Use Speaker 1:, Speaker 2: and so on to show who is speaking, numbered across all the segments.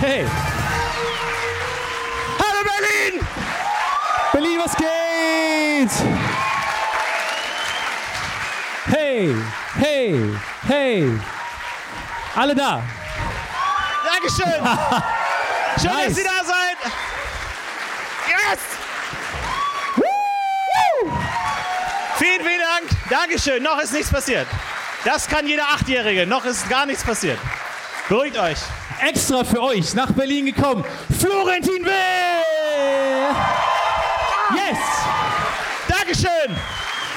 Speaker 1: Hey!
Speaker 2: Hallo Berlin!
Speaker 1: Berlin, was geht? Hey, hey, hey. Alle da.
Speaker 2: Dankeschön! Schön,
Speaker 1: Nice.
Speaker 2: dass ihr da seid! Yes! Vielen, vielen Dank! Dankeschön! Noch ist nichts passiert. Das kann jeder Achtjährige. Noch ist gar nichts passiert. Beruhigt euch.
Speaker 1: Extra für euch nach Berlin gekommen. Florentin Will! Yes!
Speaker 2: Dankeschön!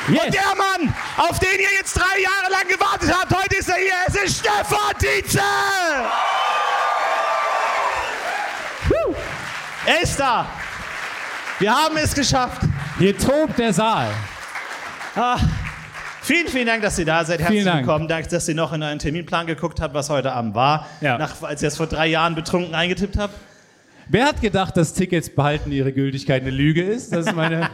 Speaker 1: Yes!
Speaker 2: Der Mann, auf den ihr jetzt drei Jahre lang gewartet habt, heute ist er hier. Es ist Stefan Dietze! Huh. Er ist da. Wir haben es geschafft.
Speaker 1: Hier tobt der Saal.
Speaker 2: Ah, vielen, vielen Dank, dass ihr da seid. Herzlich
Speaker 1: Vielen Dank.
Speaker 2: willkommen. Danke, dass ihr noch in euren Terminplan geguckt habt, was heute Abend war.
Speaker 1: Ja.
Speaker 2: Nach, als ihr es vor drei Jahren betrunken eingetippt habt.
Speaker 1: Wer hat gedacht, dass Tickets behalten ihre Gültigkeit eine Lüge ist? Das ist meine.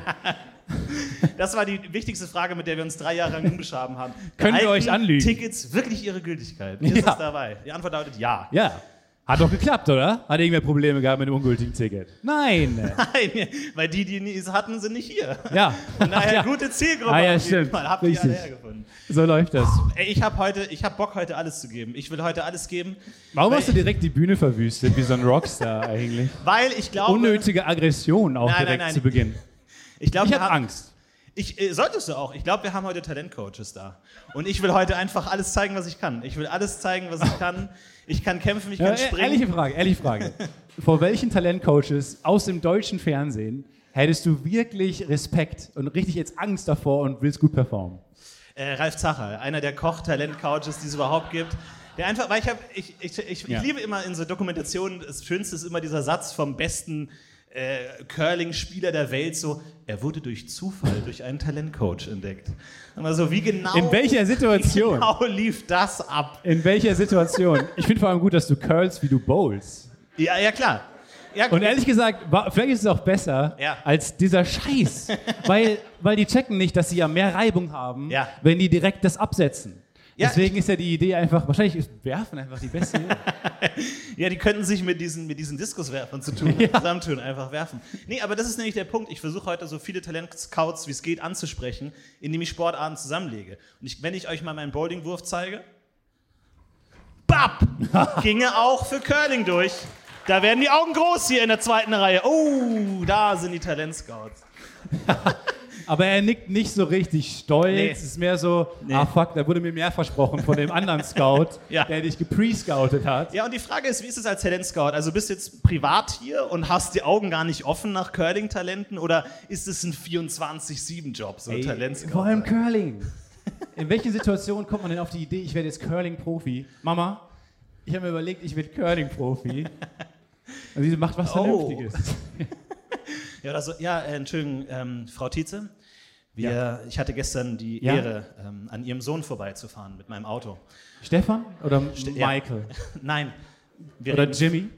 Speaker 2: Das war die wichtigste Frage, mit der wir uns drei Jahre lang umgeschaben haben.
Speaker 1: Können wir
Speaker 2: Behalten
Speaker 1: euch anlügen?
Speaker 2: Tickets wirklich ihre Gültigkeit? Ist
Speaker 1: Ja.
Speaker 2: es dabei? Die Antwort lautet ja.
Speaker 1: Ja. Hat doch geklappt, oder? Hat irgendwer Probleme gehabt mit dem ungültigen Ticket? Nein.
Speaker 2: Nein, weil die, die es hatten, sind nicht hier.
Speaker 1: Ja.
Speaker 2: Von daher
Speaker 1: ja.
Speaker 2: gute Zielgruppe.
Speaker 1: Ah ja,
Speaker 2: auf jeden
Speaker 1: stimmt.
Speaker 2: Fall. Habt ihr alle
Speaker 1: Richtig.
Speaker 2: hergefunden.
Speaker 1: So läuft das.
Speaker 2: Ey, ich habe heute, ich habe Bock heute alles zu geben. Ich will heute alles geben,
Speaker 1: Warum
Speaker 2: Weil-
Speaker 1: hast du direkt die Bühne verwüstet, wie so ein Rockstar eigentlich?
Speaker 2: weil ich glaube,
Speaker 1: Unnötige Aggression auch
Speaker 2: Nein, nein,
Speaker 1: direkt
Speaker 2: nein.
Speaker 1: zu Beginn.
Speaker 2: ich glaube,
Speaker 1: Ich
Speaker 2: wir
Speaker 1: habe
Speaker 2: haben-
Speaker 1: Angst.
Speaker 2: Ich, äh, solltest du auch. Ich glaube, wir haben heute Talentcoaches da. Und ich will heute einfach alles zeigen, was ich kann. Ich will alles zeigen, was ich kann. Ich kann kämpfen, ich
Speaker 1: Ja,
Speaker 2: kann
Speaker 1: e-
Speaker 2: springen.
Speaker 1: ehrliche Frage, ehrliche Frage. Vor welchen Talentcoaches aus dem deutschen Fernsehen hättest du wirklich Respekt und richtig jetzt Angst davor und willst gut performen?
Speaker 2: äh, Ralf Zacher, einer der Koch-Talent-Couches, die es überhaupt gibt. Der einfach, weil ich habe, ich, ich, ich, ich
Speaker 1: Ja.
Speaker 2: liebe immer in so Dokumentationen, das Schönste ist immer dieser Satz vom besten äh, Curling-Spieler der Welt, so, er wurde durch Zufall durch einen Talentcoach entdeckt. Aber so, wie genau,
Speaker 1: In welcher Situation?
Speaker 2: genau lief das ab?
Speaker 1: In welcher Situation? Ich finde vor allem gut, dass du curls wie du bowls.
Speaker 2: Ja, ja, klar. Ja,
Speaker 1: Und ehrlich gesagt, wa- vielleicht ist es auch besser
Speaker 2: Ja.
Speaker 1: als dieser Scheiß, weil, weil die checken nicht, dass sie ja mehr Reibung haben,
Speaker 2: Ja.
Speaker 1: wenn die direkt das absetzen.
Speaker 2: Ja,
Speaker 1: Deswegen ist ja die Idee einfach, wahrscheinlich ist werfen einfach die beste. Idee.
Speaker 2: Ja, die könnten sich mit diesen, mit diesen Diskuswerfern zu tun, zusammentun, einfach werfen. Nee, aber das ist nämlich der Punkt. Ich versuche heute so viele Talentscouts, wie es geht, anzusprechen, indem ich Sportarten zusammenlege. Und ich, wenn ich euch mal meinen Bowlingwurf zeige, bap, ginge auch für Curling durch. Da werden die Augen groß hier in der zweiten Reihe. Oh, da sind die Talentscouts.
Speaker 1: Aber er nickt nicht so richtig stolz.
Speaker 2: Nee.
Speaker 1: Es ist mehr so, ah fuck, da wurde mir mehr versprochen von dem anderen Scout,
Speaker 2: Ja.
Speaker 1: der dich geprescoutet hat.
Speaker 2: Ja, und die Frage ist, wie ist es als Talentscout? Also bist du jetzt privat hier und hast die Augen gar nicht offen nach Curling-Talenten oder ist es ein 24-7-Job, so ein
Speaker 1: Ey,
Speaker 2: Talentscout?
Speaker 1: Vor allem Curling. In welchen Situationen kommt man denn auf die Idee, ich werde jetzt Curling-Profi? Mama, ich habe mir überlegt, ich werde Curling-Profi. Und sie macht was
Speaker 2: Oh.
Speaker 1: Vernünftiges.
Speaker 2: Ja, oder so, ja äh, Entschuldigung, ähm, Frau Tietze. Wir, Ich hatte gestern die
Speaker 1: Ja?
Speaker 2: Ehre, ähm, an Ihrem Sohn vorbeizufahren mit meinem Auto.
Speaker 1: Stefan oder
Speaker 2: ja.
Speaker 1: Michael?
Speaker 2: Nein, wir
Speaker 1: Oder
Speaker 2: reden-
Speaker 1: Jimmy?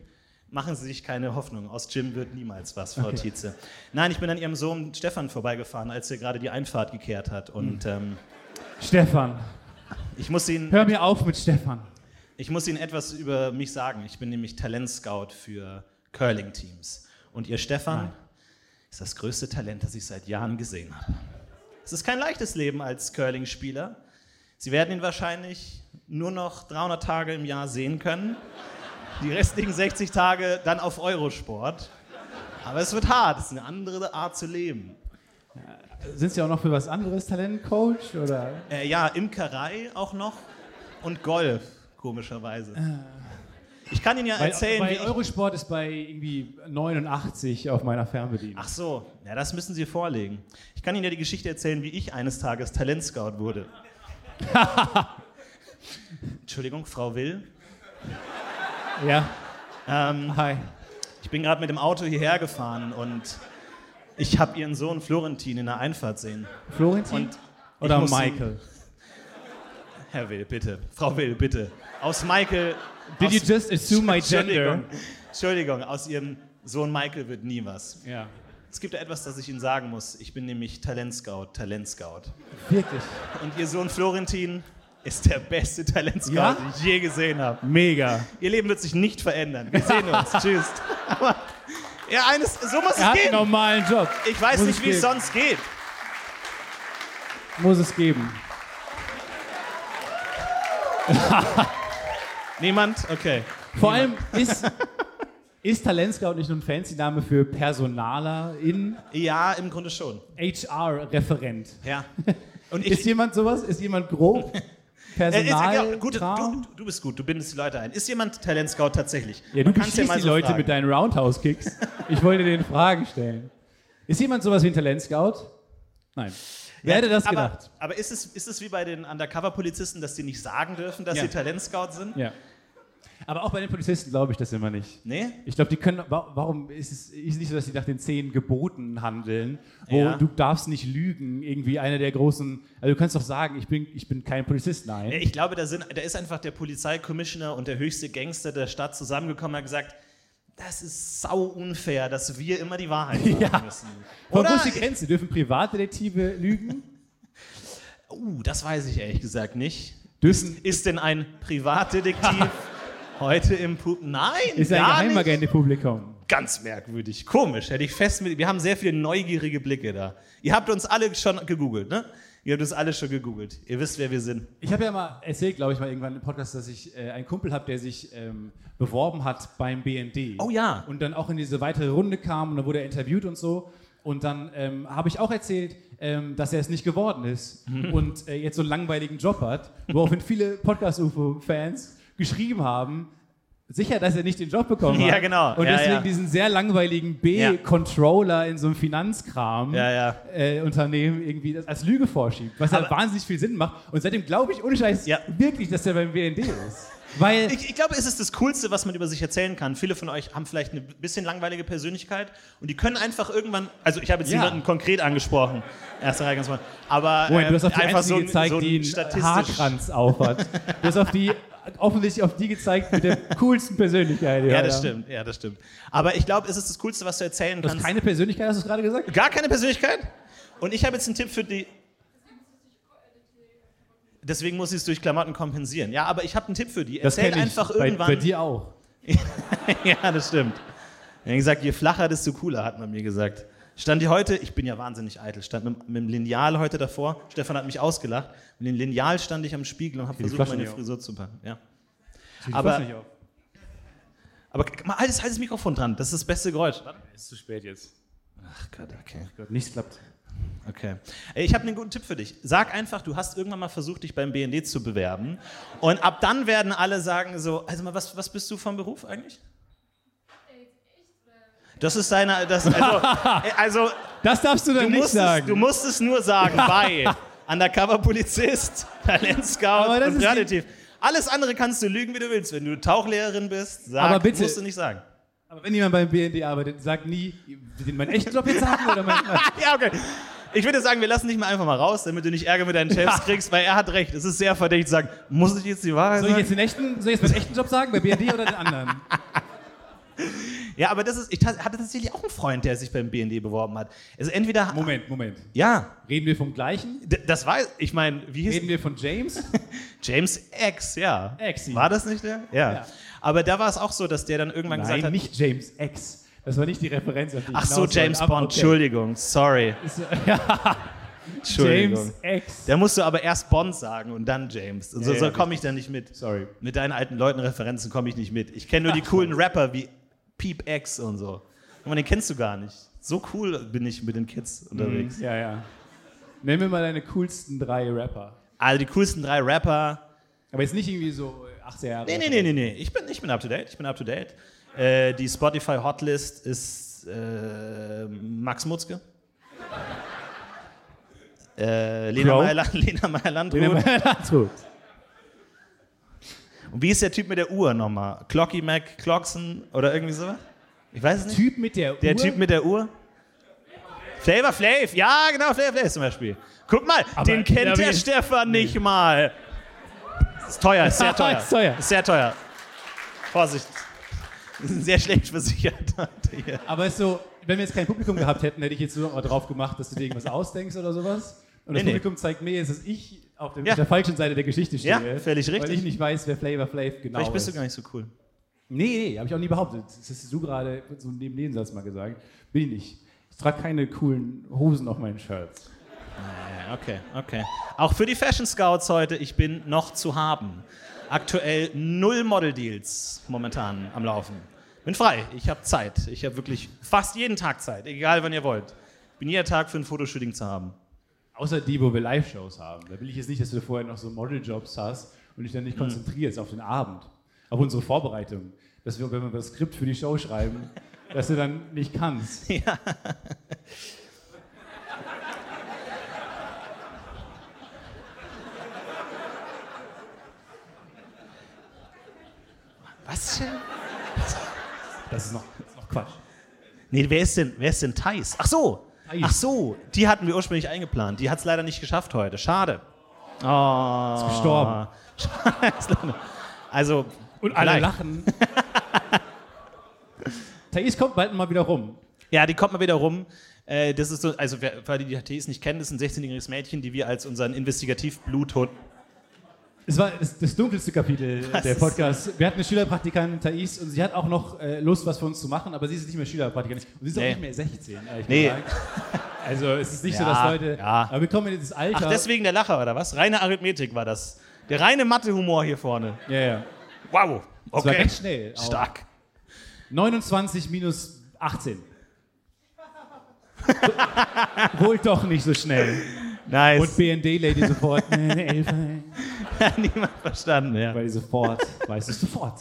Speaker 2: machen Sie sich keine Hoffnung. Aus Jim wird niemals was, Frau Tietze. Nein, ich bin an Ihrem Sohn Stefan vorbeigefahren, als er gerade die Einfahrt gekehrt hat. Und
Speaker 1: Hm.
Speaker 2: ähm,
Speaker 1: Stefan.
Speaker 2: ich, muss Ihnen,
Speaker 1: Hör mir auf mit Stefan.
Speaker 2: ich muss Ihnen etwas über mich sagen. Ich bin nämlich Talentscout für Curling-Teams. Und Ihr Stefan
Speaker 1: Nein.
Speaker 2: ist das größte Talent, das ich seit Jahren gesehen habe. Es ist kein leichtes Leben als Curling-Spieler. Sie werden ihn wahrscheinlich nur noch 300 Tage im Jahr sehen können. Die restlichen 60 Tage dann auf Eurosport. Aber es wird hart, es ist eine andere Art zu leben.
Speaker 1: Sind Sie auch noch für was anderes Talentcoach? Oder?
Speaker 2: Äh, ja, Imkerei auch noch und Golf, komischerweise. Ich kann Ihnen ja
Speaker 1: Bei,
Speaker 2: erzählen, wie
Speaker 1: Äh. bei
Speaker 2: ich...
Speaker 1: Eurosport ist bei irgendwie 89 auf meiner Fernbedienung.
Speaker 2: Ach so, ja, das müssen Sie vorlegen. Ich kann Ihnen ja die Geschichte erzählen, wie ich eines Tages Talentscout wurde. Entschuldigung, Frau Will. Ah.
Speaker 1: Ja,
Speaker 2: Ähm,
Speaker 1: hi.
Speaker 2: ich bin gerade mit dem Auto hierher gefahren und ich habe Ihren Sohn Florentin in der Einfahrt sehen.
Speaker 1: Florentin
Speaker 2: Und ich
Speaker 1: oder
Speaker 2: muss
Speaker 1: Michael?
Speaker 2: Ihn, Herr Will, bitte. Frau Will, bitte. Aus Michael.
Speaker 1: Did
Speaker 2: aus,
Speaker 1: you just assume my gender?
Speaker 2: Entschuldigung, Entschuldigung, aus Ihrem Sohn Michael wird nie was.
Speaker 1: Ja,
Speaker 2: Es gibt da etwas, das ich Ihnen sagen muss. Ich bin nämlich Talentscout, Talentscout.
Speaker 1: wirklich.
Speaker 2: Und ihr Sohn Florentin ist der beste Talentscout,
Speaker 1: Ja?
Speaker 2: den ich je gesehen habe.
Speaker 1: Mega.
Speaker 2: Ihr Leben wird sich nicht verändern. Wir sehen uns. Tschüss. Aber- Ja, eines, so muss
Speaker 1: Er hat
Speaker 2: es
Speaker 1: genau einen
Speaker 2: gehen.
Speaker 1: normalen Job.
Speaker 2: Ich weiß
Speaker 1: Muss
Speaker 2: nicht,
Speaker 1: es
Speaker 2: wie es
Speaker 1: geben.
Speaker 2: sonst geht.
Speaker 1: Muss es geben.
Speaker 2: Niemand? Okay.
Speaker 1: Vor allem ist, ist Talentscout nicht nur ein fancy Name für Personaler in
Speaker 2: Ja, im Grunde schon.
Speaker 1: HR-Referent.
Speaker 2: Ja. Und
Speaker 1: Ist
Speaker 2: ich.
Speaker 1: jemand sowas? Ist jemand grob?
Speaker 2: Äh, ist,
Speaker 1: Personal?
Speaker 2: ja, gut, du,
Speaker 1: Kram?
Speaker 2: du bist gut, du bindest die Leute ein. Ist jemand Talentscout tatsächlich?
Speaker 1: ja, du
Speaker 2: Man kann's
Speaker 1: beschießt die Leute
Speaker 2: fragen.
Speaker 1: mit deinen Roundhouse-Kicks. Ich wollte dir eine Frage stellen. Ist jemand sowas wie ein Talentscout? Nein. Wer hätte das
Speaker 2: aber,
Speaker 1: gedacht?
Speaker 2: Aber ist es, ist es wie bei den Undercover-Polizisten, dass die nicht sagen dürfen, dass
Speaker 1: Ja.
Speaker 2: sie Talentscout sind?
Speaker 1: Ja. Aber auch bei den Polizisten glaube ich das immer nicht.
Speaker 2: Nee?
Speaker 1: Ich glaube, die können. wa- Warum ist es ist nicht so, dass die nach den zehn Geboten handeln, wo
Speaker 2: Ja.
Speaker 1: du darfst nicht lügen? Irgendwie einer der großen. Also du kannst doch sagen, ich bin, ich bin kein Polizist. Nein.
Speaker 2: Ja, Ich glaube, da, sind, da ist einfach der Polizeikommissioner und der höchste Gangster der Stadt zusammengekommen und hat gesagt, das ist sau unfair, dass wir immer die Wahrheit sagen müssen.
Speaker 1: Von wo
Speaker 2: Oder?
Speaker 1: ist die Grenze? Dürfen Privatdetektive lügen?
Speaker 2: Uh, das weiß ich ehrlich gesagt nicht.
Speaker 1: Dürfen
Speaker 2: Ist denn ein Privatdetektiv heute im Pub? Nein,
Speaker 1: ist ein
Speaker 2: gar
Speaker 1: Geheimagent im Publikum.
Speaker 2: nicht. Ganz merkwürdig, komisch. Hätte ich fest mit. Wir haben sehr viele neugierige Blicke da. Ihr habt uns alle schon gegoogelt, ne? Ihr habt uns alle schon gegoogelt. Ihr wisst, wer wir sind.
Speaker 1: Ich habe ja mal erzählt, glaube ich, mal irgendwann im Podcast, dass ich äh, einen Kumpel habe, der sich ähm, beworben hat beim BND.
Speaker 2: Oh ja.
Speaker 1: Und dann auch in diese weitere Runde kam und dann wurde er interviewt und so. Und dann ähm, habe ich auch erzählt, ähm, dass er es nicht geworden ist
Speaker 2: Mhm.
Speaker 1: und äh, jetzt so einen langweiligen Job hat, woraufhin viele Podcast-UFO-Fans geschrieben haben, sicher, dass er nicht den Job bekommen hat.
Speaker 2: Ja, genau.
Speaker 1: Und
Speaker 2: Ja,
Speaker 1: deswegen
Speaker 2: ja.
Speaker 1: diesen sehr langweiligen
Speaker 2: Ja.
Speaker 1: B-Controller in so einem Finanzkram
Speaker 2: Ja, ja.
Speaker 1: äh, Unternehmen irgendwie das als Lüge vorschiebt, was ja
Speaker 2: Aber-
Speaker 1: wahnsinnig viel Sinn macht. Und seitdem glaube ich ohne Scheiß
Speaker 2: Ja.
Speaker 1: wirklich, dass der beim BND ist. Weil
Speaker 2: Ich, ich glaube, es ist das Coolste, was man über sich erzählen kann. Viele von euch haben vielleicht eine bisschen langweilige Persönlichkeit und die können einfach irgendwann, also ich habe jetzt
Speaker 1: Ja.
Speaker 2: niemanden konkret angesprochen, erste Reihe ganz mal, aber
Speaker 1: Moment, Oh, du
Speaker 2: ähm,
Speaker 1: hast auf die
Speaker 2: einfach
Speaker 1: einzige
Speaker 2: so ein,
Speaker 1: gezeigt,
Speaker 2: so ein
Speaker 1: die einen
Speaker 2: statistisch.
Speaker 1: Haarkranz auf hat. Du hast auf die, offensichtlich auf die gezeigt mit der coolsten Persönlichkeit. die
Speaker 2: Ja,
Speaker 1: wir
Speaker 2: das
Speaker 1: haben.
Speaker 2: stimmt, ja, das stimmt. Aber ich glaube, es ist das Coolste, was du erzählen
Speaker 1: Du hast
Speaker 2: kannst.
Speaker 1: keine Persönlichkeit, hast du es gerade gesagt?
Speaker 2: Gar keine Persönlichkeit? Und ich habe jetzt einen Tipp für die. Deswegen muss ich es durch Klamotten kompensieren. Ja, aber ich habe einen Tipp für die.
Speaker 1: Das
Speaker 2: Erzähl
Speaker 1: kenn ich.
Speaker 2: einfach
Speaker 1: bei,
Speaker 2: irgendwann.
Speaker 1: Bei dir auch.
Speaker 2: ja, das stimmt. Er hat gesagt, je flacher, desto cooler, hat man mir gesagt. Stand hier heute, ich bin ja wahnsinnig eitel, stand mit, mit dem Lineal heute davor. Stefan hat mich ausgelacht. Mit dem Lineal stand ich am Spiegel und habe
Speaker 1: die
Speaker 2: versucht,
Speaker 1: Flaschen
Speaker 2: meine
Speaker 1: hier auch.
Speaker 2: Frisur zu packen. Ja.
Speaker 1: Die
Speaker 2: Aber-
Speaker 1: fassen nicht auf.
Speaker 2: Aber k- mal altes, altes Mikrofon dran, das ist das beste Geräusch. Warte.
Speaker 1: ist zu spät jetzt.
Speaker 2: Ach Gott, okay.
Speaker 1: Gott, nichts klappt.
Speaker 2: Okay. Ey, Ich habe einen guten Tipp für dich. Sag einfach, du hast irgendwann mal versucht, dich beim BND zu bewerben. Und ab dann werden alle sagen so, also mal, was, was bist du vom Beruf eigentlich? Das ist deine, das, also, äh, also
Speaker 1: Das darfst du dann
Speaker 2: Du
Speaker 1: nicht
Speaker 2: musst, es,
Speaker 1: sagen.
Speaker 2: du musst es nur sagen, bei Undercover-Polizist, Talentscout
Speaker 1: Aber das
Speaker 2: und
Speaker 1: ist die-
Speaker 2: Relativ. Alles andere kannst du lügen, wie du willst. Wenn du Tauchlehrerin bist, sag,
Speaker 1: Aber bitte-
Speaker 2: musst du nicht sagen.
Speaker 1: Aber wenn jemand beim BND arbeitet, sagt nie, den meinen echten Job jetzt sagen oder mein.
Speaker 2: Ja, okay. Ich würde sagen, wir lassen dich mal einfach mal raus, damit du nicht Ärger mit deinen Chefs kriegst, weil er hat recht. Es ist sehr verdächtig zu sagen, muss ich jetzt die Wahrheit
Speaker 1: Soll ich
Speaker 2: sagen?
Speaker 1: jetzt den echten, soll ich jetzt meinen echten Job sagen, bei BND oder den anderen?
Speaker 2: Ja, aber das ist, ich ta- hatte tatsächlich auch einen Freund, der sich beim BND beworben hat. Also entweder,
Speaker 1: Moment, Moment.
Speaker 2: ja,
Speaker 1: Reden wir vom gleichen?
Speaker 2: d- das weiß ich. meine, wie hieß
Speaker 1: Reden wir von James?
Speaker 2: James X, ja.
Speaker 1: Exi.
Speaker 2: War das nicht der? Ja.
Speaker 1: Ja.
Speaker 2: Aber da war es auch so, dass der dann irgendwann gesagt
Speaker 1: Nein,
Speaker 2: hat,
Speaker 1: nicht James X. Das war nicht die Referenz, auf die ich
Speaker 2: Ach so,
Speaker 1: hinaus wollte,
Speaker 2: James
Speaker 1: aber
Speaker 2: Bond,
Speaker 1: okay.
Speaker 2: Entschuldigung, sorry.
Speaker 1: Ist- Ja,
Speaker 2: Entschuldigung.
Speaker 1: James X.
Speaker 2: Da musst du aber erst Bond sagen und dann James. Und so,
Speaker 1: Ja, ja,
Speaker 2: so komme ich da nicht mit.
Speaker 1: Sorry.
Speaker 2: Mit deinen alten Leuten Referenzen komme ich nicht mit. Ich kenne nur die coolen Rapper wie Peep X und so. Aber den kennst du gar nicht. So cool bin ich mit den Kids unterwegs.
Speaker 1: Ja, ja. Nenn mir mal deine coolsten drei Rapper.
Speaker 2: Also die coolsten drei Rapper.
Speaker 1: Aber jetzt nicht irgendwie so 80er Jahre.
Speaker 2: Nee, nee, nee, nee, nee. Ich bin, ich bin up to date. Ich bin up to date. Äh, die Spotify Hotlist ist äh, Max Mutzke. Äh, Lena
Speaker 1: Crow.
Speaker 2: Meyer- Lena Meyer-Landrut.
Speaker 1: Lena Meyer-Landrut.
Speaker 2: Und wie ist der Typ mit der Uhr nochmal? Clocky Mac Clockson oder irgendwie sowas? Ich weiß es nicht.
Speaker 1: Typ mit der,
Speaker 2: der
Speaker 1: Uhr?
Speaker 2: Typ mit der Uhr? Flavor Flav. Ja, genau, Flavor Flav zum Beispiel. Guck mal, den
Speaker 1: ja,
Speaker 2: kennt der
Speaker 1: wie-
Speaker 2: Stefan nicht mal. Ist teuer, ist sehr teuer.
Speaker 1: Ist teuer.
Speaker 2: Ist sehr teuer. Vorsicht. Wir sind sehr schlecht versichert heute hier.
Speaker 1: Aber ist so, wenn wir jetzt kein Publikum gehabt hätten, hätte ich jetzt so mal drauf gemacht, dass du dir irgendwas ausdenkst oder sowas. Und
Speaker 2: Nee,
Speaker 1: das
Speaker 2: nee.
Speaker 1: Publikum zeigt mir jetzt, dass ich auf dem,
Speaker 2: Ja.
Speaker 1: der falschen Seite der Geschichte stehe.
Speaker 2: Ja, völlig
Speaker 1: Weil
Speaker 2: richtig.
Speaker 1: ich nicht weiß, wer Flavor Flav genau
Speaker 2: Vielleicht bist
Speaker 1: ist.
Speaker 2: du gar nicht so cool.
Speaker 1: Nee, nee, habe ich auch nie behauptet. Das hast du gerade so neben Nebensatz mal gesagt. Bin ich nicht. Ich trage keine coolen Hosen auf meinen Shirts.
Speaker 2: Ja, Okay, okay. Auch für die Fashion Scouts heute, ich bin noch zu haben. Aktuell null Model Deals momentan am Laufen. Bin frei, ich habe Zeit. Ich habe wirklich fast jeden Tag Zeit, egal wann ihr wollt. Bin jeden Tag für ein Fotoshooting zu haben.
Speaker 1: Außer die, wo wir Live-Shows haben. Da will ich jetzt nicht, dass du vorher noch so Modeljobs hast und dich dann nicht konzentrierst auf den Abend, auf unsere Vorbereitung. Dass wir, wenn wir das Skript für die Show schreiben, dass du dann nicht kannst.
Speaker 2: Was denn?
Speaker 1: Das ist noch, das ist noch Quatsch.
Speaker 2: Nee, wer ist denn, wer ist denn Thais? Ach so.
Speaker 1: Thais.
Speaker 2: Ach so, die hatten wir ursprünglich eingeplant. Die hat es leider nicht geschafft heute. Schade. Oh. Ist
Speaker 1: gestorben.
Speaker 2: also,
Speaker 1: Und alle
Speaker 2: vielleicht.
Speaker 1: lachen. Thais kommt bald mal wieder rum.
Speaker 2: Ja, die kommt mal wieder rum. Äh, Das ist so, also wer- für die, die HTs nicht kennen, das ist ein 16-jähriges Mädchen, die wir als unseren Investigativ-Bluthund.
Speaker 1: Es war das, das dunkelste Kapitel
Speaker 2: Was
Speaker 1: der
Speaker 2: ist-
Speaker 1: Podcast. Wir hatten eine Schülerpraktikantin, Thais, und sie hat auch noch äh, Lust, was für uns zu machen, aber sie ist nicht mehr Schülerpraktikantin. Und sie ist
Speaker 2: Nee.
Speaker 1: auch nicht mehr 16, ehrlich
Speaker 2: Nee.
Speaker 1: gesagt. Also es ist nicht so,
Speaker 2: Ja,
Speaker 1: dass Leute...
Speaker 2: ja.
Speaker 1: Aber wir kommen in dieses Alter...
Speaker 2: Ach, deswegen der Lacher, oder was? Reine Arithmetik war das. Der reine Mathe-Humor hier vorne.
Speaker 1: Ja, ja.
Speaker 2: Wow.
Speaker 1: Das war
Speaker 2: Okay.
Speaker 1: ganz schnell. auch.
Speaker 2: Stark.
Speaker 1: 29 minus 18. Wohl doch nicht so schnell. Und
Speaker 2: Nice.
Speaker 1: BND-Lady sofort. Nee, Elf, äh,
Speaker 2: Niemand verstanden, ja.
Speaker 1: Weil die sofort, weiß es sofort.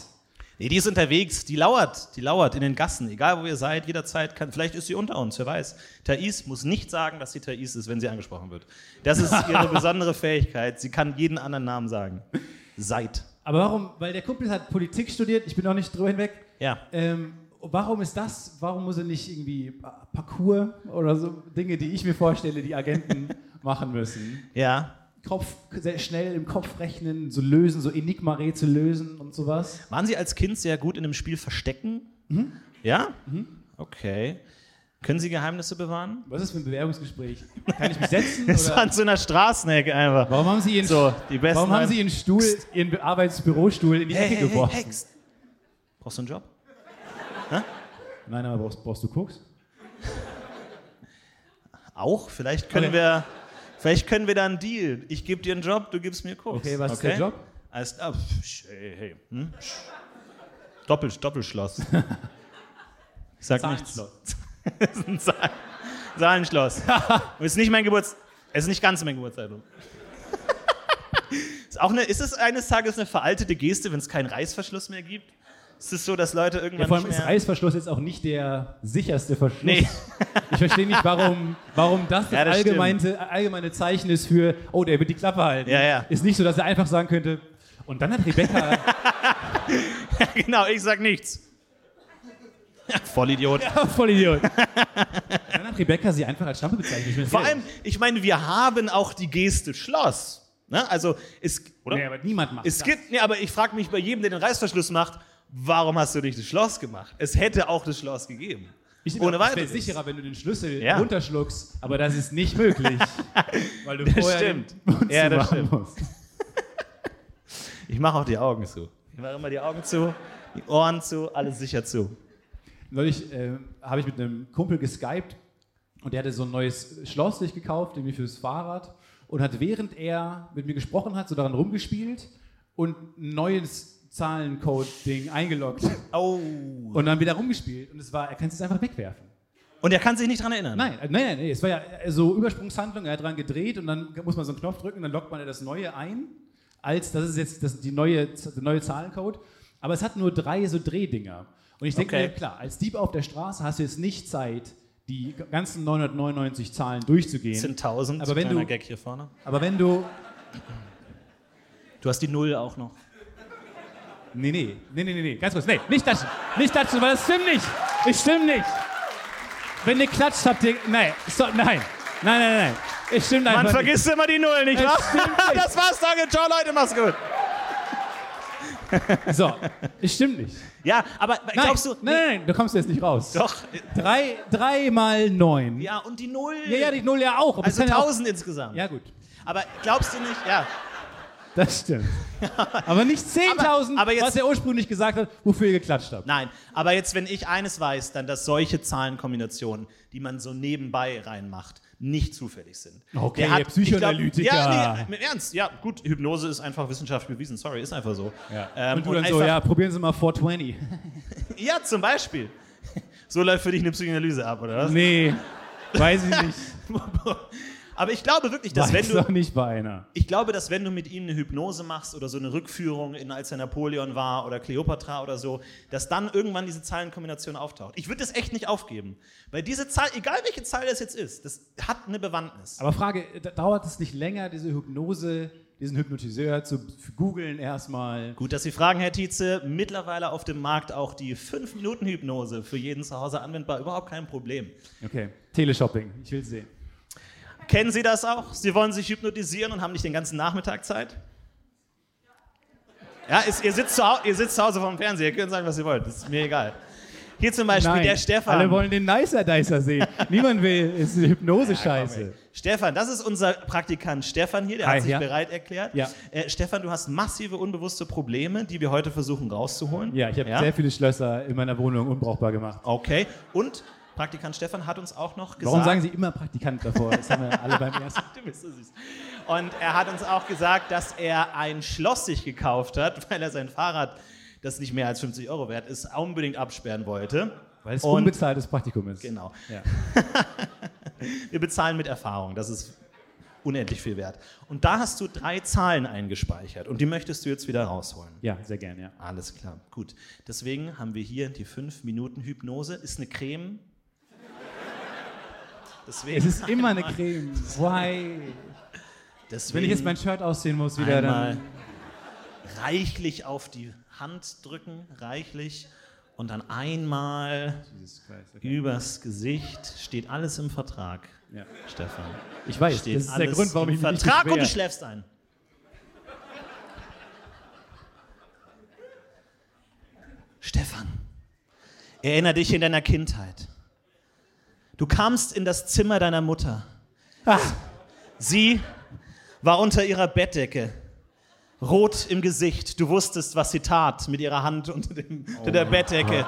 Speaker 2: Nee, die ist unterwegs, die lauert, die lauert in den Gassen, egal wo ihr seid, jederzeit kann, vielleicht ist sie unter uns, wer weiß. Thais muss nicht sagen, dass sie Thais ist, wenn sie angesprochen wird. Das ist ihre besondere Fähigkeit, sie kann jeden anderen Namen sagen. Seid.
Speaker 1: Aber warum? Weil der Kumpel hat Politik studiert, ich bin noch nicht drüber hinweg.
Speaker 2: Ja.
Speaker 1: Ähm, warum ist das? Warum muss er nicht irgendwie Pa- Parcours oder so Dinge, die ich mir vorstelle, die Agenten machen müssen?
Speaker 2: Ja.
Speaker 1: Kopf, sehr schnell im Kopf rechnen, so lösen, so Enigma-Rätsel lösen und sowas.
Speaker 2: Waren Sie als Kind sehr gut in einem Spiel verstecken? Ja? Okay. Können Sie Geheimnisse bewahren?
Speaker 1: Was ist für ein Bewerbungsgespräch? Kann ich mich setzen?
Speaker 2: Das war
Speaker 1: oder?
Speaker 2: an so einer Straßenecke einfach.
Speaker 1: Warum haben Sie Ihren,
Speaker 2: So, die besten
Speaker 1: warum haben
Speaker 2: waren-
Speaker 1: Sie Ihren Stuhl, Ihren Arbeitsbürostuhl in die Ecke geworfen?
Speaker 2: pst. Brauchst du einen Job?
Speaker 1: Nein, aber brauchst, brauchst du Koks?
Speaker 2: Auch? Vielleicht können
Speaker 1: Okay.
Speaker 2: wir. Vielleicht können wir da einen Deal. Ich gebe dir einen Job, du gibst mir Koks.
Speaker 1: Okay, was ist der Job?
Speaker 2: Alles klar. ah, Pff, hey, hey. Hm? Psch. Doppel, Doppelschloss. Ich sag nichts. Das ist ein Saal Saalenschloss. Und ist nicht mein Geburts... Es ist nicht ganz mein Geburtsalbum. ist, auch eine, ist es eines Tages eine veraltete Geste, wenn es keinen Reißverschluss mehr gibt? Ist es so, dass Leute
Speaker 1: Ja,
Speaker 2: irgendwann
Speaker 1: vor allem
Speaker 2: nicht
Speaker 1: ist
Speaker 2: mehr...
Speaker 1: Reißverschluss jetzt auch nicht der sicherste Verschluss.
Speaker 2: Nee.
Speaker 1: Ich verstehe nicht, warum, warum das
Speaker 2: Ja,
Speaker 1: das,
Speaker 2: das
Speaker 1: allgemeine, allgemeine Zeichen ist für, oh, der wird die Klappe halten.
Speaker 2: Ja, ja.
Speaker 1: Ist nicht so, dass er einfach sagen könnte, und dann hat Rebecca,
Speaker 2: genau, ich sag nichts. Vollidiot.
Speaker 1: voll Idiot. dann hat Rebecca sie einfach als Schlampe bezeichnet. Ich bin
Speaker 2: Vor
Speaker 1: ehrlich.
Speaker 2: allem, ich meine, wir haben auch die Geste Schloss. Ne? Also, es... Oder?
Speaker 1: Nee, aber niemand macht
Speaker 2: Es
Speaker 1: das.
Speaker 2: gibt, nee, aber ich frage mich bei jedem, der den Reißverschluss macht, warum hast du nicht das Schloss gemacht? Es hätte auch das Schloss gegeben.
Speaker 1: ich
Speaker 2: ohne
Speaker 1: ohne weiteres.
Speaker 2: weiteres.
Speaker 1: Es wäre sicherer, wenn du den Schlüssel
Speaker 2: Ja.
Speaker 1: runterschluckst, aber das ist nicht möglich. weil du vorher den
Speaker 2: stimmt.
Speaker 1: Mund
Speaker 2: Ja, das
Speaker 1: zumachen
Speaker 2: stimmt.
Speaker 1: musst.
Speaker 2: Ich mache auch die Augen zu. Ich mache immer die Augen zu, die Ohren zu, alles sicher zu.
Speaker 1: Neulich äh, habe ich mit einem Kumpel geskypt und der hatte so ein neues Schloss sich gekauft, irgendwie fürs Fahrrad und hat während er mit mir gesprochen hat, so daran rumgespielt und ein neues Zahlencode-Ding eingeloggt
Speaker 2: Oh.
Speaker 1: und dann wieder rumgespielt und es war, er kann es jetzt einfach wegwerfen.
Speaker 2: Und er kann sich nicht dran erinnern.
Speaker 1: Nein, äh, nein, nein, nein, es war ja äh, so Übersprungshandlung, er hat dran gedreht und dann muss man so einen Knopf drücken und dann loggt man ja das Neue ein, als das ist jetzt das, die neue, der neue Zahlencode, aber es hat nur drei so Drehdinger. Und ich denke
Speaker 2: Okay.
Speaker 1: mir, klar, als Dieb auf der Straße hast du jetzt nicht Zeit, die ganzen 999 Zahlen durchzugehen.
Speaker 2: Das sind 1000.
Speaker 1: Aber wenn
Speaker 2: kleiner
Speaker 1: du-
Speaker 2: Gag hier vorne.
Speaker 1: aber wenn du,
Speaker 2: Du hast die Null auch noch.
Speaker 1: nee, nee, nee, nee, nee, nee, ganz kurz, nee, nicht klatschen, nicht klatschen, weil das stimmt nicht, es stimmt nicht. Wenn ihr klatscht, habt ihr, nein, so, nein, nein, nein, nein, es stimmt einfach
Speaker 2: Man
Speaker 1: nicht.
Speaker 2: vergisst immer die Null, nicht
Speaker 1: Es
Speaker 2: wahr?
Speaker 1: stimmt nicht.
Speaker 2: Das war's, danke. Ciao, Leute, mach's gut.
Speaker 1: So, es stimmt nicht.
Speaker 2: Ja, aber
Speaker 1: Nein,
Speaker 2: glaubst du.
Speaker 1: nein, nein, da kommst du jetzt nicht raus.
Speaker 2: Doch.
Speaker 1: Drei, drei mal neun.
Speaker 2: Ja, und die Null.
Speaker 1: ja, ja, die Null ja auch. Aber es
Speaker 2: also
Speaker 1: kann ja auch-
Speaker 2: 1000 insgesamt.
Speaker 1: Ja, gut.
Speaker 2: Aber glaubst du nicht, ja.
Speaker 1: Das stimmt. Aber nicht 10.000,
Speaker 2: Aber- aber jetzt-
Speaker 1: was er ursprünglich gesagt hat, wofür ihr geklatscht habt.
Speaker 2: Nein, aber jetzt, wenn ich eines weiß, dann, dass solche Zahlenkombinationen, die man so nebenbei reinmacht, nicht zufällig sind.
Speaker 1: Okay,
Speaker 2: Der
Speaker 1: ihr Psychoanalytiker.
Speaker 2: Ich glaub, ja, nee, im Ernst, ja, gut, Hypnose ist einfach wissenschaftlich bewiesen, sorry, ist einfach so. Ähm,
Speaker 1: und du dann
Speaker 2: einfach,
Speaker 1: so, ja, probieren Sie mal 420.
Speaker 2: ja, zum Beispiel. So läuft für dich eine Psychoanalyse ab, oder was?
Speaker 1: Nee, weiß ich nicht.
Speaker 2: aber ich glaube wirklich, dass
Speaker 1: Das
Speaker 2: wenn
Speaker 1: weiß
Speaker 2: du,
Speaker 1: doch nicht bei einer.
Speaker 2: Ich glaube, dass wenn du mit ihm eine Hypnose machst oder so eine Rückführung in als er Napoleon war oder Kleopatra oder so, dass dann irgendwann diese Zahlenkombination auftaucht. Ich würde das echt nicht aufgeben, weil diese Zahl, egal welche Zahl das jetzt ist, das hat eine Bewandtnis.
Speaker 1: Aber Frage, da- dauert es nicht länger, diese Hypnose, diesen Hypnotiseur zu googeln erstmal?
Speaker 2: Gut, dass Sie fragen, Herr Tietze. Mittlerweile auf dem Markt auch die 5-Minuten-Hypnose für jeden zu Hause anwendbar, überhaupt kein Problem.
Speaker 1: Okay, Teleshopping, ich will sehen.
Speaker 2: Kennen Sie das auch? Sie wollen sich hypnotisieren und haben nicht den ganzen Nachmittag Zeit? Ja, ist, ihr, sitzt zu Hause, ihr sitzt zu Hause vorm Fernseher, ihr könnt sagen, was ihr wollt, das ist mir egal. Hier zum Beispiel der Stefan.
Speaker 1: alle wollen den Nicer Dicer sehen. Niemand will, ist eine Hypnose-Scheiße.
Speaker 2: Stefan, das ist unser Praktikant Stefan hier, der
Speaker 1: Hi,
Speaker 2: hat sich
Speaker 1: ja.
Speaker 2: bereit erklärt.
Speaker 1: Ja.
Speaker 2: Äh, Stefan, du hast massive unbewusste Probleme, die wir heute versuchen rauszuholen.
Speaker 1: ja, ich habe sehr viele Schlösser in meiner Wohnung unbrauchbar gemacht.
Speaker 2: Okay, und Praktikant Stefan hat uns auch noch gesagt...
Speaker 1: Warum sagen Sie immer Praktikant davor? Das haben wir alle beim ersten.
Speaker 2: Du bist so süß. Und er hat uns auch gesagt, dass er ein Schloss sich gekauft hat, weil er sein Fahrrad, das nicht mehr als 50 Euro wert ist, unbedingt absperren wollte.
Speaker 1: Weil es
Speaker 2: Und-
Speaker 1: unbezahltes Praktikum ist.
Speaker 2: Genau.
Speaker 1: Ja.
Speaker 2: Wir bezahlen mit Erfahrung. Das ist unendlich viel wert. Und da hast du drei Zahlen eingespeichert und die möchtest du jetzt wieder rausholen.
Speaker 1: ja, sehr gern, ja.
Speaker 2: Alles klar, gut. Deswegen haben wir hier die 5-Minuten-Hypnose. Ist eine Creme. Deswegen,
Speaker 1: Es ist immer eine Creme. Why?
Speaker 2: deswegen
Speaker 1: Wenn ich jetzt mein Shirt ausziehen muss wieder,
Speaker 2: einmal
Speaker 1: dann...
Speaker 2: reichlich auf die Hand drücken, reichlich. Und dann einmal
Speaker 1: Jesus Christ, okay.
Speaker 2: übers Gesicht. Steht alles im Vertrag,
Speaker 1: Ja.
Speaker 2: Stefan.
Speaker 1: Ich weiß,
Speaker 2: Steht
Speaker 1: das ist der
Speaker 2: alles
Speaker 1: Grund, warum
Speaker 2: im
Speaker 1: ich mich nicht
Speaker 2: Vertrag und du
Speaker 1: beschwer.
Speaker 2: schläfst ein. Stefan, erinnere dich in deiner Kindheit. Du kamst in das Zimmer deiner Mutter.
Speaker 1: Ach,
Speaker 2: Sie war unter ihrer Bettdecke, rot im Gesicht. Du wusstest, was sie tat mit ihrer Hand unter, dem, unter
Speaker 1: Oh.
Speaker 2: der Bettdecke.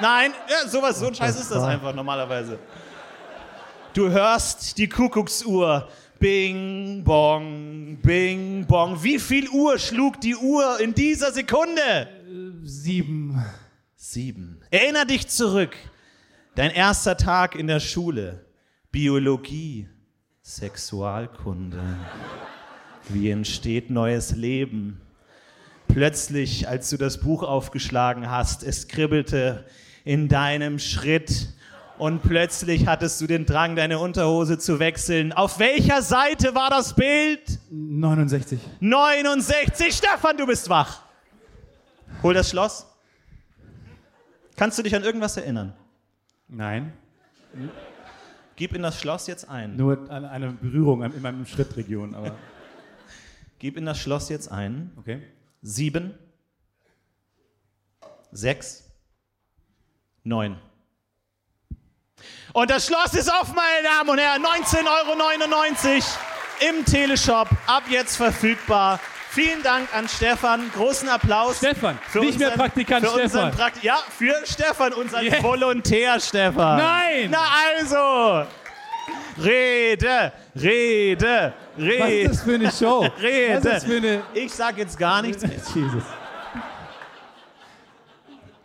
Speaker 2: Nein, ja, sowas, so ein Scheiß ist das einfach normalerweise. Du hörst die Kuckucksuhr. Bing, bong, bing, bong. Wie viel Uhr schlug die Uhr in dieser Sekunde?
Speaker 1: sieben.
Speaker 2: Sieben. Erinner dich zurück. Dein erster Tag in der Schule. Biologie. Sexualkunde. Wie entsteht neues Leben? Plötzlich, als du das Buch aufgeschlagen hast, es kribbelte in deinem Schritt und plötzlich hattest du den Drang, deine Unterhose zu wechseln. Auf welcher Seite war das Bild?
Speaker 1: 69.
Speaker 2: 69. Stefan, du bist wach. Hol das Schloss. Kannst du dich an irgendwas erinnern?
Speaker 1: Nein.
Speaker 2: Gib in das Schloss jetzt ein.
Speaker 1: Nur an einer Berührung an- in meinem Schrittregion, aber
Speaker 2: Gib in das Schloss jetzt ein.
Speaker 1: okay.
Speaker 2: Sieben. Sechs. Neun. Und das Schloss ist auf, meine Damen und Herren. 19,99 Euro im Teleshop. Ab jetzt verfügbar. Vielen Dank an Stefan. Großen Applaus.
Speaker 1: Stefan, nicht mehr Praktikant
Speaker 2: für
Speaker 1: Stefan.
Speaker 2: Unseren Prakt ja, für Stefan, unseren
Speaker 1: Yes.
Speaker 2: Volontär Stefan.
Speaker 1: Nein!
Speaker 2: Na also! Rede, Rede,
Speaker 1: Was ist
Speaker 2: Rede,
Speaker 1: das für eine Show?
Speaker 2: Rede.
Speaker 1: Was ist das für eine...
Speaker 2: Ich sag jetzt gar nichts.
Speaker 1: Jesus.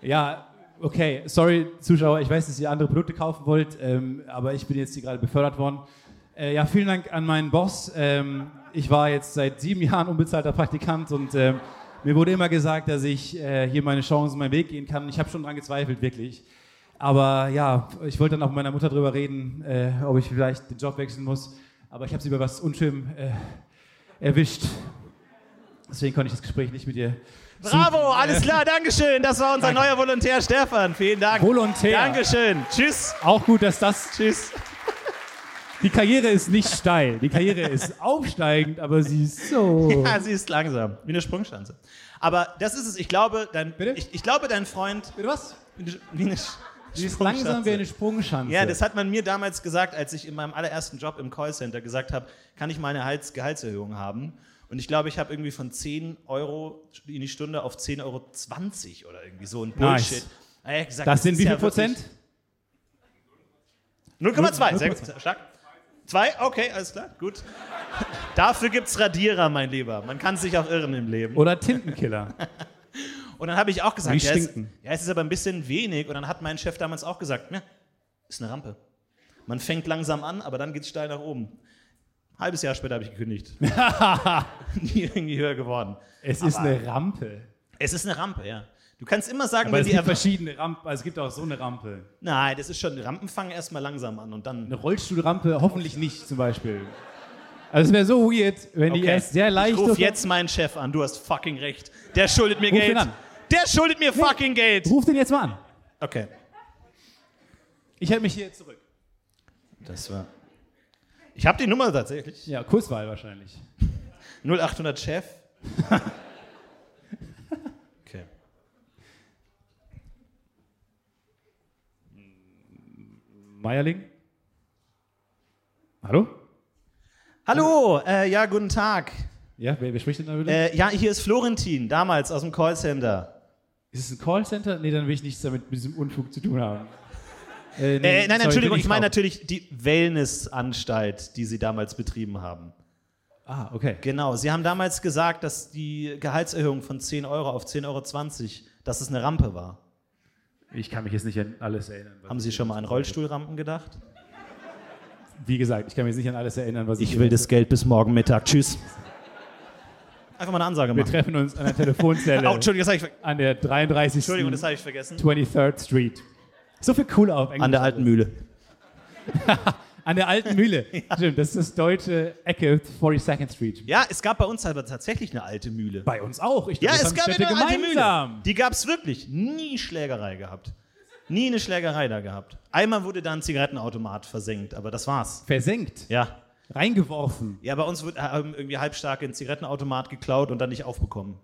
Speaker 1: Ja, okay, sorry, Zuschauer, ich weiß, dass ihr andere Produkte kaufen wollt, ähm, aber ich bin jetzt hier gerade befördert worden. Äh, ja, vielen Dank an meinen Boss. Ähm, ich war jetzt seit sieben Jahren unbezahlter Praktikant und ähm, mir wurde immer gesagt, dass ich äh, hier meine Chancen, meinen Weg gehen kann. Ich habe schon dran gezweifelt, wirklich. Aber ja, ich wollte dann auch mit meiner Mutter drüber reden, äh, ob ich vielleicht den Job wechseln muss. Aber ich habe sie bei was Unschönem äh, erwischt. Deswegen konnte ich das Gespräch nicht mit ihr.
Speaker 2: Bravo, alles klar, Dankeschön. Das war unser neuer Volontär Stefan. Vielen Dank.
Speaker 1: Volontär.
Speaker 2: Dankeschön. Tschüss.
Speaker 1: Auch gut, dass das.
Speaker 2: Tschüss.
Speaker 1: Die Karriere ist nicht steil. Die Karriere ist aufsteigend, aber sie ist so.
Speaker 2: Ja, sie ist langsam, wie eine Sprungschanze. Aber das ist es. Ich glaube, dein,
Speaker 1: Bitte?
Speaker 2: ich, ich glaube, dein Freund.
Speaker 1: Bitte was?
Speaker 2: Wie eine Sch-
Speaker 1: Sie ist langsam wie
Speaker 2: Sprungschanze.
Speaker 1: eine Sprungschanze.
Speaker 2: Ja, das hat man mir damals gesagt, als ich in meinem allerersten Job im Callcenter gesagt habe, kann ich meine Hals Gehaltserhöhung haben? Und ich glaube, ich habe irgendwie von 10 Euro in die Stunde auf 10,20 Euro oder irgendwie so ein
Speaker 1: Nice.
Speaker 2: Bullshit. Ah, ja, gesagt,
Speaker 1: das sind
Speaker 2: ist
Speaker 1: wie viel
Speaker 2: ja wirklich-
Speaker 1: Prozent?
Speaker 2: 0,2, sehr
Speaker 1: 0,2.
Speaker 2: gut, stark. Zwei? Okay, alles klar, gut. Dafür gibt's Radierer, mein Lieber. Man kann sich auch irren im Leben.
Speaker 1: Oder Tintenkiller.
Speaker 2: Und dann habe ich auch gesagt,
Speaker 1: Wie
Speaker 2: ja, es,
Speaker 1: stinken.
Speaker 2: ja, es ist aber ein bisschen wenig. Und dann hat mein Chef damals auch gesagt, ja, ist eine Rampe. Man fängt langsam an, aber dann geht es steil nach oben. Halbes Jahr später habe ich gekündigt. Nie irgendwie höher geworden.
Speaker 1: Es ist eine Rampe.
Speaker 2: Es ist eine Rampe, ja. Du kannst immer sagen,
Speaker 1: Aber
Speaker 2: wenn
Speaker 1: es
Speaker 2: die
Speaker 1: gibt
Speaker 2: Erwa-
Speaker 1: verschiedene Rampen. Also es gibt auch so eine Rampe.
Speaker 2: Nein, das ist schon, Rampen fangen erstmal langsam an und dann.
Speaker 1: Eine Rollstuhlrampe hoffentlich nicht zum Beispiel. Also es wäre so weird, wenn die
Speaker 2: Okay.
Speaker 1: erst sehr leicht...
Speaker 2: ich ruf jetzt meinen Chef an, du hast fucking recht. Der schuldet mir
Speaker 1: Ruf ihn
Speaker 2: Geld.
Speaker 1: an.
Speaker 2: Der schuldet mir fucking Geld.
Speaker 1: Ruf den jetzt mal an.
Speaker 2: Okay.
Speaker 1: Ich halte mich hier zurück.
Speaker 2: Das war. Ich habe die Nummer tatsächlich.
Speaker 1: Ja, Kurzwahl wahrscheinlich.
Speaker 2: 0800 Chef. okay.
Speaker 1: Meierling? Hallo?
Speaker 2: Hallo, äh, ja, guten Tag.
Speaker 1: Ja, wer, wer spricht denn da bitte?
Speaker 2: Äh, ja, hier ist Florentin, damals aus dem Callcenter.
Speaker 1: Ist es ein Callcenter? Nee, dann will ich nichts damit mit diesem Unfug zu tun haben. Äh, nee,
Speaker 2: Äh, nein,
Speaker 1: sorry,
Speaker 2: Entschuldigung,
Speaker 1: bin
Speaker 2: ich meine
Speaker 1: Frau.
Speaker 2: natürlich die Wellnessanstalt, die Sie damals betrieben haben.
Speaker 1: Ah, okay.
Speaker 2: Genau, Sie haben damals gesagt, dass die Gehaltserhöhung von 10 Euro auf 10,20 Euro, dass es eine Rampe war.
Speaker 1: Ich kann mich jetzt nicht an alles erinnern. was
Speaker 2: Haben Sie
Speaker 1: ich-
Speaker 2: schon mal an Rollstuhlrampen gedacht?
Speaker 1: Wie gesagt, ich kann mich jetzt nicht an alles erinnern, was ich.
Speaker 2: Ich will das Geld bis morgen Mittag. Tschüss. Einfach mal eine Ansage
Speaker 1: Wir
Speaker 2: machen.
Speaker 1: treffen uns an der
Speaker 2: Oh,
Speaker 1: Telefonzelle
Speaker 2: Entschuldigung, das habe ich, ver
Speaker 1: an der 33.
Speaker 2: Entschuldigung, das habe ich vergessen.
Speaker 1: 23rd Street. So viel cool auf Englisch.
Speaker 2: An der alten Mühle.
Speaker 1: An der alten Mühle. Stimmt, das ist das deutsche Ecke 42nd Street.
Speaker 2: Ja, es gab bei uns aber tatsächlich eine alte Mühle.
Speaker 1: Bei uns auch. Ich
Speaker 2: Ja,
Speaker 1: glaube, das haben
Speaker 2: es gab
Speaker 1: Städte
Speaker 2: eine alte
Speaker 1: gemeinsam.
Speaker 2: Mühle. Die gab es wirklich. Nie Schlägerei gehabt. Nie eine Schlägerei da gehabt. Einmal wurde da ein Zigarettenautomat versenkt, aber das war's.
Speaker 1: Versenkt,
Speaker 2: Ja.
Speaker 1: reingeworfen.
Speaker 2: Ja, bei uns wurde haben irgendwie halbstark ein Zigarettenautomat geklaut und dann nicht aufbekommen.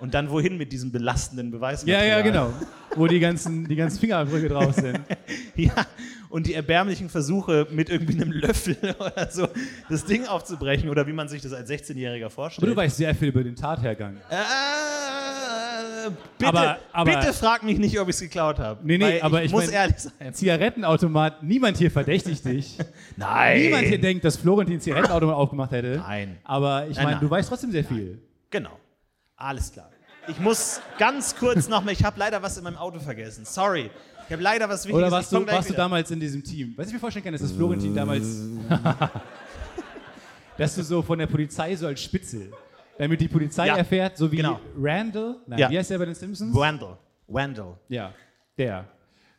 Speaker 2: Und dann wohin mit diesem belastenden
Speaker 1: Ja,
Speaker 2: Beweismaterial?
Speaker 1: ja, genau. Wo die ganzen, die ganzen Fingerabdrücke drauf sind.
Speaker 2: Ja, und die erbärmlichen Versuche mit irgendwie einem Löffel oder so das Ding aufzubrechen oder wie man sich das als 16-Jähriger
Speaker 1: Aber du
Speaker 2: vorstellt.
Speaker 1: weißt sehr viel über den Tathergang.
Speaker 2: Äh, bitte,
Speaker 1: Aber- aber-
Speaker 2: bitte frag mich nicht, ob ich es geklaut habe.
Speaker 1: Nee, nee,
Speaker 2: weil
Speaker 1: aber
Speaker 2: ich,
Speaker 1: ich
Speaker 2: muss
Speaker 1: mein-
Speaker 2: ehrlich sein.
Speaker 1: Zigarettenautomat, niemand hier verdächtigt dich.
Speaker 2: Nein.
Speaker 1: Niemand hier denkt, dass Florentin Zigarettenautomat aufgemacht hätte.
Speaker 2: Nein.
Speaker 1: Aber ich
Speaker 2: Nein,
Speaker 1: meine,
Speaker 2: nein.
Speaker 1: du weißt trotzdem sehr viel.
Speaker 2: Genau. Alles klar. Ich muss ganz kurz nochmal, ich habe leider was in meinem Auto vergessen. Sorry. Ich habe leider was Wichtiges.
Speaker 1: Oder warst
Speaker 2: ich komm
Speaker 1: du,
Speaker 2: gleich
Speaker 1: warst du
Speaker 2: wieder.
Speaker 1: damals in diesem Team? Was ich mir vorstellen kann, ist, dass Florentin damals. dass du so von der Polizei so als Spitzel. Damit die Polizei
Speaker 2: Ja,
Speaker 1: erfährt, so wie
Speaker 2: genau.
Speaker 1: Randall. Nein,
Speaker 2: Ja.
Speaker 1: wie heißt der bei den Simpsons?
Speaker 2: Wendell. Wendell.
Speaker 1: ja, der.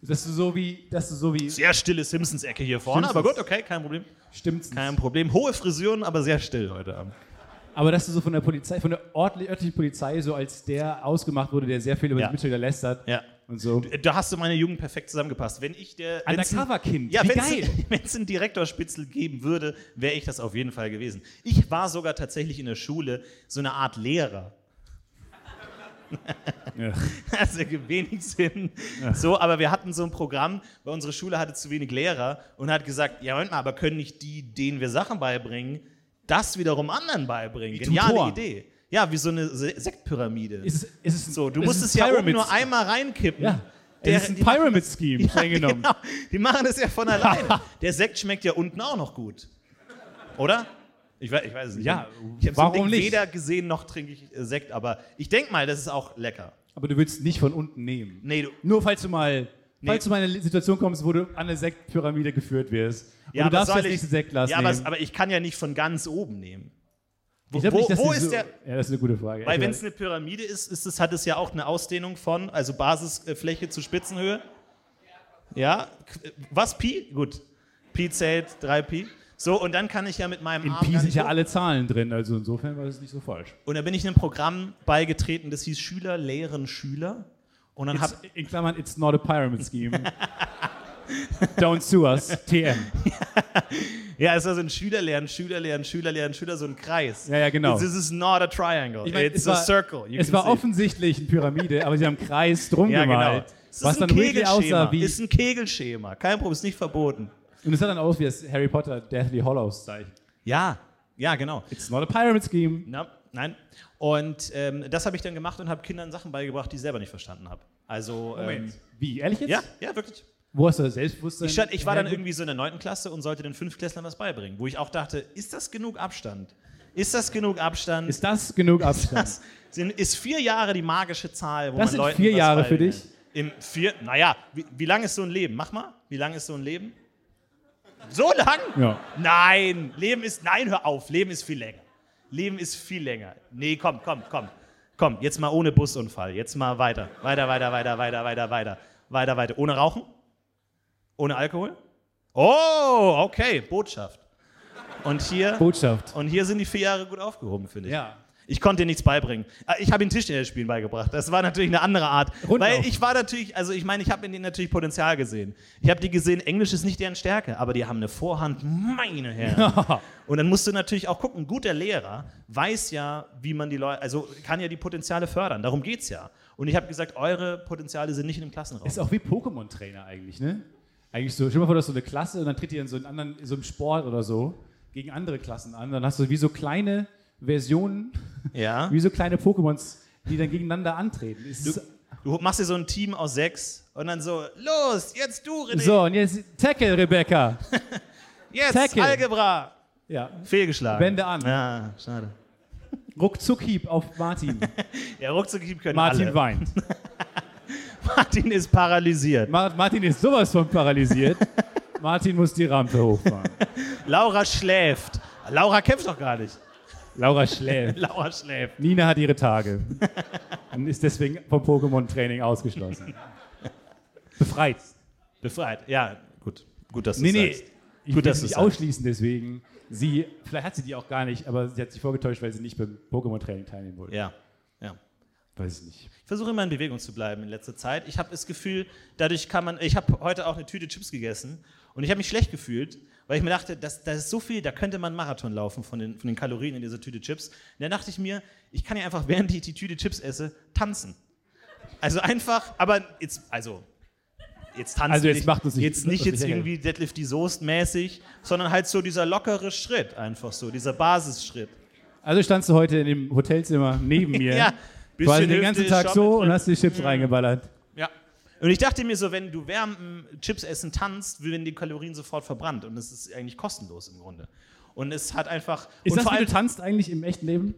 Speaker 1: Dass du so wie. Dass du so wie.
Speaker 2: Sehr stille Simpsons-Ecke hier vorne,
Speaker 1: Simpsons.
Speaker 2: aber gut, okay, kein Problem.
Speaker 1: Stimmt's?
Speaker 2: Kein Problem. Hohe Frisuren, aber sehr still heute Abend.
Speaker 1: Aber dass du so von der Polizei, von der ortli- örtlichen Polizei so als der ausgemacht wurde, der sehr viel über
Speaker 2: Ja.
Speaker 1: die Mitschilder lästert.
Speaker 2: Ja.
Speaker 1: Und so.
Speaker 2: Da hast du meine Jugend perfekt zusammengepasst. Wenn ich der. wenn's ein-
Speaker 1: Undercover-Kind.
Speaker 2: Ja,
Speaker 1: Wie
Speaker 2: wenn
Speaker 1: geil.
Speaker 2: es einen Direktorspitzel geben würde, wäre ich das auf jeden Fall gewesen. Ich war sogar tatsächlich in der Schule so eine Art Lehrer. Also wenig Sinn. So, aber wir hatten so ein Programm, weil unsere Schule hatte zu wenig Lehrer und hat gesagt, ja Moment mal, aber können nicht die, denen wir Sachen beibringen, das wiederum anderen beibringen? Geniale
Speaker 1: Tutoren.
Speaker 2: Idee. Ja, wie so eine Se- Sektpyramide.
Speaker 1: Ist es, ist es,
Speaker 2: so, du
Speaker 1: ist
Speaker 2: musst es
Speaker 1: ein
Speaker 2: ja oben
Speaker 1: Pyramid-
Speaker 2: nur einmal reinkippen.
Speaker 1: Ja.
Speaker 2: Der-
Speaker 1: Es ist ein
Speaker 2: die-
Speaker 1: Pyramid Scheme, streng genommen.
Speaker 2: Genau, die machen das ja von allein. Der Sekt schmeckt ja unten auch noch gut. Oder? Ich weiß, ich weiß es nicht.
Speaker 1: Ja,
Speaker 2: ich habe
Speaker 1: warum
Speaker 2: so ein Ding
Speaker 1: nicht?
Speaker 2: weder gesehen noch trinke ich äh, Sekt, aber ich denke mal, das ist auch lecker.
Speaker 1: Aber du willst nicht von unten nehmen.
Speaker 2: Nee, du.
Speaker 1: Nur falls du mal,
Speaker 2: Nee.
Speaker 1: falls du mal in eine Situation kommst, wo du an eine Sektpyramide geführt wirst. Und du
Speaker 2: aber
Speaker 1: darfst
Speaker 2: soll
Speaker 1: das
Speaker 2: ich-
Speaker 1: nächste Sektglas
Speaker 2: ja, aber,
Speaker 1: nehmen.
Speaker 2: aber ich kann ja nicht von ganz oben nehmen. Wo,
Speaker 1: ich glaub
Speaker 2: wo,
Speaker 1: nicht, dass
Speaker 2: wo
Speaker 1: die
Speaker 2: ist
Speaker 1: so,
Speaker 2: der.
Speaker 1: Ja, das ist eine gute Frage.
Speaker 2: Weil
Speaker 1: Ich
Speaker 2: wenn
Speaker 1: weiß-
Speaker 2: es eine Pyramide ist, ist es, hat es ja auch eine Ausdehnung von, also Basisfläche zu Spitzenhöhe. Ja, Qu- was Pi? Gut. Pi zählt 3 Pi. So, und dann kann ich ja mit meinem
Speaker 1: in
Speaker 2: Arm
Speaker 1: Pi
Speaker 2: gar
Speaker 1: sind
Speaker 2: nicht
Speaker 1: ja
Speaker 2: hoch.
Speaker 1: alle Zahlen drin, also insofern war das nicht so falsch.
Speaker 2: Und da bin ich einem Programm beigetreten, das hieß Schüler lehren Schüler. Und dann
Speaker 1: It's,
Speaker 2: hab,
Speaker 1: in Klammern, it's not a pyramid scheme. Don't sue us, TM.
Speaker 2: Ja, es war so ein Schüler lernen, Schüler lernen, Schüler lernen, Schüler, so ein Kreis.
Speaker 1: Ja, ja, genau.
Speaker 2: This is not a triangle.
Speaker 1: Ich mein,
Speaker 2: It's
Speaker 1: es
Speaker 2: a
Speaker 1: war-
Speaker 2: circle. You
Speaker 1: es
Speaker 2: can
Speaker 1: war
Speaker 2: see.
Speaker 1: offensichtlich eine Pyramide, aber sie haben einen Kreis drum
Speaker 2: Ja, genau.
Speaker 1: gemalt.
Speaker 2: Es ist
Speaker 1: Was
Speaker 2: ein
Speaker 1: dann wirklich
Speaker 2: Kegelschema.
Speaker 1: aussah wie.
Speaker 2: ist ein Kegelschema. Kein Problem, ist nicht verboten.
Speaker 1: und es sah dann aus wie das Harry Potter Deathly Hollows Zeichen.
Speaker 2: Ja, ja, genau.
Speaker 1: It's not a pyramid scheme.
Speaker 2: Na, nein. Und ähm, das habe ich dann gemacht und habe Kindern Sachen beigebracht, die ich selber nicht verstanden habe. Also, ähm,
Speaker 1: Wie, ehrlich jetzt?
Speaker 2: ja, ja, wirklich.
Speaker 1: Wo hast du das Selbstbewusstsein?
Speaker 2: Ich, stand, ich war dann
Speaker 1: hergeholt?
Speaker 2: irgendwie so in der 9. Klasse und sollte den Fünftklässlern was beibringen, wo ich auch dachte, ist das genug Abstand? Ist das genug Abstand?
Speaker 1: Ist das genug Abstand?
Speaker 2: das, sind, ist vier Jahre die magische Zahl,
Speaker 1: Das
Speaker 2: wo man
Speaker 1: sind
Speaker 2: Leuten
Speaker 1: vier
Speaker 2: was
Speaker 1: Jahre für
Speaker 2: beibringt?
Speaker 1: dich?
Speaker 2: Im vier, naja, wie, wie lang ist so ein Leben? Mach mal, wie lang ist so ein Leben? So lang?
Speaker 1: Ja.
Speaker 2: Nein, Leben ist, nein, hör auf, Leben ist viel länger. Leben ist viel länger. Nee, komm, komm, komm. Komm, jetzt mal ohne Busunfall. Jetzt mal weiter. Weiter, weiter, weiter, weiter, weiter, weiter. Weiter, weiter. Ohne Rauchen? Ohne Alkohol? Oh, okay, Botschaft. Und hier,
Speaker 1: Botschaft.
Speaker 2: und hier sind die vier Jahre gut aufgehoben, finde ich.
Speaker 1: Ja.
Speaker 2: Ich konnte dir nichts beibringen. Ah, Ich habe ihm Tischtennisspielen beigebracht. Das war natürlich eine andere Art.
Speaker 1: Rundlauf.
Speaker 2: Weil ich war natürlich, also ich meine, ich habe in denen natürlich Potenzial gesehen. Ich habe die gesehen, Englisch ist nicht deren Stärke, aber die haben eine Vorhand, meine Herren. Und dann musst du natürlich auch gucken, ein guter Lehrer weiß ja, wie man die Leute, also kann ja die Potenziale fördern. Darum geht's ja. Und ich habe gesagt, eure Potenziale sind nicht in dem Klassenraum.
Speaker 1: Ist auch wie Pokémon-Trainer eigentlich, ne? Eigentlich so, stell dir mal vor, du hast so eine Klasse und dann tritt ihr in so einen anderen, in so einem Sport oder so gegen andere Klassen an. Dann hast du wie so kleine Versionen,
Speaker 2: ja.
Speaker 1: wie so kleine Pokémons, die dann gegeneinander antreten. Es
Speaker 2: Du,
Speaker 1: Ist
Speaker 2: du machst dir so ein Team aus sechs und dann so, los, jetzt du, René,
Speaker 1: so, und jetzt Tackle, Rebecca.
Speaker 2: jetzt
Speaker 1: tackle.
Speaker 2: Algebra.
Speaker 1: Ja.
Speaker 2: Fehlgeschlagen.
Speaker 1: Wende an.
Speaker 2: Ja, schade.
Speaker 1: Ruckzuck-Hieb auf Martin.
Speaker 2: Ja, ruckzuck Hieb können
Speaker 1: Martin
Speaker 2: alle.
Speaker 1: weint.
Speaker 2: Martin ist paralysiert.
Speaker 1: Ma Martin ist sowas von paralysiert. Martin muss die Rampe hochfahren.
Speaker 2: Laura schläft. Laura kämpft doch gar nicht.
Speaker 1: Laura schläft.
Speaker 2: Laura schläft.
Speaker 1: Nina hat ihre Tage und ist deswegen vom Pokémon-Training ausgeschlossen. Befreit.
Speaker 2: Befreit. Ja, gut. Gut, dass du
Speaker 1: Nee,
Speaker 2: es
Speaker 1: nee.
Speaker 2: sagst.
Speaker 1: Ich
Speaker 2: Gut,
Speaker 1: will
Speaker 2: dass
Speaker 1: sie
Speaker 2: du's
Speaker 1: nicht
Speaker 2: sagst.
Speaker 1: ausschließen, deswegen. Sie, vielleicht hat sie die auch gar nicht, aber sie hat sich vorgetäuscht, weil sie nicht beim Pokémon-Training teilnehmen wollte.
Speaker 2: Ja, ja.
Speaker 1: Weiß ich nicht.
Speaker 2: Ich versuche immer in Bewegung zu bleiben in letzter Zeit. Ich habe das Gefühl, dadurch kann man. Ich habe heute auch eine Tüte Chips gegessen und ich habe mich schlecht gefühlt, weil ich mir dachte, das, das ist so viel, da könnte man einen Marathon laufen von den, von den Kalorien in dieser Tüte Chips. Und dann dachte ich mir, ich kann ja einfach, während ich die Tüte Chips esse, tanzen. Also einfach, aber jetzt, also. Jetzt tanzen
Speaker 1: Also jetzt
Speaker 2: nicht,
Speaker 1: macht uns nicht-
Speaker 2: jetzt
Speaker 1: uns
Speaker 2: nicht
Speaker 1: nicht
Speaker 2: jetzt
Speaker 1: länger.
Speaker 2: irgendwie Deadlift die Soest mäßig, sondern halt so dieser lockere Schritt einfach so, dieser Basisschritt.
Speaker 1: Also standst du heute in dem Hotelzimmer neben mir.
Speaker 2: Ja,
Speaker 1: quasi
Speaker 2: bisschen
Speaker 1: den ganzen
Speaker 2: Hüfte,
Speaker 1: Tag
Speaker 2: Schau
Speaker 1: so
Speaker 2: mit
Speaker 1: und
Speaker 2: drin.
Speaker 1: hast die Chips reingeballert.
Speaker 2: Ja. Und ich dachte mir so, wenn du Wärmen Chips essen tanzt, werden die Kalorien sofort verbrannt. Und es ist eigentlich kostenlos im Grunde. Und es hat einfach.
Speaker 1: Ist
Speaker 2: und
Speaker 1: das, wie du tanzt eigentlich im echten Leben?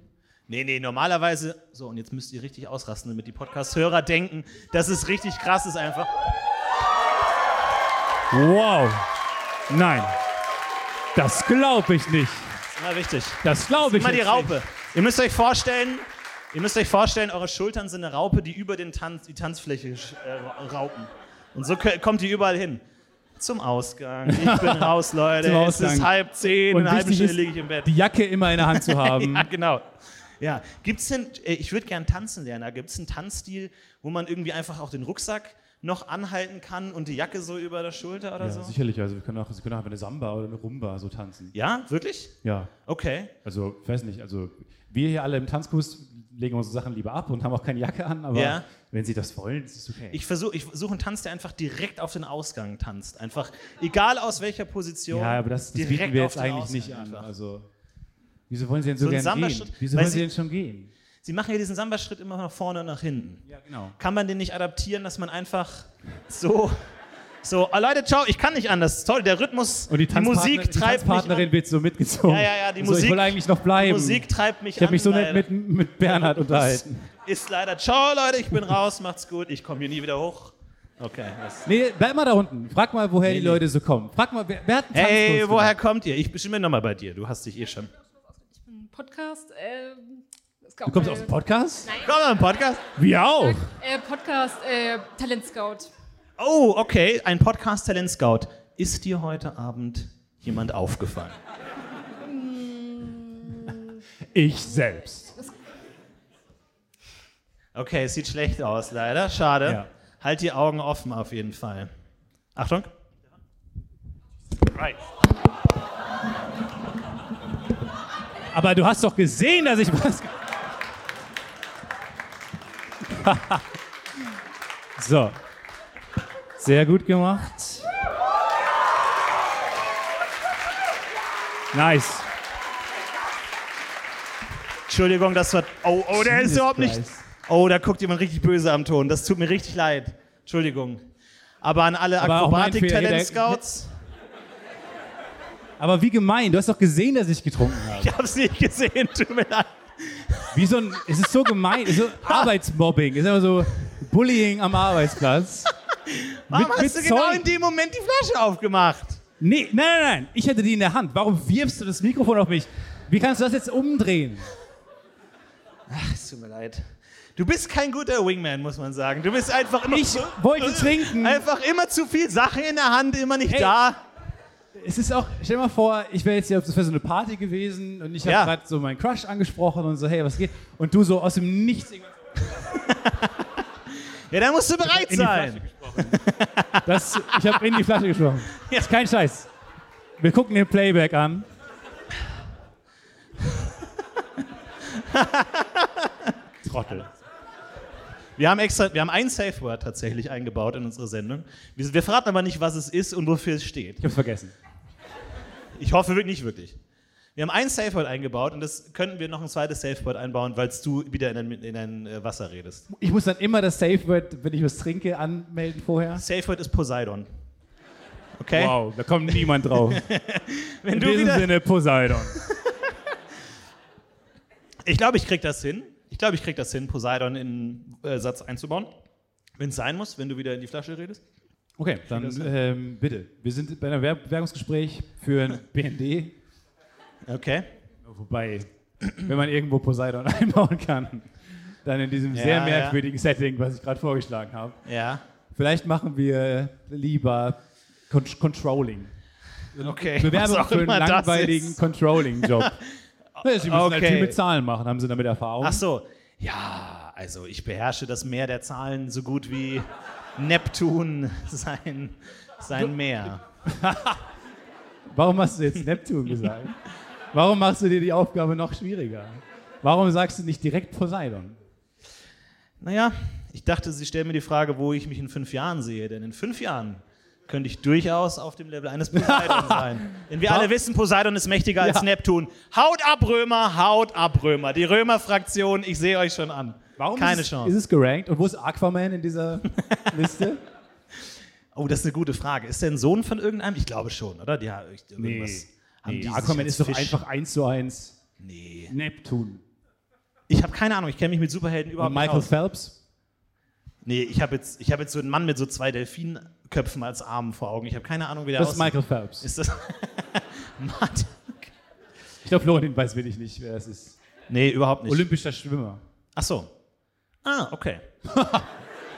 Speaker 2: Nee, nee, normalerweise. So, und jetzt müsst ihr richtig ausrasten, damit die Podcast-Hörer denken, dass es richtig krass ist einfach.
Speaker 1: Wow. Nein. Das glaube ich nicht.
Speaker 2: Das ist immer wichtig.
Speaker 1: Das glaube ich
Speaker 2: Immer die
Speaker 1: jetzt
Speaker 2: Raupe. Ihr müsst euch vorstellen, ihr müsst euch vorstellen, eure Schultern sind eine Raupe, die über den Tanz, die Tanzfläche sch- äh, ra- raupen. Und so kö- kommt die überall hin. Zum Ausgang. Ich bin raus, Leute.
Speaker 1: Zum
Speaker 2: Es ist
Speaker 1: Ausgang.
Speaker 2: halb zehn,
Speaker 1: Und
Speaker 2: eine halbe
Speaker 1: wichtig
Speaker 2: Stunde
Speaker 1: ist-
Speaker 2: liege ich im Bett.
Speaker 1: die Jacke immer in der Hand zu haben.
Speaker 2: Ja, genau. Ja, gibt's denn, äh, ich würde gern tanzen lernen, aber gibt's einen Tanzstil, wo man irgendwie einfach auch den Rucksack noch anhalten kann und die Jacke so über der Schulter oder
Speaker 1: Ja,
Speaker 2: so?
Speaker 1: sicherlich. Also wir können auch, sie können auch einfach eine Samba oder eine Rumba so tanzen.
Speaker 2: Ja, wirklich?
Speaker 1: Ja,
Speaker 2: Okay.
Speaker 1: also ich weiß nicht. Also wir hier alle im Tanzkurs legen unsere Sachen lieber ab und haben auch keine Jacke an, aber
Speaker 2: Ja.
Speaker 1: wenn sie das wollen, ist es okay.
Speaker 2: Ich versuche ich suche einen Tanz, der einfach direkt auf den Ausgang tanzt. Einfach, egal aus welcher Position.
Speaker 1: ja, aber das, das
Speaker 2: direkt
Speaker 1: bieten wir
Speaker 2: auf
Speaker 1: jetzt
Speaker 2: den
Speaker 1: eigentlich
Speaker 2: Ausgang
Speaker 1: nicht an.
Speaker 2: einfach.
Speaker 1: Also wieso wollen sie denn so,
Speaker 2: So ein
Speaker 1: gerne gehen?
Speaker 2: Samba-Schritt,
Speaker 1: Wieso
Speaker 2: weil
Speaker 1: wollen sie
Speaker 2: sie-
Speaker 1: denn schon gehen?
Speaker 2: Sie machen ja diesen Samba-Schritt immer nach vorne und nach hinten.
Speaker 1: Ja, genau.
Speaker 2: Kann man den nicht adaptieren, dass man einfach so, so, ah, Leute, ciao, ich kann nicht anders. Toll, der Rhythmus,
Speaker 1: Und die, Tanzpartner,
Speaker 2: Musik
Speaker 1: die
Speaker 2: treibt mich an.
Speaker 1: Tanzpartnerin wird so mitgezogen.
Speaker 2: Ja, ja, ja, die
Speaker 1: so, Ich
Speaker 2: Musik-
Speaker 1: will eigentlich noch bleiben.
Speaker 2: Musik treibt mich
Speaker 1: ich habe
Speaker 2: an,
Speaker 1: mich so nett
Speaker 2: weil-
Speaker 1: mit, mit Bernhard unterhalten.
Speaker 2: Ist leider, ciao Leute, ich bin raus, macht's gut, ich komme hier nie wieder hoch. Okay. Das.
Speaker 1: Nee, bleib mal da unten. Frag mal, woher
Speaker 2: Nee,
Speaker 1: die
Speaker 2: nee.
Speaker 1: Leute so kommen. Frag mal, wer, wer hat einen Tanzkurs
Speaker 2: Hey,
Speaker 1: gemacht?
Speaker 2: woher kommt ihr? Ich bestimme nochmal bei dir, du hast dich eh schon.
Speaker 3: Ich bin Podcast. ähm, es
Speaker 1: Du kommst aus dem Podcast?
Speaker 2: Komm mal im Podcast.
Speaker 1: Wir auch.
Speaker 3: äh, Podcast äh, Talent Scout.
Speaker 2: Oh, okay, ein Podcast-Talent-Scout. Ist dir heute Abend jemand aufgefallen?
Speaker 1: Ich selbst.
Speaker 2: Okay, es sieht schlecht aus, leider. Schade.
Speaker 1: Ja.
Speaker 2: Halt die Augen offen auf jeden Fall. Achtung. Right.
Speaker 1: Aber du hast doch gesehen, dass ich was. ge- so. Sehr gut gemacht. Nice.
Speaker 2: Entschuldigung, das war. Oh, oh, der ist
Speaker 1: Jesus
Speaker 2: überhaupt nicht.
Speaker 1: Christ.
Speaker 2: Oh, da guckt jemand richtig böse am Ton. Das tut mir richtig leid. Entschuldigung. Aber an alle
Speaker 1: Aber auch mein Fehler,
Speaker 2: Akrobatik-Talent-Scouts,
Speaker 1: Aber wie gemein, du hast doch gesehen, dass ich getrunken habe.
Speaker 2: ich hab's nicht gesehen, tut mir leid.
Speaker 1: Wie so ein, es ist so gemein, es ist so Arbeitsmobbing, es ist immer so Bullying am Arbeitsplatz.
Speaker 2: Warum
Speaker 1: Mit-
Speaker 2: hast
Speaker 1: mit
Speaker 2: du genau
Speaker 1: Zeug.
Speaker 2: in dem Moment die Flasche aufgemacht?
Speaker 1: Nee, nein, nein, nein, ich hätte die in der Hand. Warum wirfst du das Mikrofon auf mich? Wie kannst du das jetzt umdrehen?
Speaker 2: Es tut mir leid. Du bist kein guter Wingman, muss man sagen. Du bist einfach immer
Speaker 1: Ich
Speaker 2: zu,
Speaker 1: wollte trinken.
Speaker 2: einfach immer zu viel Sache in der Hand, immer nicht
Speaker 1: Ey.
Speaker 2: da.
Speaker 1: Es ist auch, stell dir mal vor, ich wäre jetzt hier, das wäre so eine Party gewesen und ich habe
Speaker 2: Ja.
Speaker 1: gerade so meinen Crush angesprochen und so, hey, was geht? Und du so aus dem Nichts irgendwas
Speaker 2: Ja, da musst du
Speaker 1: in
Speaker 2: bereit
Speaker 1: die Flasche
Speaker 2: sein.
Speaker 1: gesprochen. Das, ich habe in die Flasche gesprochen.
Speaker 2: Ja.
Speaker 1: Ist kein Scheiß. Wir gucken den Playback an. Trottel.
Speaker 2: Wir haben extra, wir haben ein Safe Word tatsächlich eingebaut in unsere Sendung. Wir, wir verraten aber nicht, was es ist und wofür es steht.
Speaker 1: Ich hab's vergessen.
Speaker 2: Ich hoffe wirklich nicht wirklich. Wir haben ein Safe Word eingebaut und das könnten wir noch ein zweites Safe Word einbauen, weil du wieder in dein, in dein äh, Wasser redest.
Speaker 1: Ich muss dann immer das Safe Word, wenn ich was trinke, anmelden vorher.
Speaker 2: Safe Word ist Poseidon. Okay?
Speaker 1: Wow, da kommt niemand drauf.
Speaker 2: Wenn
Speaker 1: In
Speaker 2: du
Speaker 1: diesem
Speaker 2: wieder,
Speaker 1: Sinne Poseidon.
Speaker 2: Ich glaube, ich krieg das hin. Ich glaube, ich krieg das hin, Poseidon in äh, Satz einzubauen. Wenn es sein muss, wenn du wieder in die Flasche redest.
Speaker 1: Okay, dann
Speaker 2: das-
Speaker 1: ähm, bitte. Wir sind bei einem Werb- Werbungsgespräch für ein BND.
Speaker 2: Okay.
Speaker 1: Wobei, wenn man irgendwo Poseidon einbauen kann, dann in diesem
Speaker 2: Ja,
Speaker 1: sehr
Speaker 2: ja.
Speaker 1: merkwürdigen Setting, was ich gerade vorgeschlagen habe.
Speaker 2: Ja.
Speaker 1: Vielleicht machen wir lieber Con Controlling.
Speaker 2: Okay.
Speaker 1: Bewerbung
Speaker 2: was auch
Speaker 1: für einen
Speaker 2: immer das
Speaker 1: langweiligen
Speaker 2: ist.
Speaker 1: Controlling-Job. Ja, Sie müssen halt
Speaker 2: Okay.
Speaker 1: viel mit Zahlen machen, haben Sie damit Erfahrung?
Speaker 2: Ach so. Ja, also ich beherrsche das Meer der Zahlen so gut wie Neptun sein, sein Meer.
Speaker 1: Warum hast du jetzt Neptun gesagt? Warum machst du dir die Aufgabe noch schwieriger? Warum sagst du nicht direkt Poseidon?
Speaker 2: Naja, ich dachte, Sie stellen mir die Frage, wo ich mich in fünf Jahren sehe. Denn in fünf Jahren könnte ich durchaus auf dem Level eines Poseidon sein. Denn wir alle wissen, Poseidon ist mächtiger als
Speaker 1: Ja.
Speaker 2: Neptun. Haut ab, Römer, haut ab, Römer. Die Römer-Fraktion, ich sehe euch schon an.
Speaker 1: Warum
Speaker 2: Keine
Speaker 1: ist,
Speaker 2: Chance.
Speaker 1: ist es gerankt? Und wo ist Aquaman in dieser Liste?
Speaker 2: oh, das ist eine gute Frage. Ist der ein Sohn von irgendeinem? Ich glaube schon, oder? Ja, ich, irgendwas. haben die
Speaker 1: nee
Speaker 2: sich
Speaker 1: Aquaman
Speaker 2: als
Speaker 1: ist doch
Speaker 2: Fisch-
Speaker 1: einfach eins zu eins
Speaker 2: Nee.
Speaker 1: Neptun.
Speaker 2: Ich habe keine Ahnung, ich kenne mich mit Superhelden überhaupt
Speaker 1: Und
Speaker 2: nicht
Speaker 1: Michael
Speaker 2: aus.
Speaker 1: Phelps?
Speaker 2: Nee, ich habe jetzt, ich hab jetzt so einen Mann mit so zwei Delfinköpfen als Armen vor Augen. Ich habe keine Ahnung, wie der
Speaker 1: Das ist
Speaker 2: aussieht.
Speaker 1: Michael Phelps.
Speaker 2: Ist das Martin?
Speaker 1: Ich glaube, Florentin weiß wirklich nicht, wer das ist.
Speaker 2: Nee, überhaupt nicht.
Speaker 1: Olympischer Schwimmer.
Speaker 2: Ach so. Ah, okay.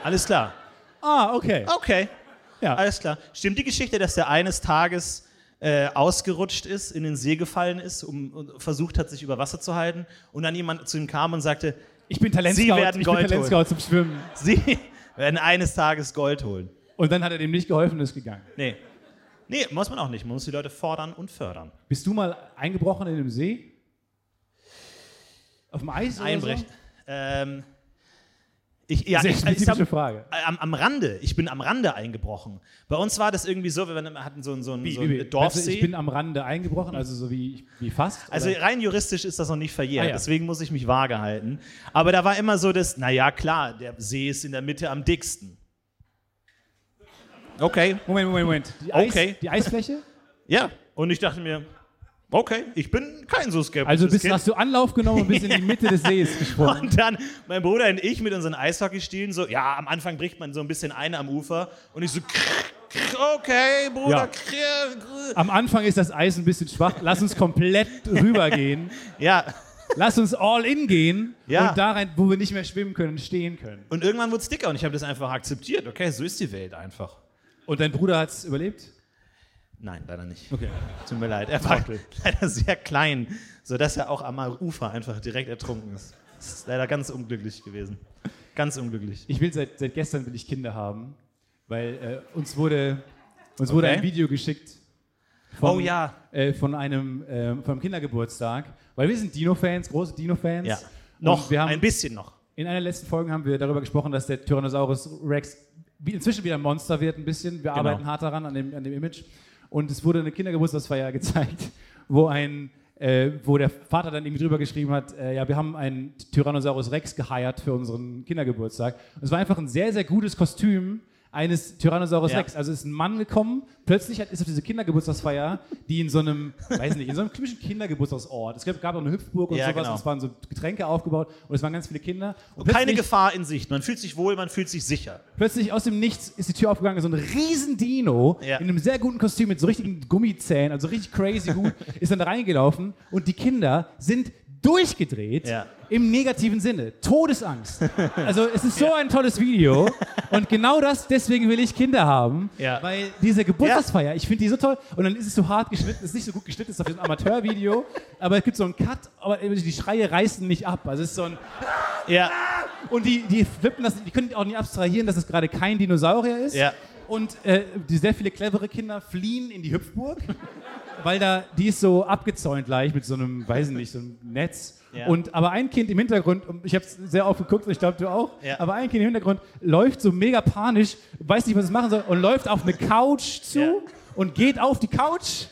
Speaker 2: alles klar.
Speaker 1: Ah, okay.
Speaker 2: Okay,
Speaker 1: Ja.
Speaker 2: alles klar. Stimmt die Geschichte, dass der eines Tages äh, ausgerutscht ist, in den See gefallen ist um, und versucht hat, sich über Wasser zu halten und dann jemand zu ihm kam und sagte,
Speaker 1: Ich bin Talentscout.
Speaker 2: Sie werden
Speaker 1: ich
Speaker 2: Gold
Speaker 1: bin Talentscout zum Schwimmen.
Speaker 2: Sie werden eines Tages Gold holen.
Speaker 1: Und dann hat er dem nicht geholfen und ist gegangen.
Speaker 2: Nee. Nee, muss man auch nicht. Man muss die Leute fordern und fördern.
Speaker 1: Bist du mal eingebrochen in dem See? Auf dem Eis? oder
Speaker 2: Einbrechen. Ähm, ich, ja,
Speaker 1: So? Sehr
Speaker 2: ich, ich, ich
Speaker 1: spezifische
Speaker 2: hab,
Speaker 1: Frage.
Speaker 2: am, am Rande, ich bin am Rande eingebrochen. Bei uns war das irgendwie so, wir hatten so, ein- so, ein-
Speaker 1: Wie-
Speaker 2: so
Speaker 1: wie-
Speaker 2: einen
Speaker 1: Meinst du,
Speaker 2: Dorfsee.
Speaker 1: Also, ich bin am Rande eingebrochen, also so wie, wie fast.
Speaker 2: also
Speaker 1: oder?
Speaker 2: rein juristisch ist das noch nicht verjährt,
Speaker 1: Ah, ja.
Speaker 2: deswegen muss ich mich vage halten. Aber da war immer so das, naja, klar, der See ist in der Mitte am dicksten. Okay.
Speaker 1: Moment, Moment, Moment. Die,
Speaker 2: Okay.
Speaker 1: Eis, die Eisfläche?
Speaker 2: Ja, und ich dachte mir, okay, ich bin kein so skeptisches
Speaker 1: Also bist,
Speaker 2: Kind.
Speaker 1: hast du Anlauf genommen und bist in die Mitte des Sees gesprungen.
Speaker 2: Und dann mein Bruder und ich mit unseren Eishockeystielen so, ja, am Anfang bricht man so ein bisschen ein am Ufer und ich so, krr, krr, okay, Bruder,
Speaker 1: Ja.
Speaker 2: krr, krr.
Speaker 1: Am Anfang ist das Eis ein bisschen schwach. Lass uns komplett rübergehen.
Speaker 2: ja.
Speaker 1: Lass uns all in gehen
Speaker 2: Ja.
Speaker 1: und da rein, wo wir nicht mehr schwimmen können, stehen können.
Speaker 2: Und irgendwann wurde es dicker und ich habe das einfach akzeptiert. Okay, so ist die Welt einfach.
Speaker 1: Und dein Bruder hat es überlebt?
Speaker 2: Nein, leider nicht.
Speaker 1: Okay.
Speaker 2: Tut mir leid. Er war
Speaker 1: Trottel.
Speaker 2: leider sehr klein, sodass er auch am Ufer einfach direkt ertrunken ist. Das ist leider ganz unglücklich gewesen. Ganz unglücklich.
Speaker 1: Ich will seit, seit gestern will ich Kinder haben, weil äh, uns wurde uns wurde
Speaker 2: Okay.
Speaker 1: ein Video geschickt von,
Speaker 2: Oh ja.
Speaker 1: äh, von, einem, ähm, von einem Kindergeburtstag, weil wir sind Dino-Fans, große Dino-Fans.
Speaker 2: Ja.
Speaker 1: Und
Speaker 2: Noch,
Speaker 1: wir haben,
Speaker 2: ein bisschen noch.
Speaker 1: In einer letzten Folge haben wir darüber gesprochen, dass der Tyrannosaurus Rex wie- inzwischen wieder ein Monster wird, ein bisschen.
Speaker 2: Genau.
Speaker 1: Wir arbeiten hart daran, an dem, an dem Image. Und es wurde eine Kindergeburtstagsfeier gezeigt, wo ein, äh, wo der Vater dann irgendwie drüber geschrieben hat, äh, ja, wir haben einen Tyrannosaurus Rex geheiert für unseren Kindergeburtstag. Und es war einfach ein sehr, sehr gutes Kostüm eines Tyrannosaurus
Speaker 2: Ja.
Speaker 1: Rex. Also ist ein Mann gekommen, plötzlich hat, ist auf diese Kindergeburtstagsfeier, die in so einem, weiß nicht, in so einem typischen Kindergeburtstagsort. Es gab, gab auch eine Hüpfburg und
Speaker 2: Ja,
Speaker 1: sowas,
Speaker 2: genau.
Speaker 1: und es waren so Getränke aufgebaut und es waren ganz viele Kinder.
Speaker 2: Und keine
Speaker 1: plötzlich-
Speaker 2: Gefahr in Sicht. Man fühlt sich wohl, man fühlt sich sicher.
Speaker 1: Plötzlich aus dem Nichts ist die Tür aufgegangen, so ein riesen Dino
Speaker 2: Ja.
Speaker 1: in einem sehr guten Kostüm mit so richtigen Gummizähnen, also richtig crazy gut, ist dann da reingelaufen und die Kinder sind durchgedreht
Speaker 2: Ja.
Speaker 1: im negativen Sinne. Todesangst. Also es ist so ein tolles Video und genau das, deswegen will ich Kinder haben,
Speaker 2: Ja.
Speaker 1: weil diese Geburtstagsfeier, ich finde die so toll und dann ist es so hart geschnitten, ist nicht so gut geschnitten, ist auf diesem Amateurvideo, aber es gibt so einen Cut, aber die Schreie reißen nicht ab. Also es ist so ein
Speaker 2: Ja,
Speaker 1: und die, die flippen das, die können auch nicht abstrahieren, dass es gerade kein Dinosaurier ist.
Speaker 2: Ja.
Speaker 1: Und äh, die sehr viele clevere Kinder fliehen in die Hüpfburg, weil da, die ist so abgezäunt gleich mit so einem, weiß ich nicht, so einem Netz.
Speaker 2: Ja.
Speaker 1: Und, aber ein Kind im Hintergrund, und ich habe es sehr oft geguckt, und ich glaube, du auch,
Speaker 2: Ja.
Speaker 1: aber ein Kind im Hintergrund läuft so mega panisch, weiß nicht, was es machen soll, und läuft auf eine Couch zu
Speaker 2: Ja.
Speaker 1: und geht auf die Couch.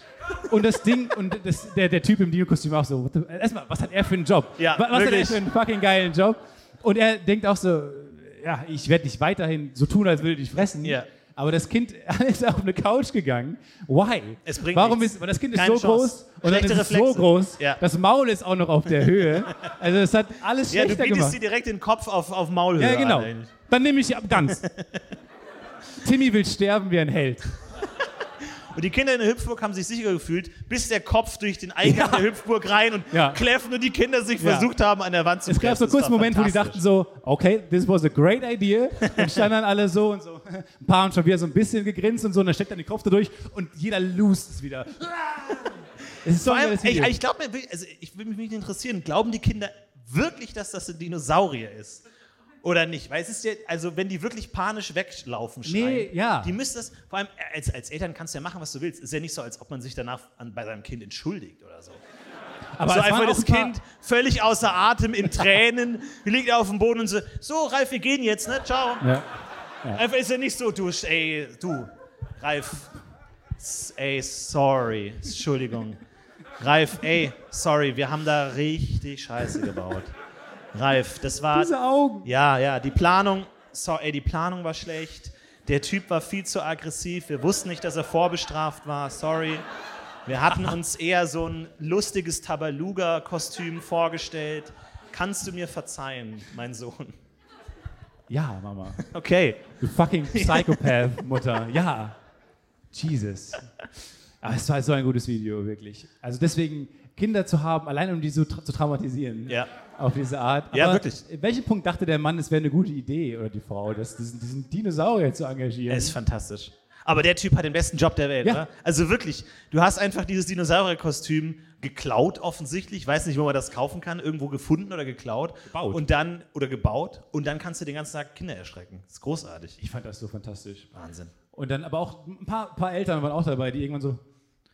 Speaker 1: Und das Ding, und das, der, der Typ im Dino-Kostüm auch so, what the, erstmal, was hat er für einen Job?
Speaker 2: Ja,
Speaker 1: was was hat er
Speaker 2: wirklich.
Speaker 1: für einen fucking geilen Job? Und er denkt auch so, ja, ich werde dich weiterhin so tun, als würde ich dich fressen.
Speaker 2: Ja.
Speaker 1: Aber das Kind ist auf eine Couch gegangen. Why?
Speaker 2: Es bringt
Speaker 1: Warum
Speaker 2: nichts.
Speaker 1: ist, weil das Kind ist
Speaker 2: Keine
Speaker 1: so
Speaker 2: Chance.
Speaker 1: groß und dann ist
Speaker 2: Schlechte
Speaker 1: es so
Speaker 2: Reflexe.
Speaker 1: groß,
Speaker 2: Ja.
Speaker 1: das Maul ist auch noch auf der Höhe. Also es hat alles
Speaker 2: ja du
Speaker 1: schlechter
Speaker 2: bietest
Speaker 1: gemacht.
Speaker 2: dir direkt den Kopf auf, auf Maulhöhe
Speaker 1: Ja,
Speaker 2: an.
Speaker 1: genau.
Speaker 2: eigentlich.
Speaker 1: Dann nehme ich ganz. Timmy will sterben wie ein Held.
Speaker 2: Und die Kinder in der Hüpfburg haben sich sicher gefühlt, bis der Kopf durch den Eingang
Speaker 1: Ja.
Speaker 2: der Hüpfburg rein und
Speaker 1: Ja.
Speaker 2: kläffen und die Kinder sich
Speaker 1: Ja.
Speaker 2: versucht haben, an der Wand zu
Speaker 1: Es gab so
Speaker 2: pressen. Das
Speaker 1: kurz einen
Speaker 2: war
Speaker 1: Moment, wo die dachten
Speaker 2: fantastisch.
Speaker 1: so, okay, this was a great idea. Und standen dann alle so und so. Ein paar haben schon wieder so ein bisschen gegrinst und so. Und dann steckt dann die Kopf da durch und jeder lost es wieder. Es ist so
Speaker 2: Vor
Speaker 1: ein
Speaker 2: allem,
Speaker 1: geiles
Speaker 2: ey,
Speaker 1: Video.
Speaker 2: ich glaube, mir will- also ich würde mich interessieren, glauben die Kinder wirklich, dass das ein Dinosaurier ist? Oder nicht? Weil es ist ja, also wenn die wirklich panisch weglaufen, schreien,
Speaker 1: Nee, ja.
Speaker 2: die müssen das, vor allem äh, als, als Eltern kannst du ja machen, was du willst. Ist ja nicht so, als ob man sich danach an, bei seinem Kind entschuldigt oder so.
Speaker 1: Aber
Speaker 2: so
Speaker 1: es waren
Speaker 2: einfach
Speaker 1: auch
Speaker 2: das
Speaker 1: ein paar-
Speaker 2: Kind völlig außer Atem, in Tränen, liegt auf dem Boden und so, so Ralf, wir gehen jetzt, ne? Ciao.
Speaker 1: Ja.
Speaker 2: Einfach ist ja nicht so, du, ey, du, Ralf, s- ey, sorry, Entschuldigung. Ralf, ey, sorry, wir haben da richtig Scheiße gebaut. Ralf, das war,
Speaker 1: Diese Augen.
Speaker 2: ja, ja, die Planung, so, ey, die Planung war schlecht. Der Typ war viel zu aggressiv. Wir wussten nicht, dass er vorbestraft war. Sorry. Wir hatten uns eher so ein lustiges Tabaluga-Kostüm vorgestellt. Kannst du mir verzeihen, mein Sohn?
Speaker 1: Ja, Mama.
Speaker 2: Okay.
Speaker 1: Du fucking Psychopath, Mutter. Ja. Jesus. Aber es war so ein gutes Video, wirklich. Also deswegen, Kinder zu haben, allein um die so tra zu traumatisieren.
Speaker 2: Ja.
Speaker 1: Auf diese Art.
Speaker 2: Ja, wirklich.
Speaker 1: In welchem Punkt dachte der Mann, es wäre eine gute Idee oder die Frau, das, diesen, diesen Dinosaurier zu engagieren?
Speaker 2: Er ist fantastisch. Aber der Typ hat den besten Job der Welt,
Speaker 1: Mhm. Ja.
Speaker 2: oder? Also wirklich, du hast einfach dieses Dinosaurierkostüm geklaut, offensichtlich. Weiß nicht, wo man das kaufen kann. Irgendwo gefunden oder geklaut.
Speaker 1: Gebaut.
Speaker 2: Und dann, oder gebaut. Und dann kannst du den ganzen Tag Kinder erschrecken. ist großartig.
Speaker 1: ich fand das so fantastisch.
Speaker 2: Wahnsinn.
Speaker 1: Und dann aber auch ein paar, paar Eltern waren auch dabei, die irgendwann so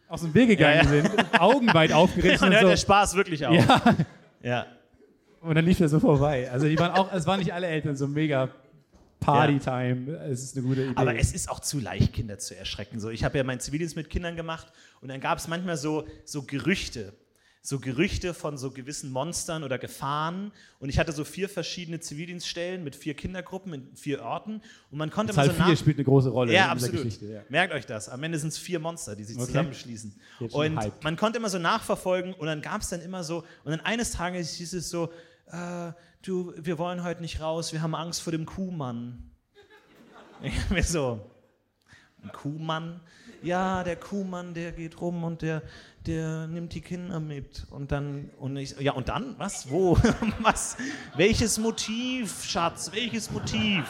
Speaker 1: aus dem Weg gegangen
Speaker 2: Ja,
Speaker 1: sind, Augen weit aufgerissen
Speaker 2: Man hört der
Speaker 1: und so.
Speaker 2: Spaß wirklich auf.
Speaker 1: Also Ja.
Speaker 2: Ja.
Speaker 1: Und dann lief er so vorbei. Also die waren auch, es waren nicht alle Eltern so mega Party-Time. Es ist eine gute Idee.
Speaker 2: Aber es ist auch zu leicht, Kinder zu erschrecken. So, ich habe ja meinen Zivildienst mit Kindern gemacht und dann gab es manchmal so, so Gerüchte. So Gerüchte von so gewissen Monstern oder Gefahren. Und ich hatte so vier verschiedene Zivildienststellen mit vier Kindergruppen in vier Orten. Und man konnte
Speaker 1: Zahl
Speaker 2: mal so
Speaker 1: 4
Speaker 2: nach-
Speaker 1: spielt eine große Rolle
Speaker 2: ja,
Speaker 1: in dieser
Speaker 2: absolut.
Speaker 1: Geschichte. Ja.
Speaker 2: Merkt euch das. Am Ende sind es vier Monster, die sich
Speaker 1: Okay.
Speaker 2: zusammenschließen.
Speaker 1: Jetzt schon hyped.
Speaker 2: Und man konnte immer so nachverfolgen und dann gab es dann immer so, und dann eines Tages hieß es so, äh, du, wir wollen heute nicht raus, wir haben Angst vor dem Kuhmann. Ich hab mir so, ein Kuhmann? Ja, der Kuhmann, der geht rum und der, der nimmt die Kinder mit. Und dann, und ich, ja, und dann? Was? Wo? Was? Welches Motiv, Schatz? Welches Motiv?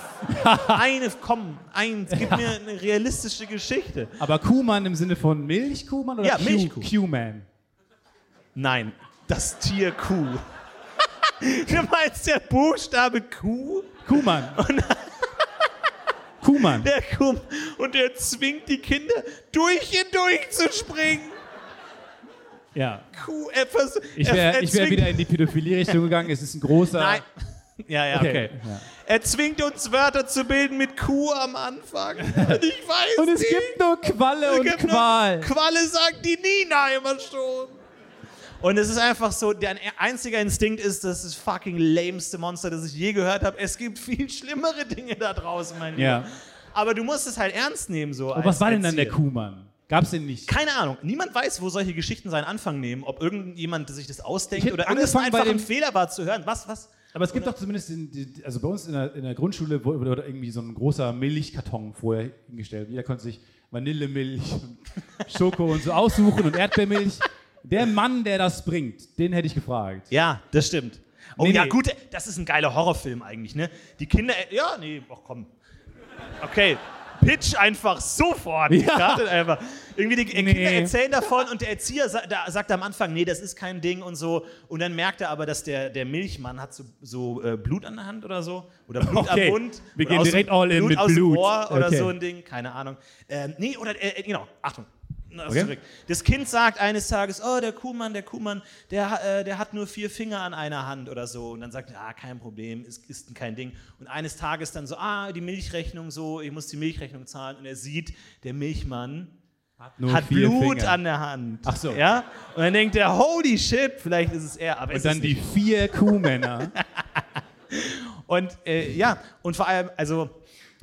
Speaker 2: Eine, komm, eins, gib mir eine realistische Geschichte.
Speaker 1: Aber Kuhmann im Sinne von Milchkuhmann oder
Speaker 2: Ja,
Speaker 1: Q-
Speaker 2: Milchkuh.
Speaker 1: Q-Man?
Speaker 2: Nein, das Tier Kuh. Du meinst der Buchstabe Q?
Speaker 1: Kuhmann. Kuhmann.
Speaker 2: Der kommt und der zwingt die Kinder durch ihn durchzuspringen.
Speaker 1: Ja.
Speaker 2: Kuh, er vers
Speaker 1: Ich
Speaker 2: er-
Speaker 1: wäre
Speaker 2: er
Speaker 1: ich wär
Speaker 2: zwingt-
Speaker 1: wieder in die Pädophilie-Richtung gegangen. Es ist ein großer.
Speaker 2: Nein. Ja, ja, okay.
Speaker 1: Okay. Ja.
Speaker 2: Er zwingt uns Wörter zu bilden mit Kuh am Anfang. Und ich weiß
Speaker 1: Und es
Speaker 2: nicht.
Speaker 1: gibt nur Qualle und
Speaker 2: gibt noch-
Speaker 1: Qual.
Speaker 2: Qualle sagt die Nina immer schon. Und es ist einfach so, dein einziger Instinkt ist, das ist fucking lameste Monster, das ich je gehört habe. Es gibt viel schlimmere Dinge da draußen, mein Lieber.
Speaker 1: Ja.
Speaker 2: Aber du musst es halt ernst nehmen so.
Speaker 1: Und
Speaker 2: als-
Speaker 1: was war denn
Speaker 2: als
Speaker 1: dann der
Speaker 2: Ziel.
Speaker 1: Kuhmann? Gab's den nicht?
Speaker 2: Keine Ahnung. Niemand weiß, wo solche Geschichten seinen Anfang nehmen. Ob irgendjemand sich das
Speaker 1: Ich
Speaker 2: ausdenkt
Speaker 1: hätte
Speaker 2: oder irgendwas
Speaker 1: angefangen bei
Speaker 2: einfach ein
Speaker 1: dem-
Speaker 2: Fehler war zu hören. Was, was?
Speaker 1: Aber es gibt doch zumindest, in, die- also bei uns in der, in der Grundschule wurde wurde irgendwie so ein großer Milchkarton vorher hingestellt. Jeder konnte sich Vanillemilch, und Schoko und so aussuchen und Erdbeermilch. Der Mann, der das bringt, den hätte ich gefragt.
Speaker 2: Ja, das stimmt. Oh
Speaker 1: Nee,
Speaker 2: ja,
Speaker 1: nee.
Speaker 2: gut, das ist ein geiler Horrorfilm eigentlich, ne? Die Kinder, ja, nee, ach komm. Okay, pitch einfach sofort.
Speaker 1: Ja.
Speaker 2: Startet einfach. Irgendwie die Kinder
Speaker 1: Nee.
Speaker 2: erzählen davon und der Erzieher sa da sagt am Anfang, nee, das ist kein Ding und so. Und dann merkt er aber, dass der, der Milchmann hat so, so äh, Blut an der Hand oder so. Oder Blut
Speaker 1: Okay,
Speaker 2: am Mund.
Speaker 1: wir
Speaker 2: Oder
Speaker 1: gehen
Speaker 2: aus dem
Speaker 1: direkt all in
Speaker 2: Blut
Speaker 1: mit
Speaker 2: aus
Speaker 1: Blut.
Speaker 2: Dem Ohr oder
Speaker 1: Okay.
Speaker 2: so ein Ding, keine Ahnung. Ähm, nee, oder, äh, äh, genau, Achtung. Na,
Speaker 1: Okay.
Speaker 2: zurück. Das Kind sagt eines Tages, oh, der Kuhmann, der Kuhmann, der, ha- äh, der hat nur vier Finger an einer Hand oder so. Und dann sagt er, ah, kein Problem, ist, ist kein Ding. Und eines Tages dann so, ah, die Milchrechnung so, ich muss die Milchrechnung zahlen. Und er sieht, der Milchmann
Speaker 1: Nur
Speaker 2: hat
Speaker 1: vier
Speaker 2: Blut
Speaker 1: Finger.
Speaker 2: an der Hand.
Speaker 1: Ach so.
Speaker 2: Ja? Und dann denkt er, holy shit, vielleicht ist es er. Aber es
Speaker 1: Und dann
Speaker 2: ist
Speaker 1: die vier Kuhmänner.
Speaker 2: Und äh, ja, und vor allem, also.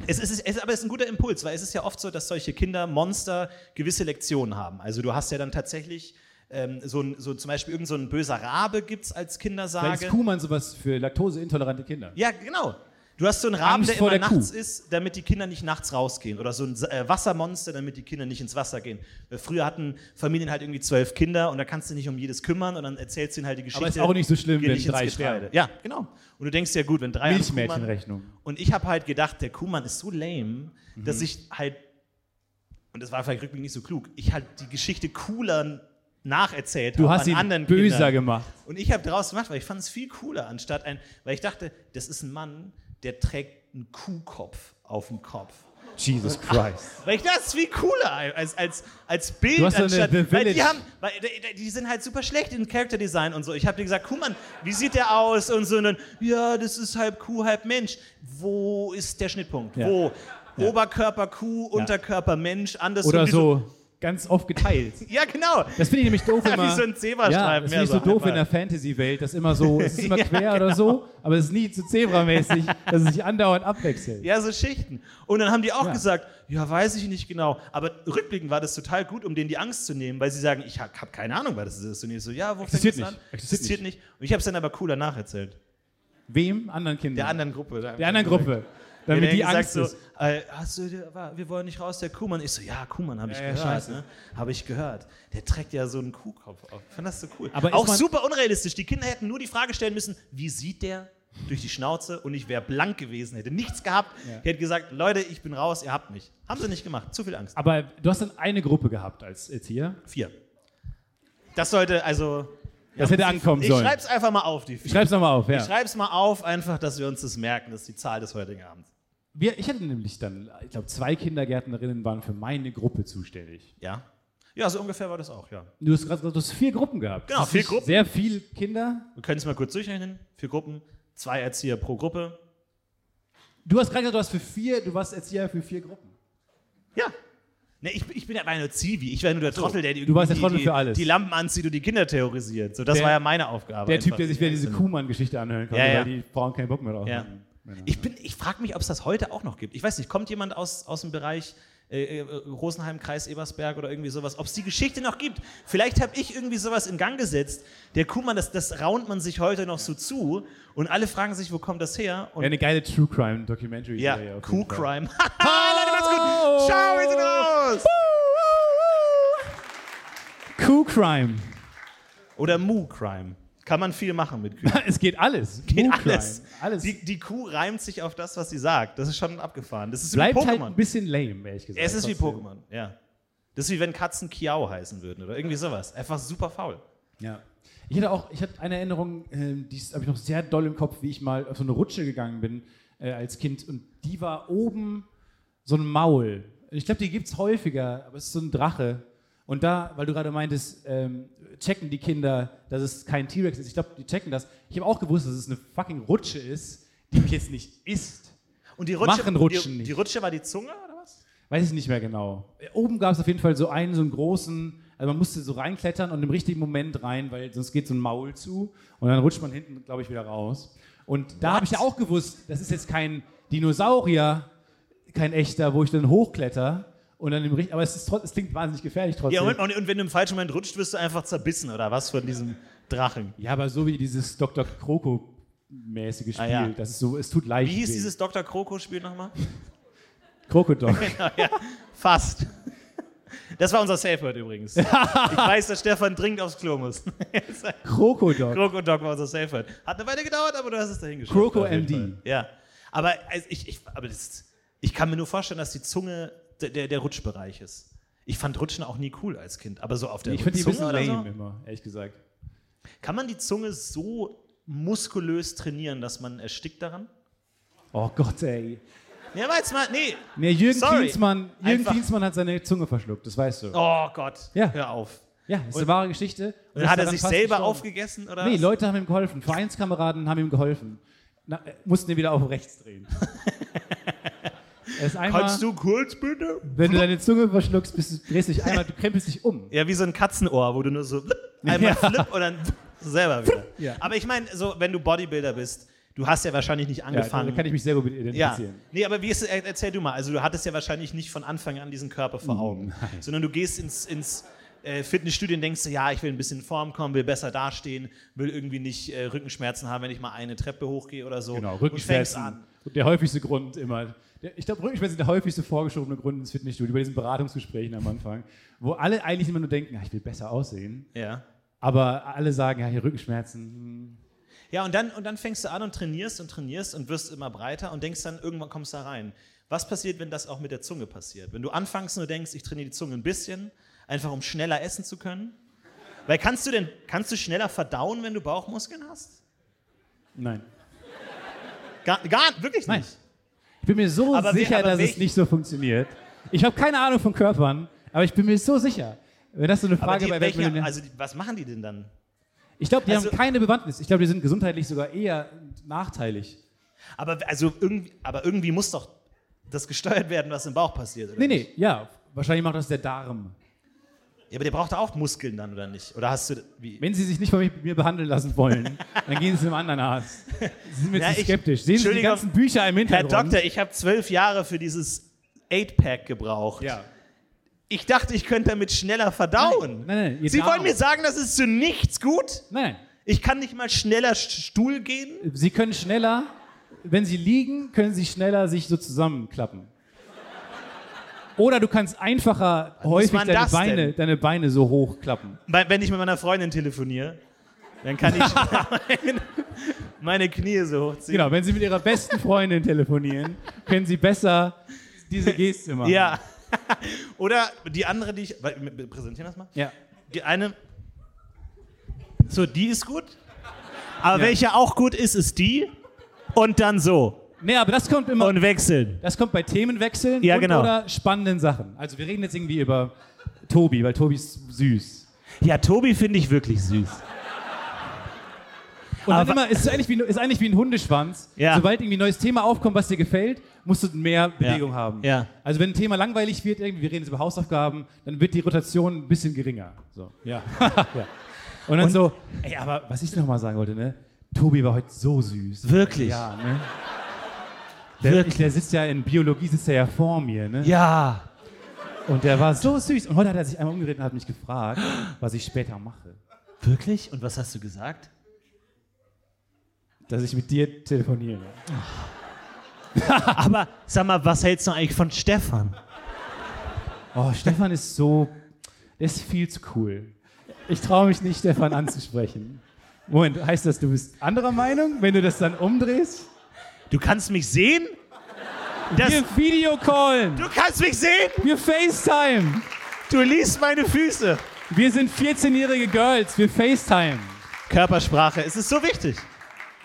Speaker 2: Es ist, es ist, aber es ist ein guter Impuls, weil es ist ja oft so, dass solche Kinder, Monster gewisse Lektionen haben. Also du hast ja dann tatsächlich ähm, so, ein, so zum Beispiel irgend so ein böser Rabe gibt es als
Speaker 1: Weil ist
Speaker 2: Kindersage.
Speaker 1: Kuhmann sowas für laktoseintolerante Kinder?
Speaker 2: Ja, genau. Du hast so einen Raben,
Speaker 1: Angst
Speaker 2: der
Speaker 1: vor
Speaker 2: immer
Speaker 1: der
Speaker 2: nachts
Speaker 1: Kuh.
Speaker 2: ist, damit die Kinder nicht nachts rausgehen. Oder so ein Sa- äh, Wassermonster, damit die Kinder nicht ins Wasser gehen. Weil früher hatten Familien halt irgendwie zwölf Kinder und da kannst du nicht um jedes kümmern und dann erzählst du ihnen halt die Geschichte.
Speaker 1: Aber ist auch nicht so schlimm,
Speaker 2: geh
Speaker 1: wenn
Speaker 2: nicht ins
Speaker 1: drei
Speaker 2: Getreide.
Speaker 1: sterben.
Speaker 2: Ja, genau. Und du denkst ja gut, wenn drei Kuhmann-
Speaker 1: Milchmädchenrechnung. Mhm.
Speaker 2: und ich habe halt gedacht, der Kuhmann ist so lame, dass ich halt, und das war vielleicht rückblickend nicht so klug, ich halt die Geschichte cooler nacherzählt
Speaker 1: Du
Speaker 2: habe
Speaker 1: hast
Speaker 2: an
Speaker 1: ihn
Speaker 2: anderen
Speaker 1: böser
Speaker 2: Kindern.
Speaker 1: gemacht.
Speaker 2: Und ich habe daraus gemacht, weil ich fand es viel cooler, anstatt ein, weil ich dachte, das ist ein Mann, der trägt einen Kuhkopf auf dem Kopf.
Speaker 1: Jesus Christ.
Speaker 2: Weil ich dachte, das ist viel cooler als, als, als Bild.
Speaker 1: Du hast so eine
Speaker 2: anstatt,
Speaker 1: The
Speaker 2: weil die,
Speaker 1: Village.
Speaker 2: haben, weil die- die sind halt super schlecht in Character Design und so. Ich habe dir gesagt, Kuhmann, wie sieht der aus? Und so, und dann, ja, das ist halb Kuh, halb Mensch. Wo ist der Schnittpunkt?
Speaker 1: Ja.
Speaker 2: Wo? Oberkörper Kuh, Unterkörper Mensch, andersrum.
Speaker 1: Oder
Speaker 2: die
Speaker 1: so ganz oft geteilt.
Speaker 2: Ja, genau.
Speaker 1: Das finde ich nämlich doof
Speaker 2: Wie
Speaker 1: immer.
Speaker 2: so ein Zebrastreifen,
Speaker 1: Ja, das
Speaker 2: ja,
Speaker 1: finde ich so
Speaker 2: so
Speaker 1: doof
Speaker 2: einmal.
Speaker 1: in der Fantasy-Welt, dass immer so, es ist immer
Speaker 2: Ja, genau.
Speaker 1: quer oder so, aber es ist nie zu zebramäßig, dass es sich andauernd abwechselt.
Speaker 2: Ja, so Schichten. Und dann haben die auch
Speaker 1: Ja.
Speaker 2: gesagt, ja, weiß ich nicht genau. Aber rückblickend war das total gut, um denen die Angst zu nehmen, weil sie sagen, ich habe hab keine Ahnung, was das ist. Und ich so, ja, wo fängt
Speaker 1: Existiert
Speaker 2: das
Speaker 1: nicht.
Speaker 2: an?
Speaker 1: Existiert
Speaker 2: nicht. Und ich habe es dann aber cooler nacherzählt.
Speaker 1: Wem? Anderen Kindern.
Speaker 2: Der anderen Gruppe. Der,
Speaker 1: Der anderen Gruppe.
Speaker 2: Damit
Speaker 1: Damit die Angst
Speaker 2: so,
Speaker 1: ist.
Speaker 2: äh, hast du, dir- wa- wir wollen nicht raus, der Kuhmann. Ich so, ja, Kuhmann, habe ich
Speaker 1: Ja, ja,
Speaker 2: gehört.
Speaker 1: scheiße.
Speaker 2: Ne? Habe ich gehört. Der trägt ja so einen Kuhkopf auf. Ich fand das so cool.
Speaker 1: Aber ist
Speaker 2: auch
Speaker 1: man-
Speaker 2: super unrealistisch. Die Kinder hätten nur die Frage stellen müssen, wie sieht der durch die Schnauze und ich wäre blank gewesen, hätte nichts gehabt.
Speaker 1: Ja.
Speaker 2: Ich hätte gesagt, Leute, ich bin raus, ihr habt mich. Haben sie nicht gemacht. Zu viel Angst.
Speaker 1: Aber du hast dann eine Gruppe gehabt als Erzieher.
Speaker 2: Vier. Das sollte, also...
Speaker 1: Das hätte ankommen
Speaker 2: Ich
Speaker 1: sollen.
Speaker 2: schreib's einfach mal auf, die vier.
Speaker 1: Ich schreib's nochmal auf, ja.
Speaker 2: Ich schreib's mal auf, einfach, dass wir uns das merken. Das ist die Zahl des heutigen Abends.
Speaker 1: Wir, ich hatte nämlich dann, ich glaube, zwei Kindergärtnerinnen waren für meine Gruppe zuständig.
Speaker 2: Ja? Ja, so ungefähr war das auch, ja.
Speaker 1: Du hast gerade gesagt, du hast vier Gruppen gehabt.
Speaker 2: Genau,
Speaker 1: Das
Speaker 2: vier
Speaker 1: ist
Speaker 2: Gruppen.
Speaker 1: Sehr viele Kinder.
Speaker 2: Wir können es mal kurz durchrechnen. Vier Gruppen, zwei Erzieher pro Gruppe.
Speaker 1: Du hast gerade gesagt, du hast für vier, du warst Erzieher für vier Gruppen.
Speaker 2: Ja. Ne, ich, ich bin ja meine Zivi. Ich war nur der Trottel, der die,
Speaker 1: Du warst der
Speaker 2: die-
Speaker 1: Trottel
Speaker 2: die,
Speaker 1: für alles.
Speaker 2: die Lampen anzieht und die Kinder terrorisiert. So, das
Speaker 1: Der-
Speaker 2: war ja meine Aufgabe.
Speaker 1: Der Typ,
Speaker 2: einfach.
Speaker 1: der sich wieder diese Kuhmann-Geschichte anhören konnte,
Speaker 2: Ja, ja.
Speaker 1: weil die Frauen keinen Bock mehr drauf
Speaker 2: Ja.
Speaker 1: haben.
Speaker 2: Ich, bin- ich frage mich, ob es das heute auch noch gibt. Ich weiß nicht, kommt jemand aus, aus dem Bereich äh, äh, Rosenheim, Kreis Ebersberg oder irgendwie sowas, ob es die Geschichte noch gibt? Vielleicht habe ich irgendwie sowas in Gang gesetzt. Der Kuhmann, das, das raunt man sich heute noch so zu und alle fragen sich, wo kommt das her? Und
Speaker 1: Wäre eine geile True Crime Documentary.
Speaker 2: Ja,
Speaker 1: Serie auf
Speaker 2: Cool
Speaker 1: jeden Fall. Oh.
Speaker 2: Crime. Haha, Leute, macht's gut. Ciao, wir sind raus.
Speaker 1: Coup Crime.
Speaker 2: Oder Moo Crime. Kann man viel machen mit Kühen.
Speaker 1: Es geht alles.
Speaker 2: Geht
Speaker 1: Coup
Speaker 2: alles.
Speaker 1: Crime. alles.
Speaker 2: Die, die Kuh reimt sich auf das, was sie sagt. Das ist schon abgefahren. Das ist
Speaker 1: Bleibt
Speaker 2: wie
Speaker 1: halt
Speaker 2: Pokémon.
Speaker 1: ein bisschen lame, ehrlich gesagt.
Speaker 2: es ist wie
Speaker 1: Trotzdem.
Speaker 2: Pokémon, ja. Das ist wie wenn Katzen Kiao heißen würden oder irgendwie sowas. Einfach super faul.
Speaker 1: Ja. Ich hatte auch, ich hatte eine Erinnerung, ähm, die habe ich noch sehr doll im Kopf, wie ich mal auf so eine Rutsche gegangen bin äh, als Kind und die war oben so ein Maul. Ich glaube, die gibt es häufiger, aber es ist so ein Drache. Und da, weil du gerade meintest, ähm, checken die Kinder, dass es kein T-Rex ist. Ich glaube, die checken das. Ich habe auch gewusst, dass es eine fucking Rutsche ist, die Kids nicht isst.
Speaker 2: Und die Rutsche,
Speaker 1: Machen rutschen
Speaker 2: die, die
Speaker 1: nicht.
Speaker 2: Rutsche war die Zunge oder was?
Speaker 1: Weiß ich nicht mehr genau. Oben gab es auf jeden Fall so einen, so einen großen, also man musste so reinklettern und im richtigen Moment rein, weil sonst geht so ein Maul zu und dann rutscht man hinten, glaube ich, wieder raus. Und da habe ich ja auch gewusst, das ist jetzt kein Dinosaurier, kein echter, wo ich dann hochkletter und dann im richtigen, aber es, ist trotz, es klingt wahnsinnig gefährlich trotzdem.
Speaker 2: Ja, und, und, und wenn du im falschen Moment rutscht, wirst du einfach zerbissen oder was von diesem Drachen.
Speaker 1: Ja, aber so wie dieses Dr. Kroko-mäßige Spiel,
Speaker 2: Ah, ja.
Speaker 1: das ist so, es tut leicht
Speaker 2: Wie hieß
Speaker 1: weh.
Speaker 2: dieses Dr. Kroko-Spiel nochmal?
Speaker 1: Krokodok.
Speaker 2: Fast. Das war unser Safe Word übrigens. Ich weiß, dass Stefan dringend aufs Klo muss.
Speaker 1: Krokodok.
Speaker 2: Kroko Dog war unser Safe Word. Hat eine Weile gedauert, aber du hast es dahin geschafft.
Speaker 1: Kroko
Speaker 2: Auf jeden
Speaker 1: MD.
Speaker 2: Fall. Ja. Aber, also ich, ich, aber das, ich kann mir nur vorstellen, dass die Zunge der, der, der Rutschbereich ist. Ich fand Rutschen auch nie cool als Kind, aber so auf der
Speaker 1: Ich finde die ein bisschen
Speaker 2: Zunge oder
Speaker 1: lame
Speaker 2: so?
Speaker 1: immer, ehrlich gesagt.
Speaker 2: Kann man die Zunge so muskulös trainieren, dass man erstickt daran?
Speaker 1: Oh Gott, ey.
Speaker 2: Ja, aber jetzt mal, nee.
Speaker 1: Nee, Jürgen,
Speaker 2: Sorry.
Speaker 1: Klinsmann, Jürgen
Speaker 2: Einfach-
Speaker 1: Klinsmann hat seine Zunge verschluckt, das weißt du.
Speaker 2: Oh Gott,
Speaker 1: Ja.
Speaker 2: hör auf.
Speaker 1: Ja, ist
Speaker 2: Und-
Speaker 1: eine wahre Geschichte. Und
Speaker 2: Dann
Speaker 1: ist
Speaker 2: hat er
Speaker 1: daran
Speaker 2: sich
Speaker 1: fast
Speaker 2: selber
Speaker 1: gestorben.
Speaker 2: aufgegessen oder?
Speaker 1: Nee,
Speaker 2: was?
Speaker 1: Leute haben ihm geholfen. Vereinskameraden haben ihm geholfen. Na, äh, mussten ihn wieder auf rechts drehen. Er ist einmal,
Speaker 2: Kannst du kurz bitte?
Speaker 1: wenn du deine Zunge verschluckst, bist du, drehst du dich einmal, du krempelst dich um.
Speaker 2: Ja, wie so ein Katzenohr, wo du nur so blip, einmal
Speaker 1: Ja.
Speaker 2: flip und dann selber wieder.
Speaker 1: Ja.
Speaker 2: Aber ich meine, so, wenn du Bodybuilder bist, du hast ja wahrscheinlich nicht
Speaker 1: Ja, da
Speaker 2: angefangen.
Speaker 1: kann ich mich sehr gut
Speaker 2: Ja.
Speaker 1: identifizieren.
Speaker 2: Nee, aber wie ist es, er- erzähl du mal. Also du hattest ja wahrscheinlich nicht von Anfang an diesen Körper
Speaker 1: Hm,
Speaker 2: vor Augen, sondern du gehst ins, ins äh, Fitnessstudio und denkst, dir, ja, ich will ein bisschen in Form kommen, will besser dastehen, will irgendwie nicht äh, Rückenschmerzen haben, wenn ich mal eine Treppe hochgehe oder so.
Speaker 1: Genau,
Speaker 2: Und fängst
Speaker 1: Rückenschmerzen.
Speaker 2: an.
Speaker 1: Der häufigste Grund immer. Der, ich glaube, Rückenschmerzen sind der häufigste vorgeschobene Grund ins Fitnessstudio, bei diesen Beratungsgesprächen am Anfang, wo alle eigentlich immer nur denken, ah, ich will besser aussehen.
Speaker 2: Ja.
Speaker 1: Aber alle sagen, ja, hier Rückenschmerzen. hm,
Speaker 2: Ja, und dann, und dann fängst du an und trainierst und trainierst und wirst immer breiter und denkst dann, irgendwann kommst du da rein. Was passiert, wenn das auch mit der Zunge passiert? Wenn du anfangs nur denkst, ich trainiere die Zunge ein bisschen, einfach um schneller essen zu können? Weil kannst du denn, kannst du schneller verdauen, wenn du Bauchmuskeln hast?
Speaker 1: hm, Nein.
Speaker 2: Gar, gar wirklich nicht.
Speaker 1: Nein. Ich bin mir so
Speaker 2: Aber wer-
Speaker 1: sicher,
Speaker 2: aber
Speaker 1: dass es
Speaker 2: welch-
Speaker 1: nicht so funktioniert. Ich habe keine Ahnung von Körpern, aber ich bin mir so sicher. Wenn das so eine
Speaker 2: Aber
Speaker 1: Frage
Speaker 2: die,
Speaker 1: bei
Speaker 2: welchen,
Speaker 1: Weltmillionär...
Speaker 2: also die, was machen die denn dann?
Speaker 1: ich glaube, die
Speaker 2: also-
Speaker 1: haben keine Bewandtnis. Ich glaube, die sind gesundheitlich sogar eher nachteilig.
Speaker 2: Aber, also irgendwie, aber irgendwie muss doch das gesteuert werden, was im Bauch passiert. Oder
Speaker 1: Nee,
Speaker 2: nicht?
Speaker 1: nee, ja. Wahrscheinlich macht das der Darm.
Speaker 2: Ja, aber der braucht auch Muskeln dann, oder nicht? Oder hast du. Wie?
Speaker 1: Wenn Sie sich nicht von mich- mir behandeln lassen wollen, dann gehen Sie zu einem anderen Arzt. Sie sind mir
Speaker 2: Ja,
Speaker 1: zu
Speaker 2: ich-
Speaker 1: skeptisch. Sehen Sie die
Speaker 2: Entschuldigung,
Speaker 1: ganzen Bücher im
Speaker 2: Herr
Speaker 1: Hintergrund?
Speaker 2: Doktor, ich habe zwölf Jahre für dieses Eight-Pack gebraucht.
Speaker 1: Ja.
Speaker 2: Ich dachte, ich könnte damit schneller
Speaker 1: Nein, nein,
Speaker 2: verdauen.
Speaker 1: nein, genau. ihr
Speaker 2: Sie
Speaker 1: Darm.
Speaker 2: wollen mir sagen, das ist zu nichts gut?
Speaker 1: Nein, nein.
Speaker 2: Ich kann nicht mal schneller Sch- Stuhl gehen?
Speaker 1: Sie können schneller, wenn Sie liegen, können Sie schneller sich so zusammenklappen. Oder du kannst einfacher häufig
Speaker 2: man
Speaker 1: deine
Speaker 2: das
Speaker 1: Beine,
Speaker 2: denn?
Speaker 1: deine Beine so hochklappen.
Speaker 2: Weil, Wenn ich mit meiner Freundin telefoniere, dann kann ich meine- meine Knie so hochziehen.
Speaker 1: Genau, wenn Sie mit Ihrer besten Freundin telefonieren, können Sie besser diese Geste machen.
Speaker 2: Ja. Oder die andere, die ich. weil- wir Präsentieren das mal.
Speaker 1: ja.
Speaker 2: Die eine. So, die ist gut. Aber
Speaker 1: Ja.
Speaker 2: welche auch gut ist, ist die. Und dann so.
Speaker 1: Nee, aber das kommt immer.
Speaker 2: Und wechseln.
Speaker 1: Das kommt bei Themenwechseln
Speaker 2: Ja,
Speaker 1: und
Speaker 2: genau.
Speaker 1: oder spannenden Sachen. Also wir reden jetzt irgendwie über Tobi, weil Tobi ist süß.
Speaker 2: Ja, Tobi finde ich wirklich süß.
Speaker 1: Und dann
Speaker 2: Aber-
Speaker 1: immer, ist es eigentlich wie, ist eigentlich wie ein Hundeschwanz.
Speaker 2: Ja.
Speaker 1: Sobald irgendwie ein neues Thema aufkommt, was dir gefällt, musst du mehr Bewegung haben.
Speaker 2: Ja.
Speaker 1: Also wenn ein Thema langweilig wird, irgendwie, wir reden jetzt über Hausaufgaben, dann wird die Rotation ein bisschen geringer. So. Ja. ja. Und dann so, ey, aber was ich noch mal sagen wollte, ne? Tobi war heute so süß.
Speaker 2: Wirklich?
Speaker 1: Ja, ne? Der,
Speaker 2: Wirklich?
Speaker 1: der sitzt ja in Biologie, sitzt er ja vor mir, ne?
Speaker 2: Ja.
Speaker 1: Und der war so süß. Und heute hat er sich einmal umgedreht und hat mich gefragt, was ich später mache.
Speaker 2: Wirklich? Und was hast du gesagt?
Speaker 1: Dass ich mit dir telefoniere.
Speaker 2: Aber sag mal, was hältst du eigentlich von Stefan?
Speaker 1: Oh, Stefan ist so. Der ist viel zu cool. Ich traue mich nicht, Stefan anzusprechen. Moment, heißt das, du bist anderer Meinung, wenn du das dann umdrehst?
Speaker 2: Du kannst mich sehen? Das,
Speaker 1: Wir Videocallen,
Speaker 2: du kannst mich sehen?
Speaker 1: wir FaceTime.
Speaker 2: Du liest meine Füße.
Speaker 1: Wir sind 14-jährige Girls, wir FaceTime.
Speaker 2: Körpersprache, es ist so wichtig.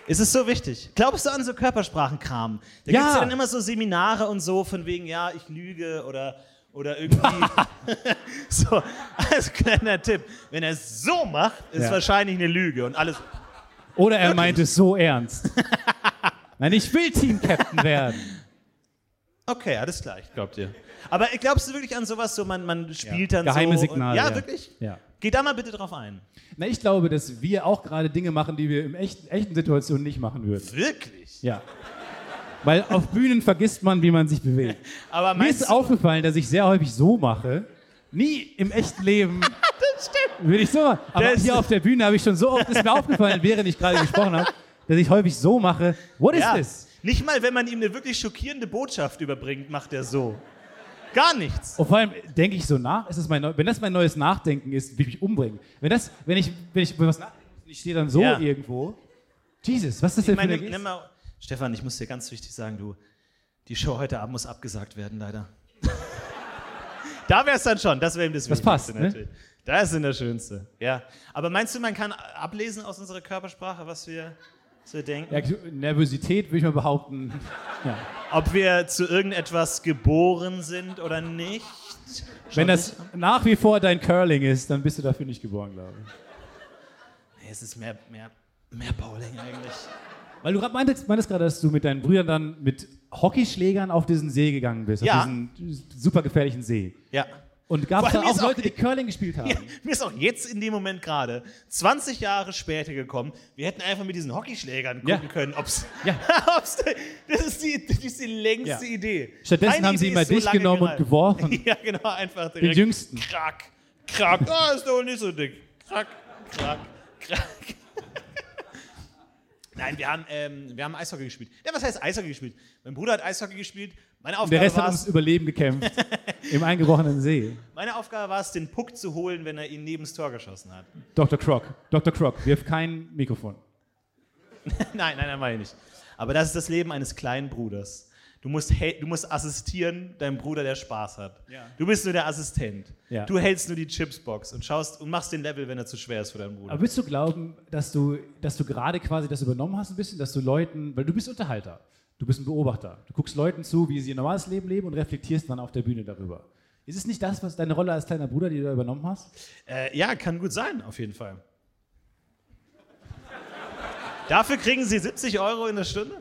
Speaker 2: Es ist so wichtig. Glaubst du an so Körpersprachenkram? Da
Speaker 1: Ja.
Speaker 2: gibt es ja dann immer so Seminare und so von wegen, ja, ich lüge oder, oder irgendwie. so, als kleiner Tipp, wenn er es so macht, ist
Speaker 1: Ja.
Speaker 2: wahrscheinlich eine Lüge und alles.
Speaker 1: Oder er meint es so ernst. Nein, ich will Team-Captain werden.
Speaker 2: Okay, alles klar, ich glaub dir. Aber glaubst du wirklich an sowas, so man, man spielt dann
Speaker 1: Geheime
Speaker 2: so.
Speaker 1: Signale.
Speaker 2: ja, wirklich?
Speaker 1: Ja.
Speaker 2: Geh da mal bitte drauf ein.
Speaker 1: Na, ich glaube, dass wir auch gerade Dinge machen, die wir in echten, echten Situationen nicht machen würden.
Speaker 2: Wirklich?
Speaker 1: Ja. Weil auf Bühnen vergisst man, wie man sich bewegt.
Speaker 2: Aber
Speaker 1: Mir ist
Speaker 2: meinst du,
Speaker 1: aufgefallen, dass ich sehr häufig so mache. Nie im echten Leben. das stimmt. Würde ich so machen. Aber
Speaker 2: Das-
Speaker 1: hier auf der Bühne habe ich schon so oft, ist mir aufgefallen, während ich gerade gesprochen habe, dass ich häufig so mache. What is
Speaker 2: ja,
Speaker 1: this?
Speaker 2: nicht mal, wenn man ihm eine wirklich schockierende Botschaft überbringt, macht er so. Gar nichts.
Speaker 1: Und vor allem denke ich so nach, ist das mein neu- wenn das mein neues Nachdenken ist, will ich mich umbringen. Wenn, das, wenn ich wenn ich über was nachdenke, und ich stehe dann so
Speaker 2: Ja.
Speaker 1: irgendwo. Jesus, was ist das denn
Speaker 2: Ich
Speaker 1: für
Speaker 2: meine,
Speaker 1: eine
Speaker 2: nimm
Speaker 1: Geste?
Speaker 2: mal, Stefan, ich muss dir ganz wichtig sagen, du, die Show heute Abend muss abgesagt werden, leider. da wäre es dann schon, das wäre ihm das,
Speaker 1: Das
Speaker 2: Wichtigste
Speaker 1: passt, ne?
Speaker 2: natürlich. Da ist denn der Schönste, ja. Aber meinst du, man kann ablesen aus unserer Körpersprache, was wir, was wir denken?
Speaker 1: Ja, Nervosität würde ich mal behaupten. Ja.
Speaker 2: Ob wir zu irgendetwas geboren sind oder nicht?
Speaker 1: Wenn das nach wie vor dein Curling ist, dann bist du dafür nicht geboren, glaube ich.
Speaker 2: Nee, es ist mehr, mehr, mehr Bowling eigentlich.
Speaker 1: Weil du gerade meintest, meintest gerade, dass du mit deinen Brüdern dann mit Hockeyschlägern auf diesen See gegangen bist,
Speaker 2: Ja.
Speaker 1: auf diesen super gefährlichen See.
Speaker 2: Ja.
Speaker 1: Und gab
Speaker 2: Vor
Speaker 1: es da
Speaker 2: allem
Speaker 1: auch
Speaker 2: ist auch-
Speaker 1: Leute, die Curling gespielt haben?
Speaker 2: Ja, mir ist auch jetzt in dem Moment gerade 20 Jahre später gekommen. Wir hätten einfach mit diesen Hockeyschlägern gucken
Speaker 1: Ja.
Speaker 2: können, ob's,
Speaker 1: Ja.
Speaker 2: ob's, das, ist die, das ist die längste
Speaker 1: Ja.
Speaker 2: Idee.
Speaker 1: Stattdessen
Speaker 2: Keine
Speaker 1: haben sie
Speaker 2: Idee
Speaker 1: immer
Speaker 2: ist so
Speaker 1: dich
Speaker 2: lange
Speaker 1: genommen und
Speaker 2: gereift.
Speaker 1: geworfen.
Speaker 2: Ja, genau, einfach direkt.
Speaker 1: Den jüngsten.
Speaker 2: Krack, krack. Ah, ist doch nicht so dick. Krack, krack, krack. Nein, wir haben, ähm, wir haben Eishockey gespielt. Ja, was heißt Eishockey gespielt? Mein Bruder hat Eishockey gespielt. Meine
Speaker 1: Der
Speaker 2: Aufgabe
Speaker 1: Rest hat
Speaker 2: war
Speaker 1: ums
Speaker 2: es,
Speaker 1: Überleben gekämpft. Im eingebrochenen See.
Speaker 2: meine Aufgabe war es, den Puck zu holen, wenn er ihn neben das Tor geschossen hat.
Speaker 1: Dr. Croc. Dr. Croc, wirf kein Mikrofon.
Speaker 2: Nein, nein, nein, meine ich nicht. Aber das ist das Leben eines kleinen Bruders. Du musst, hel- du musst assistieren, deinem Bruder, der Spaß hat.
Speaker 1: Ja.
Speaker 2: Du bist nur der Assistent.
Speaker 1: Ja.
Speaker 2: Du hältst nur die Chipsbox und schaust und machst den Level, wenn er zu schwer ist für deinen Bruder.
Speaker 1: Aber würdest du glauben, dass du, dass du gerade quasi das übernommen hast ein bisschen, dass du Leuten, weil du bist Unterhalter, du bist ein Beobachter, du guckst Leuten zu, wie sie ihr normales Leben leben und reflektierst dann auf der Bühne darüber. Ist es nicht das, was deine Rolle als kleiner Bruder, die du da übernommen hast?
Speaker 2: Äh, ja, kann gut sein, auf jeden Fall. Dafür kriegen sie 70 Euro in der Stunde?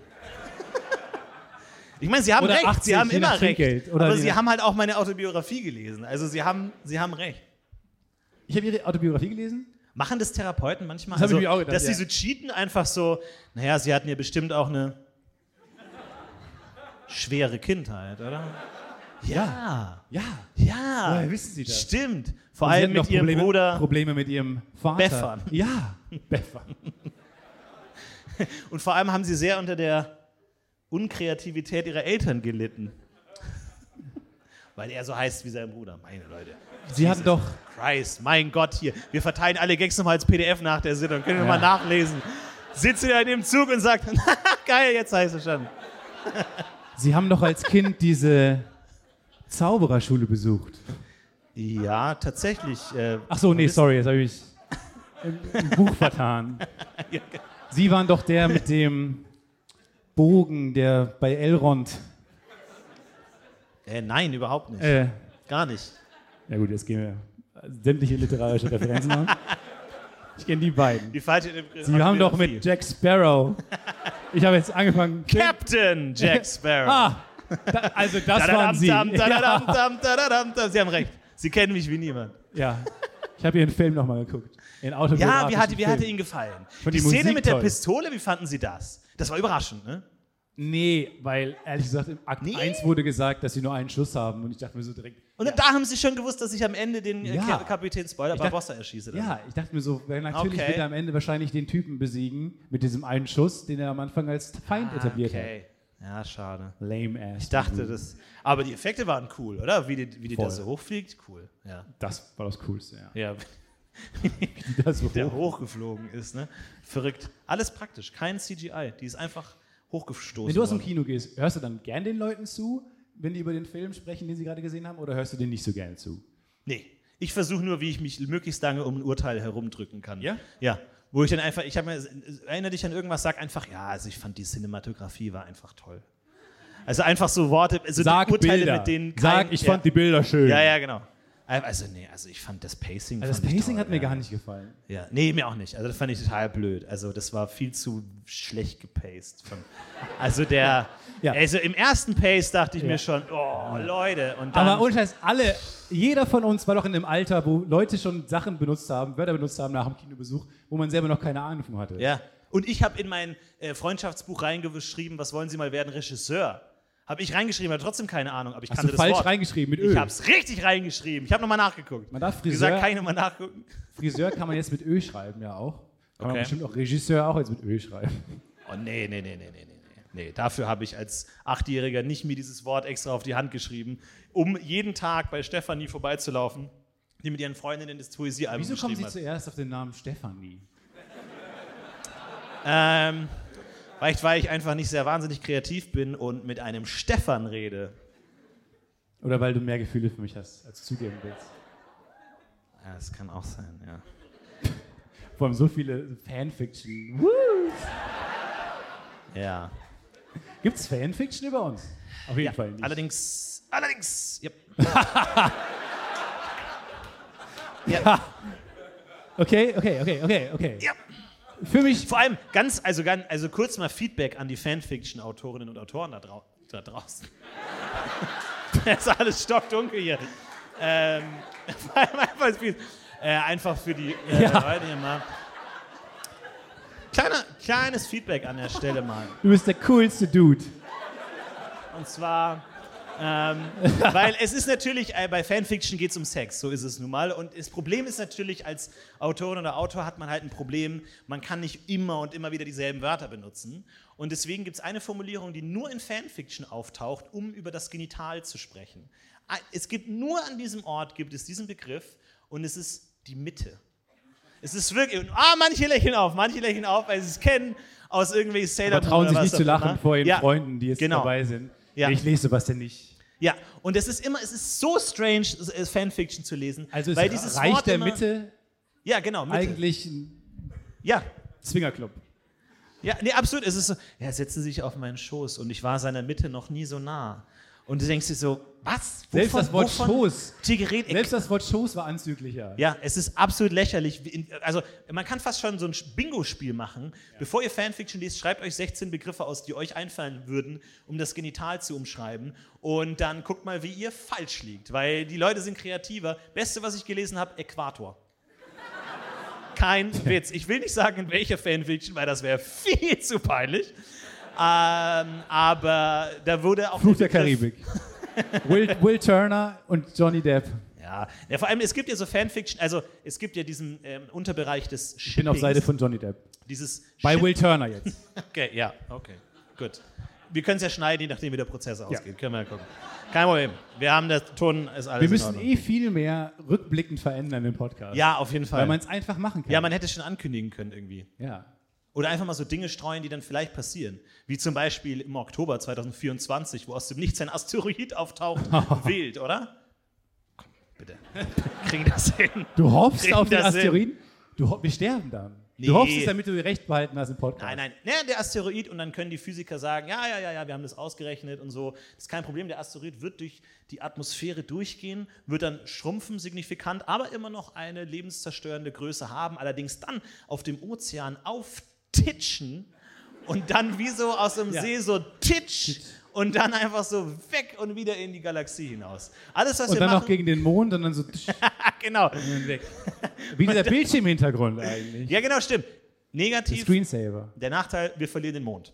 Speaker 2: Ich meine, sie haben
Speaker 1: Oder
Speaker 2: recht,
Speaker 1: 80,
Speaker 2: sie haben
Speaker 1: je
Speaker 2: immer
Speaker 1: nach
Speaker 2: recht.
Speaker 1: Trinkgeld, oder
Speaker 2: aber
Speaker 1: je
Speaker 2: sie
Speaker 1: nach-
Speaker 2: haben halt auch meine Autobiografie gelesen. Also sie haben, sie haben recht.
Speaker 1: Ich habe ihre Autobiografie gelesen.
Speaker 2: Machen das Therapeuten manchmal? Also,
Speaker 1: Das hab ich mir auch gedacht,
Speaker 2: dass sie
Speaker 1: ja.
Speaker 2: so cheaten, einfach so, naja, sie hatten ja bestimmt auch eine schwere Kindheit, oder? Ja,
Speaker 1: Ja.
Speaker 2: ja.
Speaker 1: Woher wissen Sie das?
Speaker 2: Stimmt. Vor
Speaker 1: Sie
Speaker 2: allem
Speaker 1: hatten
Speaker 2: mit
Speaker 1: doch
Speaker 2: ihrem
Speaker 1: Probleme,
Speaker 2: Bruder.
Speaker 1: Probleme mit ihrem Vater.
Speaker 2: Beffern.
Speaker 1: Ja, Beffern.
Speaker 2: Und vor allem haben sie sehr unter der Unkreativität ihrer Eltern gelitten. Weil er so heißt wie sein Bruder. Meine Leute.
Speaker 1: Sie hatten doch,
Speaker 2: Christ, mein Gott hier. Wir verteilen alle Gags nochmal als PDF nach der Sitzung. Können wir
Speaker 1: Ja.
Speaker 2: mal nachlesen. Sitzt er in dem Zug und sagt, geil, jetzt heißt es schon.
Speaker 1: Sie haben doch als Kind diese Zaubererschule besucht.
Speaker 2: Ja, tatsächlich. Äh,
Speaker 1: Ach so, nee, sorry, jetzt habe ich mich im, im Buch vertan. Sie waren doch der mit dem Bogen, der bei Elrond.
Speaker 2: äh, nein, überhaupt nicht.
Speaker 1: Äh,
Speaker 2: Gar nicht.
Speaker 1: ja gut, jetzt gehen wir sämtliche literarische Referenzen an. Ich kenne die beiden.
Speaker 2: Die falsche
Speaker 1: Sie haben doch mit Jack Sparrow. Ich habe jetzt angefangen.
Speaker 2: Captain Jack Sparrow.
Speaker 1: Ah, da, also das waren
Speaker 2: Dadadam,
Speaker 1: Sie.
Speaker 2: dam, dadadam,
Speaker 1: Ja,
Speaker 2: dam, dadadam, dam. Sie haben recht. Sie kennen mich wie niemand.
Speaker 1: ja. ich habe Ihren Film nochmal geguckt. In
Speaker 2: Ja, wie hatte, wie hatte
Speaker 1: Film.
Speaker 2: Ihnen gefallen?
Speaker 1: Fand die
Speaker 2: die Szene
Speaker 1: Musik
Speaker 2: mit der
Speaker 1: toll.
Speaker 2: Pistole, wie fanden Sie das? Das war überraschend, ne?
Speaker 1: Nee, weil ehrlich gesagt, im Akt
Speaker 2: Nee?
Speaker 1: 1 wurde gesagt, dass Sie nur einen Schuss haben. Und ich dachte mir so direkt,
Speaker 2: Und da haben Sie schon gewusst, dass ich am Ende den äh,
Speaker 1: Ja.
Speaker 2: Ka- Kapitän Spoiler
Speaker 1: dachte-
Speaker 2: Barbossa erschieße. dann.
Speaker 1: Ja, ich dachte mir so, weil natürlich
Speaker 2: Okay.
Speaker 1: wird er am Ende wahrscheinlich den Typen besiegen mit diesem einen Schuss, den er am Anfang als Feind
Speaker 2: Ah,
Speaker 1: etabliert
Speaker 2: okay. Ja, schade.
Speaker 1: hat. Lame ass. Mhm.
Speaker 2: Ich dachte das. Aber die Effekte waren cool, oder? Wie die, wie die da
Speaker 1: Voll.
Speaker 2: so hochfliegt, cool. Ja.
Speaker 1: Das war das Coolste, ja.
Speaker 2: Ja,
Speaker 1: Das so
Speaker 2: der
Speaker 1: hoch.
Speaker 2: hochgeflogen ist, ne? Verrückt. Alles praktisch, kein CGI. Die ist einfach hochgestoßen.
Speaker 1: Wenn du aus dem
Speaker 2: worden.
Speaker 1: Kino gehst, hörst du dann gern den Leuten zu, wenn die über den Film sprechen, den sie gerade gesehen haben, oder hörst du denen nicht so gerne zu?
Speaker 2: Nee. Ich versuche nur, wie ich mich möglichst lange um ein Urteil herumdrücken kann.
Speaker 1: Ja?
Speaker 2: Ja. Wo ich dann einfach, ich habe mir, erinnere dich an irgendwas, sag einfach, ja, also ich fand die Cinematografie war einfach toll. Also einfach so Worte, also
Speaker 1: Sag
Speaker 2: die Urteile,
Speaker 1: Bilder.
Speaker 2: mit denen
Speaker 1: Sag,
Speaker 2: kein-
Speaker 1: ich
Speaker 2: ja.
Speaker 1: fand die Bilder schön.
Speaker 2: Ja, ja, genau. Also nee, also ich fand das Pacing.
Speaker 1: Also das
Speaker 2: fand ich
Speaker 1: Pacing
Speaker 2: toll,
Speaker 1: hat mir
Speaker 2: ja.
Speaker 1: gar nicht gefallen.
Speaker 2: Ja, nee, mir auch nicht. Also das fand ich total blöd. Also das war viel zu schlecht gepaced. Von, also der,
Speaker 1: Ja.
Speaker 2: also im ersten Pace dachte ich
Speaker 1: Ja.
Speaker 2: mir schon, oh Leute. Und dann,
Speaker 1: Aber ohne Scheiß, alle, jeder von uns war doch in einem Alter, wo Leute schon Sachen benutzt haben, Wörter benutzt haben nach dem Kinobesuch, wo man selber noch keine Ahnung von hatte.
Speaker 2: ja. Und ich habe in mein äh, Freundschaftsbuch reingeschrieben, was wollen Sie mal werden, Regisseur. Habe ich reingeschrieben, hatte trotzdem keine Ahnung, aber ich
Speaker 1: Hast
Speaker 2: kannte
Speaker 1: du falsch
Speaker 2: das Wort.
Speaker 1: reingeschrieben mit Ö.
Speaker 2: Ich habe es richtig reingeschrieben. Ich habe nochmal nachgeguckt.
Speaker 1: Man darf
Speaker 2: Wie gesagt,
Speaker 1: Friseur-
Speaker 2: kann ich nochmal nachgucken.
Speaker 1: Friseur kann man jetzt mit Ö schreiben, ja auch. Kann man
Speaker 2: Okay.
Speaker 1: bestimmt auch Regisseur auch jetzt mit Ö schreiben.
Speaker 2: Oh nee, nee, nee, nee, nee, nee. Nee, dafür habe ich als Achtjähriger nicht mir dieses Wort extra auf die Hand geschrieben, um jeden Tag bei Stefanie vorbeizulaufen, die mit ihren Freundinnen das Poesiealbum
Speaker 1: Wieso kommen
Speaker 2: geschrieben
Speaker 1: Sie
Speaker 2: hat.
Speaker 1: zuerst auf den Namen Stefanie?
Speaker 2: Ähm, vielleicht, weil ich einfach nicht sehr wahnsinnig kreativ bin und mit einem Stefan rede.
Speaker 1: Oder weil du mehr Gefühle für mich hast, als du zugeben willst.
Speaker 2: Ja, das kann auch sein, ja.
Speaker 1: Vor allem so viele Fanfiction.
Speaker 2: Ja.
Speaker 1: Gibt es Fanfiction über uns? Auf jeden
Speaker 2: ja.
Speaker 1: Fall nicht.
Speaker 2: Allerdings, allerdings, yep.
Speaker 1: Okay, okay, okay, okay, okay.
Speaker 2: Ja.
Speaker 1: Für mich
Speaker 2: Vor allem ganz, also ganz, also kurz mal Feedback an die Fanfiction-Autorinnen und Autoren da, drau da draußen. Es ist alles stockdunkel hier. Ähm, vor allem einfach, viel- äh, einfach für die äh,
Speaker 1: Ja.
Speaker 2: Leute hier mal. Kleiner, kleines Feedback an der Stelle mal.
Speaker 1: Du bist der coolste Dude.
Speaker 2: Und zwar, ähm, weil es ist natürlich, äh, bei Fanfiction geht es um Sex, so ist es nun mal. Und das Problem ist natürlich, als Autorin oder Autor hat man halt ein Problem, man kann nicht immer und immer wieder dieselben Wörter benutzen. Und deswegen gibt es eine Formulierung, die nur in Fanfiction auftaucht, um über das Genital zu sprechen. Ah, Es gibt nur an diesem Ort, gibt es diesen Begriff und es ist die Mitte. Es ist wirklich, und, ah, manche lächeln auf, manche lächeln auf, weil sie es kennen aus irgendwelchen Sailor
Speaker 1: Aber trauen
Speaker 2: Moon
Speaker 1: sich
Speaker 2: oder
Speaker 1: nicht
Speaker 2: was
Speaker 1: zu
Speaker 2: auch
Speaker 1: lachen
Speaker 2: immer.
Speaker 1: vor ihren
Speaker 2: Ja,
Speaker 1: Freunden, die jetzt
Speaker 2: genau.
Speaker 1: dabei sind.
Speaker 2: Ja.
Speaker 1: Ich lese sowas denn nicht.
Speaker 2: ja, und es ist immer, es ist so strange, s- äh, Fanfiction zu lesen.
Speaker 1: Also es
Speaker 2: weil dieses
Speaker 1: reicht
Speaker 2: Wort
Speaker 1: der
Speaker 2: immer,
Speaker 1: Mitte
Speaker 2: Ja, genau, Mitte.
Speaker 1: eigentlich ein
Speaker 2: Ja,
Speaker 1: Zwingerclub.
Speaker 2: ja, nee, absolut. Es ist so, ja, setzte sich auf meinen Schoß und ich war seiner Mitte noch nie so nah. Und du denkst dir so, was? Wovon,
Speaker 1: Selbst das Wort
Speaker 2: wovon
Speaker 1: Schoß.
Speaker 2: wird Hier geredet,
Speaker 1: Selbst das Wort Shows war anzüglicher.
Speaker 2: Ja, es ist absolut lächerlich. wie in- Also man kann fast schon so ein Bingo-Spiel machen. Bevor ihr Fanfiction liest, schreibt euch 16 Begriffe aus, die euch einfallen würden, um das Genital zu umschreiben. Und dann guckt mal, wie ihr falsch liegt, weil die Leute sind kreativer. Beste, was ich gelesen habe, Äquator. Kein Witz. Ich will nicht sagen, in welcher Fanfiction, weil das wäre viel zu peinlich. Ähm, aber da wurde auch
Speaker 1: Fluch der
Speaker 2: Begriff-
Speaker 1: Karibik. Will, Will Turner und Johnny Depp.
Speaker 2: Ja. ja, vor allem es gibt ja so Fanfiction, also es gibt ja diesen ähm, Unterbereich des Shippings.
Speaker 1: Ich bin auf Seite von Johnny Depp.
Speaker 2: Dieses
Speaker 1: Bei
Speaker 2: Ship-
Speaker 1: Will Turner jetzt.
Speaker 2: Okay, ja, okay. Gut. Wir können es ja schneiden, je nachdem, wie der Prozess ausgeht. Können wir ja gucken. Kein Problem. Wir haben das Ton, ist alles
Speaker 1: Wir
Speaker 2: in
Speaker 1: müssen
Speaker 2: Ordnung.
Speaker 1: eh viel mehr rückblickend verändern im Podcast.
Speaker 2: ja, auf jeden
Speaker 1: Weil
Speaker 2: Fall.
Speaker 1: man es einfach machen kann.
Speaker 2: ja, man hätte schon ankündigen können irgendwie.
Speaker 1: ja.
Speaker 2: Oder einfach mal so Dinge streuen, die dann vielleicht passieren. Wie zum Beispiel im Oktober 2024, wo aus dem Nichts ein Asteroid auftaucht und wählt, oder? Komm, bitte. Kriegen das hin.
Speaker 1: Du hoffst
Speaker 2: Kriegen
Speaker 1: auf den
Speaker 2: das hin.
Speaker 1: Asteroiden? Du, ho- wir sterben dann.
Speaker 2: Nee.
Speaker 1: Du hoffst es, damit du recht behalten hast im Podcast.
Speaker 2: Nein, nein, ja, der Asteroid und dann können die Physiker sagen, ja, ja, ja, ja, wir haben das ausgerechnet und so. Das ist kein Problem, der Asteroid wird durch die Atmosphäre durchgehen, wird dann schrumpfen signifikant, aber immer noch eine lebenszerstörende Größe haben, allerdings dann auf dem Ozean auftitschen und dann wie so aus dem
Speaker 1: Ja.
Speaker 2: See so titsch und dann einfach so weg und wieder in die Galaxie hinaus. Alles, was
Speaker 1: Und
Speaker 2: wir
Speaker 1: dann noch
Speaker 2: machen,
Speaker 1: gegen den Mond und dann so tsch,
Speaker 2: genau.
Speaker 1: weg. Wie dieser Bildschirmhintergrund eigentlich.
Speaker 2: Ja, genau, stimmt.
Speaker 1: Der
Speaker 2: Negativ
Speaker 1: Screensaver.
Speaker 2: Der Nachteil, wir verlieren den Mond.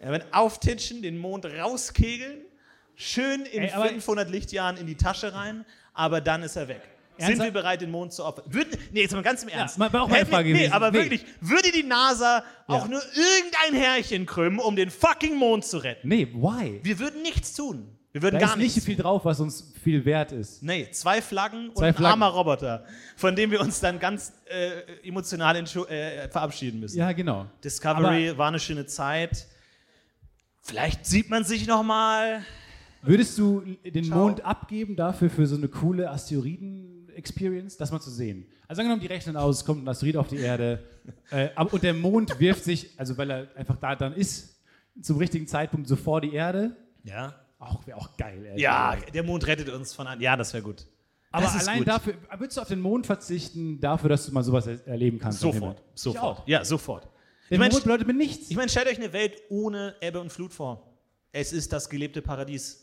Speaker 2: Ja, wenn auftitschen, den Mond rauskegeln, schön in
Speaker 1: Ey, aber-
Speaker 2: 500 Lichtjahren in die Tasche rein, aber dann ist er weg. Sind
Speaker 1: Ernsthaft?
Speaker 2: wir bereit, den Mond zu opfern? Würden, nee, jetzt mal ganz im Ernst.
Speaker 1: mal- war auch meine
Speaker 2: Hätten-
Speaker 1: Frage
Speaker 2: nee,
Speaker 1: gewesen.
Speaker 2: aber
Speaker 1: Nee.
Speaker 2: wirklich, würde die NASA auch
Speaker 1: Ja.
Speaker 2: nur irgendein Härchen krümmen, um den fucking Mond zu retten?
Speaker 1: Nee, why?
Speaker 2: Wir würden nichts tun. Wir würden
Speaker 1: Da
Speaker 2: gar
Speaker 1: ist nicht
Speaker 2: nichts.
Speaker 1: viel drauf, was uns viel wert ist.
Speaker 2: Nee, zwei Flaggen
Speaker 1: Zwei
Speaker 2: und
Speaker 1: Flaggen.
Speaker 2: ein armer Roboter, von dem wir uns dann ganz äh, emotional entschu- äh, verabschieden müssen.
Speaker 1: Ja, genau.
Speaker 2: Discovery war eine schöne Zeit. Vielleicht sieht man sich noch mal.
Speaker 1: Würdest du den
Speaker 2: Ciao.
Speaker 1: Mond abgeben dafür für so eine coole Asteroiden Experience, das mal zu sehen. Also angenommen, die rechnen aus, es kommt ein Asteroid auf die Erde äh, ab- und der Mond wirft sich, also weil er einfach da dann ist, zum richtigen Zeitpunkt so vor die Erde.
Speaker 2: Ja.
Speaker 1: Auch wäre auch geil. ehrlich
Speaker 2: Ja,
Speaker 1: gesagt.
Speaker 2: der Mond rettet uns von an. Ja, das wäre gut.
Speaker 1: aber
Speaker 2: das ist
Speaker 1: allein
Speaker 2: gut.
Speaker 1: dafür, würdest du auf den Mond verzichten, dafür, dass du mal sowas er erleben kannst? am Himmel?
Speaker 2: Sofort.
Speaker 1: Ich auch.
Speaker 2: Sofort. Ja, sofort.
Speaker 1: Der
Speaker 2: Ich meine,
Speaker 1: Mond bedeutet mir nichts.
Speaker 2: Ich meine, stellt euch eine Welt ohne Ebbe und Flut vor. Es ist das gelebte Paradies.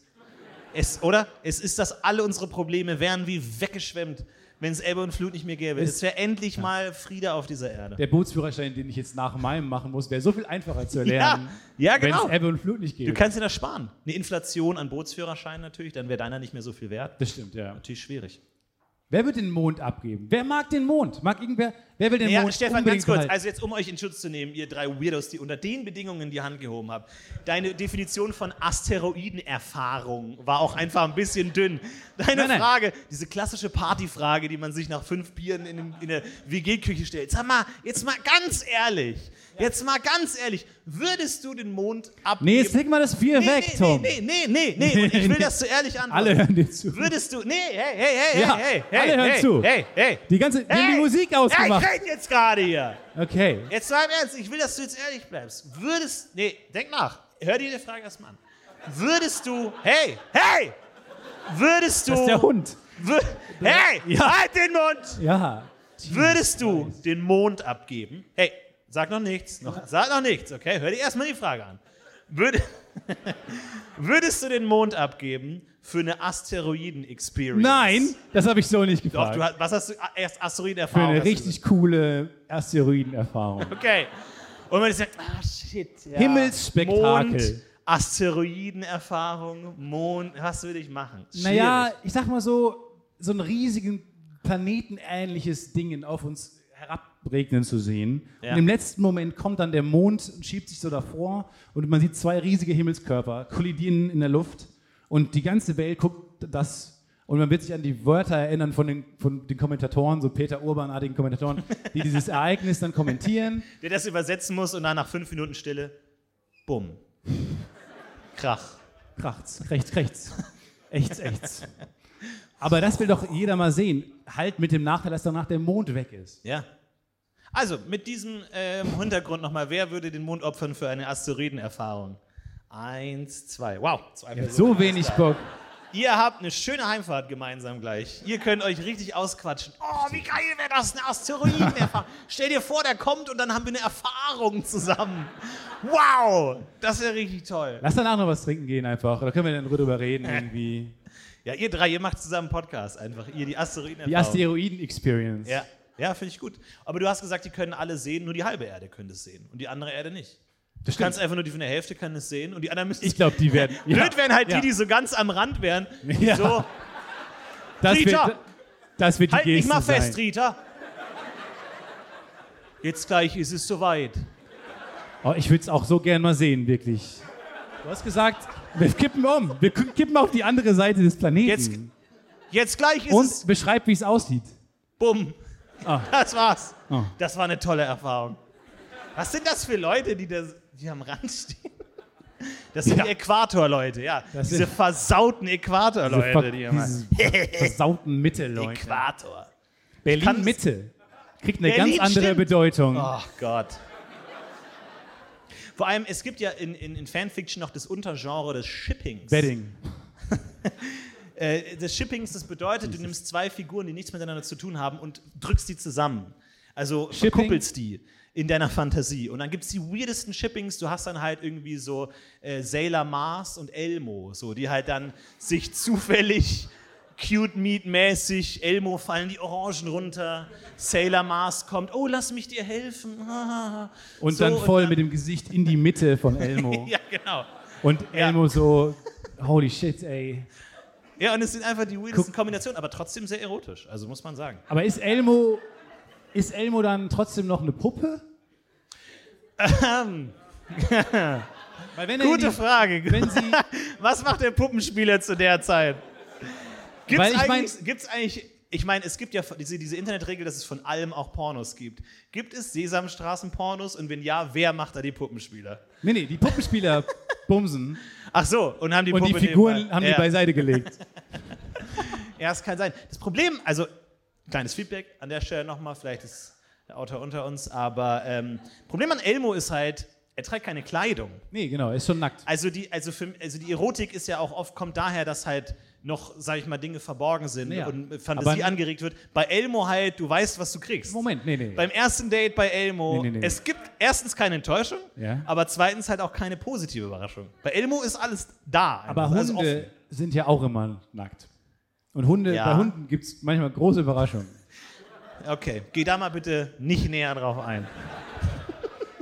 Speaker 2: Es, oder? Es ist, dass alle unsere Probleme wären wie weggeschwemmt, wenn es Ebbe und Flut nicht mehr gäbe.
Speaker 1: Es-
Speaker 2: Es wäre endlich mal Friede auf dieser Erde.
Speaker 1: der Bootsführerschein, den ich jetzt nach meinem machen muss, wäre so viel einfacher zu erlernen,
Speaker 2: ja,
Speaker 1: wenn
Speaker 2: genau.
Speaker 1: es Ebbe und Flut nicht gäbe.
Speaker 2: Du kannst dir das sparen. Eine Inflation an Bootsführerschein natürlich, dann wäre deiner nicht mehr so viel wert.
Speaker 1: das stimmt, ja.
Speaker 2: Natürlich schwierig.
Speaker 1: Wer wird den Mond abgeben? Wer mag den Mond? Mag irgendwer? Wer will den
Speaker 2: Ja,
Speaker 1: Mond
Speaker 2: Stefan,
Speaker 1: unbedingt
Speaker 2: ganz kurz,
Speaker 1: behalten?
Speaker 2: also jetzt um euch in Schutz zu nehmen, ihr drei Weirdos, die unter den Bedingungen die Hand gehoben habt. Deine Definition von Asteroidenerfahrung war auch einfach ein bisschen dünn. Deine
Speaker 1: Nein, nein.
Speaker 2: Frage, diese klassische Partyfrage, die man sich nach fünf Bieren in, einem- in der WG-Küche stellt. Sag mal, jetzt mal ganz ehrlich, jetzt mal ganz ehrlich, würdest du den Mond abgeben?
Speaker 1: nee, jetzt leg mal das Bier weg,
Speaker 2: nee,
Speaker 1: Tom.
Speaker 2: Nee, nee, nee, nee, nee. Und ich will das zu ehrlich antworten.
Speaker 1: Alle hören dir zu.
Speaker 2: Würdest du. Nee, hey, hey, hey,
Speaker 1: Ja,
Speaker 2: hey, hey,
Speaker 1: alle hören
Speaker 2: hey,
Speaker 1: zu.
Speaker 2: hey, hey.
Speaker 1: Die ganze, wir haben die Musik ausgemacht.
Speaker 2: Ja, ich rede jetzt gerade hier.
Speaker 1: okay.
Speaker 2: Jetzt mal im Ernst, ich will, dass du jetzt ehrlich bleibst. Würdest. Nee, denk nach. Hör dir die Frage erstmal an. Würdest du. Hey, hey! Würdest du.
Speaker 1: Das ist der Hund.
Speaker 2: Wür, hey!
Speaker 1: Ja.
Speaker 2: Halt den Mund!
Speaker 1: Ja.
Speaker 2: Würdest du den Mond abgeben? Hey, sag noch nichts. Noch, sag noch nichts, okay? Hör dir erstmal die Frage an. Würde, würdest du den Mond abgeben für eine Asteroiden-Experience?
Speaker 1: Nein, das habe ich so nicht
Speaker 2: Doch,
Speaker 1: gefragt.
Speaker 2: du, hast- was hast du? ah, Erst
Speaker 1: Für
Speaker 2: Asteroiden-Erfahrung.
Speaker 1: eine
Speaker 2: hast du
Speaker 1: richtig coole Asteroidenerfahrung.
Speaker 2: Okay. Und man sagt, ah shit. Ja.
Speaker 1: Himmelsspektakel.
Speaker 2: Mond, Asteroidenerfahrung, Mond, was würde ich machen?
Speaker 1: Naja,
Speaker 2: Schwierig.
Speaker 1: ich sag mal so, so ein riesigen planetenähnliches Ding auf uns herabregnen zu sehen.
Speaker 2: Ja.
Speaker 1: Und im letzten Moment kommt dann der Mond und schiebt sich so davor und man sieht zwei riesige Himmelskörper kollidieren in der Luft und die ganze Welt guckt das und man wird sich an die Wörter erinnern von den, von den Kommentatoren, so Peter Urban-artigen Kommentatoren, die dieses Ereignis dann kommentieren.
Speaker 2: der das übersetzen muss und dann nach fünf Minuten Stille, bumm. Krach.
Speaker 1: Krachts, rechts, rechts. Echts, echts. Aber das will doch jeder mal sehen. Halt mit dem Nachteil, dass danach der Mond weg ist.
Speaker 2: Ja. Also, mit diesem ähm, Hintergrund nochmal, wer würde den Mond opfern für eine Asteroidenerfahrung? Eins, zwei. Wow, zwei Personen.
Speaker 1: So wenig Bock.
Speaker 2: Ihr habt eine schöne Heimfahrt gemeinsam gleich. Ihr könnt euch richtig ausquatschen. Oh, wie geil wäre das, eine Asteroidenerfahrung. Stell dir vor, der kommt und dann haben wir eine Erfahrung zusammen. Wow, das wäre richtig toll.
Speaker 1: Lass danach noch was trinken gehen einfach. Da können wir dann drüber reden
Speaker 2: Äh.
Speaker 1: irgendwie.
Speaker 2: Ja, ihr drei, ihr macht zusammen einen Podcast einfach. Ihr die Asteroidenerfahrung.
Speaker 1: Die Asteroiden-Experience.
Speaker 2: Genau. ja, ja finde ich gut. Aber du hast gesagt, die können alle sehen, nur die halbe Erde könnte es sehen und die andere Erde nicht.
Speaker 1: das
Speaker 2: Du kannst
Speaker 1: stimmt.
Speaker 2: einfach nur die von der Hälfte kann es sehen und die anderen müssen.
Speaker 1: Ich glaube, die werden.
Speaker 2: Blöd wären halt
Speaker 1: ja.
Speaker 2: die, die so ganz am Rand wären.
Speaker 1: Ja.
Speaker 2: So,
Speaker 1: das wird,
Speaker 2: Rita!
Speaker 1: das wird die
Speaker 2: Halt mich
Speaker 1: Geste
Speaker 2: mal fest,
Speaker 1: sein.
Speaker 2: Rita. Jetzt gleich ist es soweit.
Speaker 1: Oh, ich würde es auch so gern mal sehen, wirklich. Du hast gesagt, wir kippen um. Wir kippen auf die andere Seite des Planeten.
Speaker 2: Jetzt Jetzt gleich ist
Speaker 1: Und
Speaker 2: es
Speaker 1: beschreib, wie es aussieht.
Speaker 2: bumm.
Speaker 1: Ah.
Speaker 2: Das war's.
Speaker 1: Oh.
Speaker 2: Das war eine tolle Erfahrung. Was sind das für Leute, die, da, die am Rand stehen? Das sind
Speaker 1: Ja.
Speaker 2: die Äquatorleute, ja.
Speaker 1: Das
Speaker 2: Diese
Speaker 1: sind-
Speaker 2: versauten
Speaker 1: Diese
Speaker 2: Äquatorleute,
Speaker 1: ver-
Speaker 2: die hier mal.
Speaker 1: diese versauten Mittelleute.
Speaker 2: Äquator. kann's-
Speaker 1: Berlin Mitte kriegt eine
Speaker 2: Berlin
Speaker 1: ganz andere
Speaker 2: stimmt.
Speaker 1: Bedeutung.
Speaker 2: Oh Gott. Vor allem, es gibt ja in, in, in Fanfiction noch das Untergenre des Shippings.
Speaker 1: Bedding.
Speaker 2: Äh, des Shippings, das bedeutet, du nimmst zwei Figuren, die nichts miteinander zu tun haben und drückst die zusammen. Also
Speaker 1: Shipping?
Speaker 2: verkuppelst die in deiner Fantasie. Und dann gibt es die weirdesten Shippings, du hast dann halt irgendwie so äh, Sailor Mars und Elmo, so, die halt dann sich zufällig cute meat mäßig, Elmo fallen die Orangen runter, Sailor Mars kommt, oh, lass mich dir helfen. ah.
Speaker 1: Und
Speaker 2: So,
Speaker 1: dann voll
Speaker 2: dann-
Speaker 1: mit dem Gesicht in die Mitte von Elmo.
Speaker 2: Ja, genau.
Speaker 1: Und
Speaker 2: Ja.
Speaker 1: Elmo so, holy shit, ey.
Speaker 2: Ja, und es sind einfach die weirdesten Kombinationen, aber trotzdem sehr erotisch, also muss man sagen.
Speaker 1: Aber ist Elmo, ist Elmo dann trotzdem noch eine Puppe?
Speaker 2: Ähm.
Speaker 1: Weil wenn er in
Speaker 2: Gute
Speaker 1: die-
Speaker 2: Frage.
Speaker 1: Wenn sie,
Speaker 2: Was macht der Puppenspieler zu der Zeit? Gibt's
Speaker 1: Weil ich mein-
Speaker 2: eigentlich, gibt's eigentlich, ich meine, es gibt ja diese, diese Internetregel, dass es von allem auch Pornos gibt. Gibt es Sesamstraßen-Pornos und wenn ja, wer macht da die Puppenspieler?
Speaker 1: nee, nee, die Puppenspieler bumsen
Speaker 2: Ach so, und haben die
Speaker 1: und die
Speaker 2: Puppe
Speaker 1: Figuren
Speaker 2: nebenbei.
Speaker 1: haben
Speaker 2: ja.
Speaker 1: die beiseite gelegt.
Speaker 2: Ja, es kann sein. Das Problem, also Kleines Feedback an der Stelle nochmal, vielleicht ist der Autor unter uns, aber ähm, Problem an Elmo ist halt, er trägt keine Kleidung.
Speaker 1: Nee, genau, er ist schon nackt.
Speaker 2: Also die, also, für, also die Erotik ist ja auch oft, kommt daher, dass halt noch, sag ich mal, Dinge verborgen sind
Speaker 1: Naja,
Speaker 2: und Fantasie
Speaker 1: aber-
Speaker 2: angeregt wird. Bei Elmo halt, du weißt, was du kriegst.
Speaker 1: Moment, nee, nee.
Speaker 2: Beim ersten Date bei Elmo,
Speaker 1: Nee, nee, nee.
Speaker 2: es gibt erstens keine Enttäuschung,
Speaker 1: Ja.
Speaker 2: aber zweitens halt auch keine positive Überraschung. Bei Elmo ist alles da.
Speaker 1: Aber
Speaker 2: einfach, also
Speaker 1: Hunde
Speaker 2: offen.
Speaker 1: sind ja auch immer nackt. Und Hunde,
Speaker 2: Ja.
Speaker 1: bei Hunden gibt es manchmal große Überraschungen.
Speaker 2: okay, geh da mal bitte nicht näher drauf ein.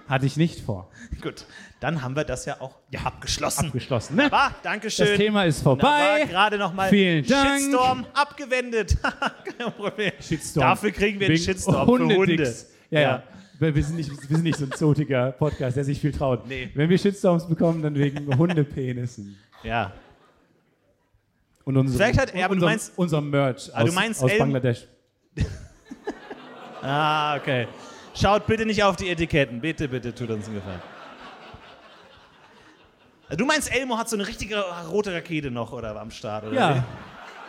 Speaker 1: Hatte ich nicht vor.
Speaker 2: Gut, dann haben wir das ja auch ja, abgeschlossen.
Speaker 1: Abgeschlossen. Ne?
Speaker 2: War, Dankeschön.
Speaker 1: Das Thema ist
Speaker 2: Da war
Speaker 1: vorbei.
Speaker 2: gerade nochmal
Speaker 1: Vielen Dank.
Speaker 2: Shitstorm abgewendet. Kein Problem.
Speaker 1: Shitstorm.
Speaker 2: Dafür kriegen wir einen
Speaker 1: Wegen
Speaker 2: Shitstorm für Hunde.
Speaker 1: Hundedicks. Ja, ja. Weil wir sind, nicht, wir sind nicht so ein zotiger Podcast, der sich viel traut.
Speaker 2: Nee.
Speaker 1: Wenn wir Shitstorms bekommen, dann wegen Hundepenissen.
Speaker 2: ja.
Speaker 1: Und unserem,
Speaker 2: Vielleicht hat- ja, aber du
Speaker 1: unserem,
Speaker 2: meinst-
Speaker 1: unserem Merch
Speaker 2: Aber
Speaker 1: aus,
Speaker 2: du meinst
Speaker 1: aus
Speaker 2: Elm-
Speaker 1: Bangladesch.
Speaker 2: Ah, okay. Schaut bitte nicht auf die Etiketten. Bitte, bitte, tut uns einen Gefallen. Du meinst, Elmo hat so eine richtige rote Rakete noch oder am Start, oder?
Speaker 1: Ja.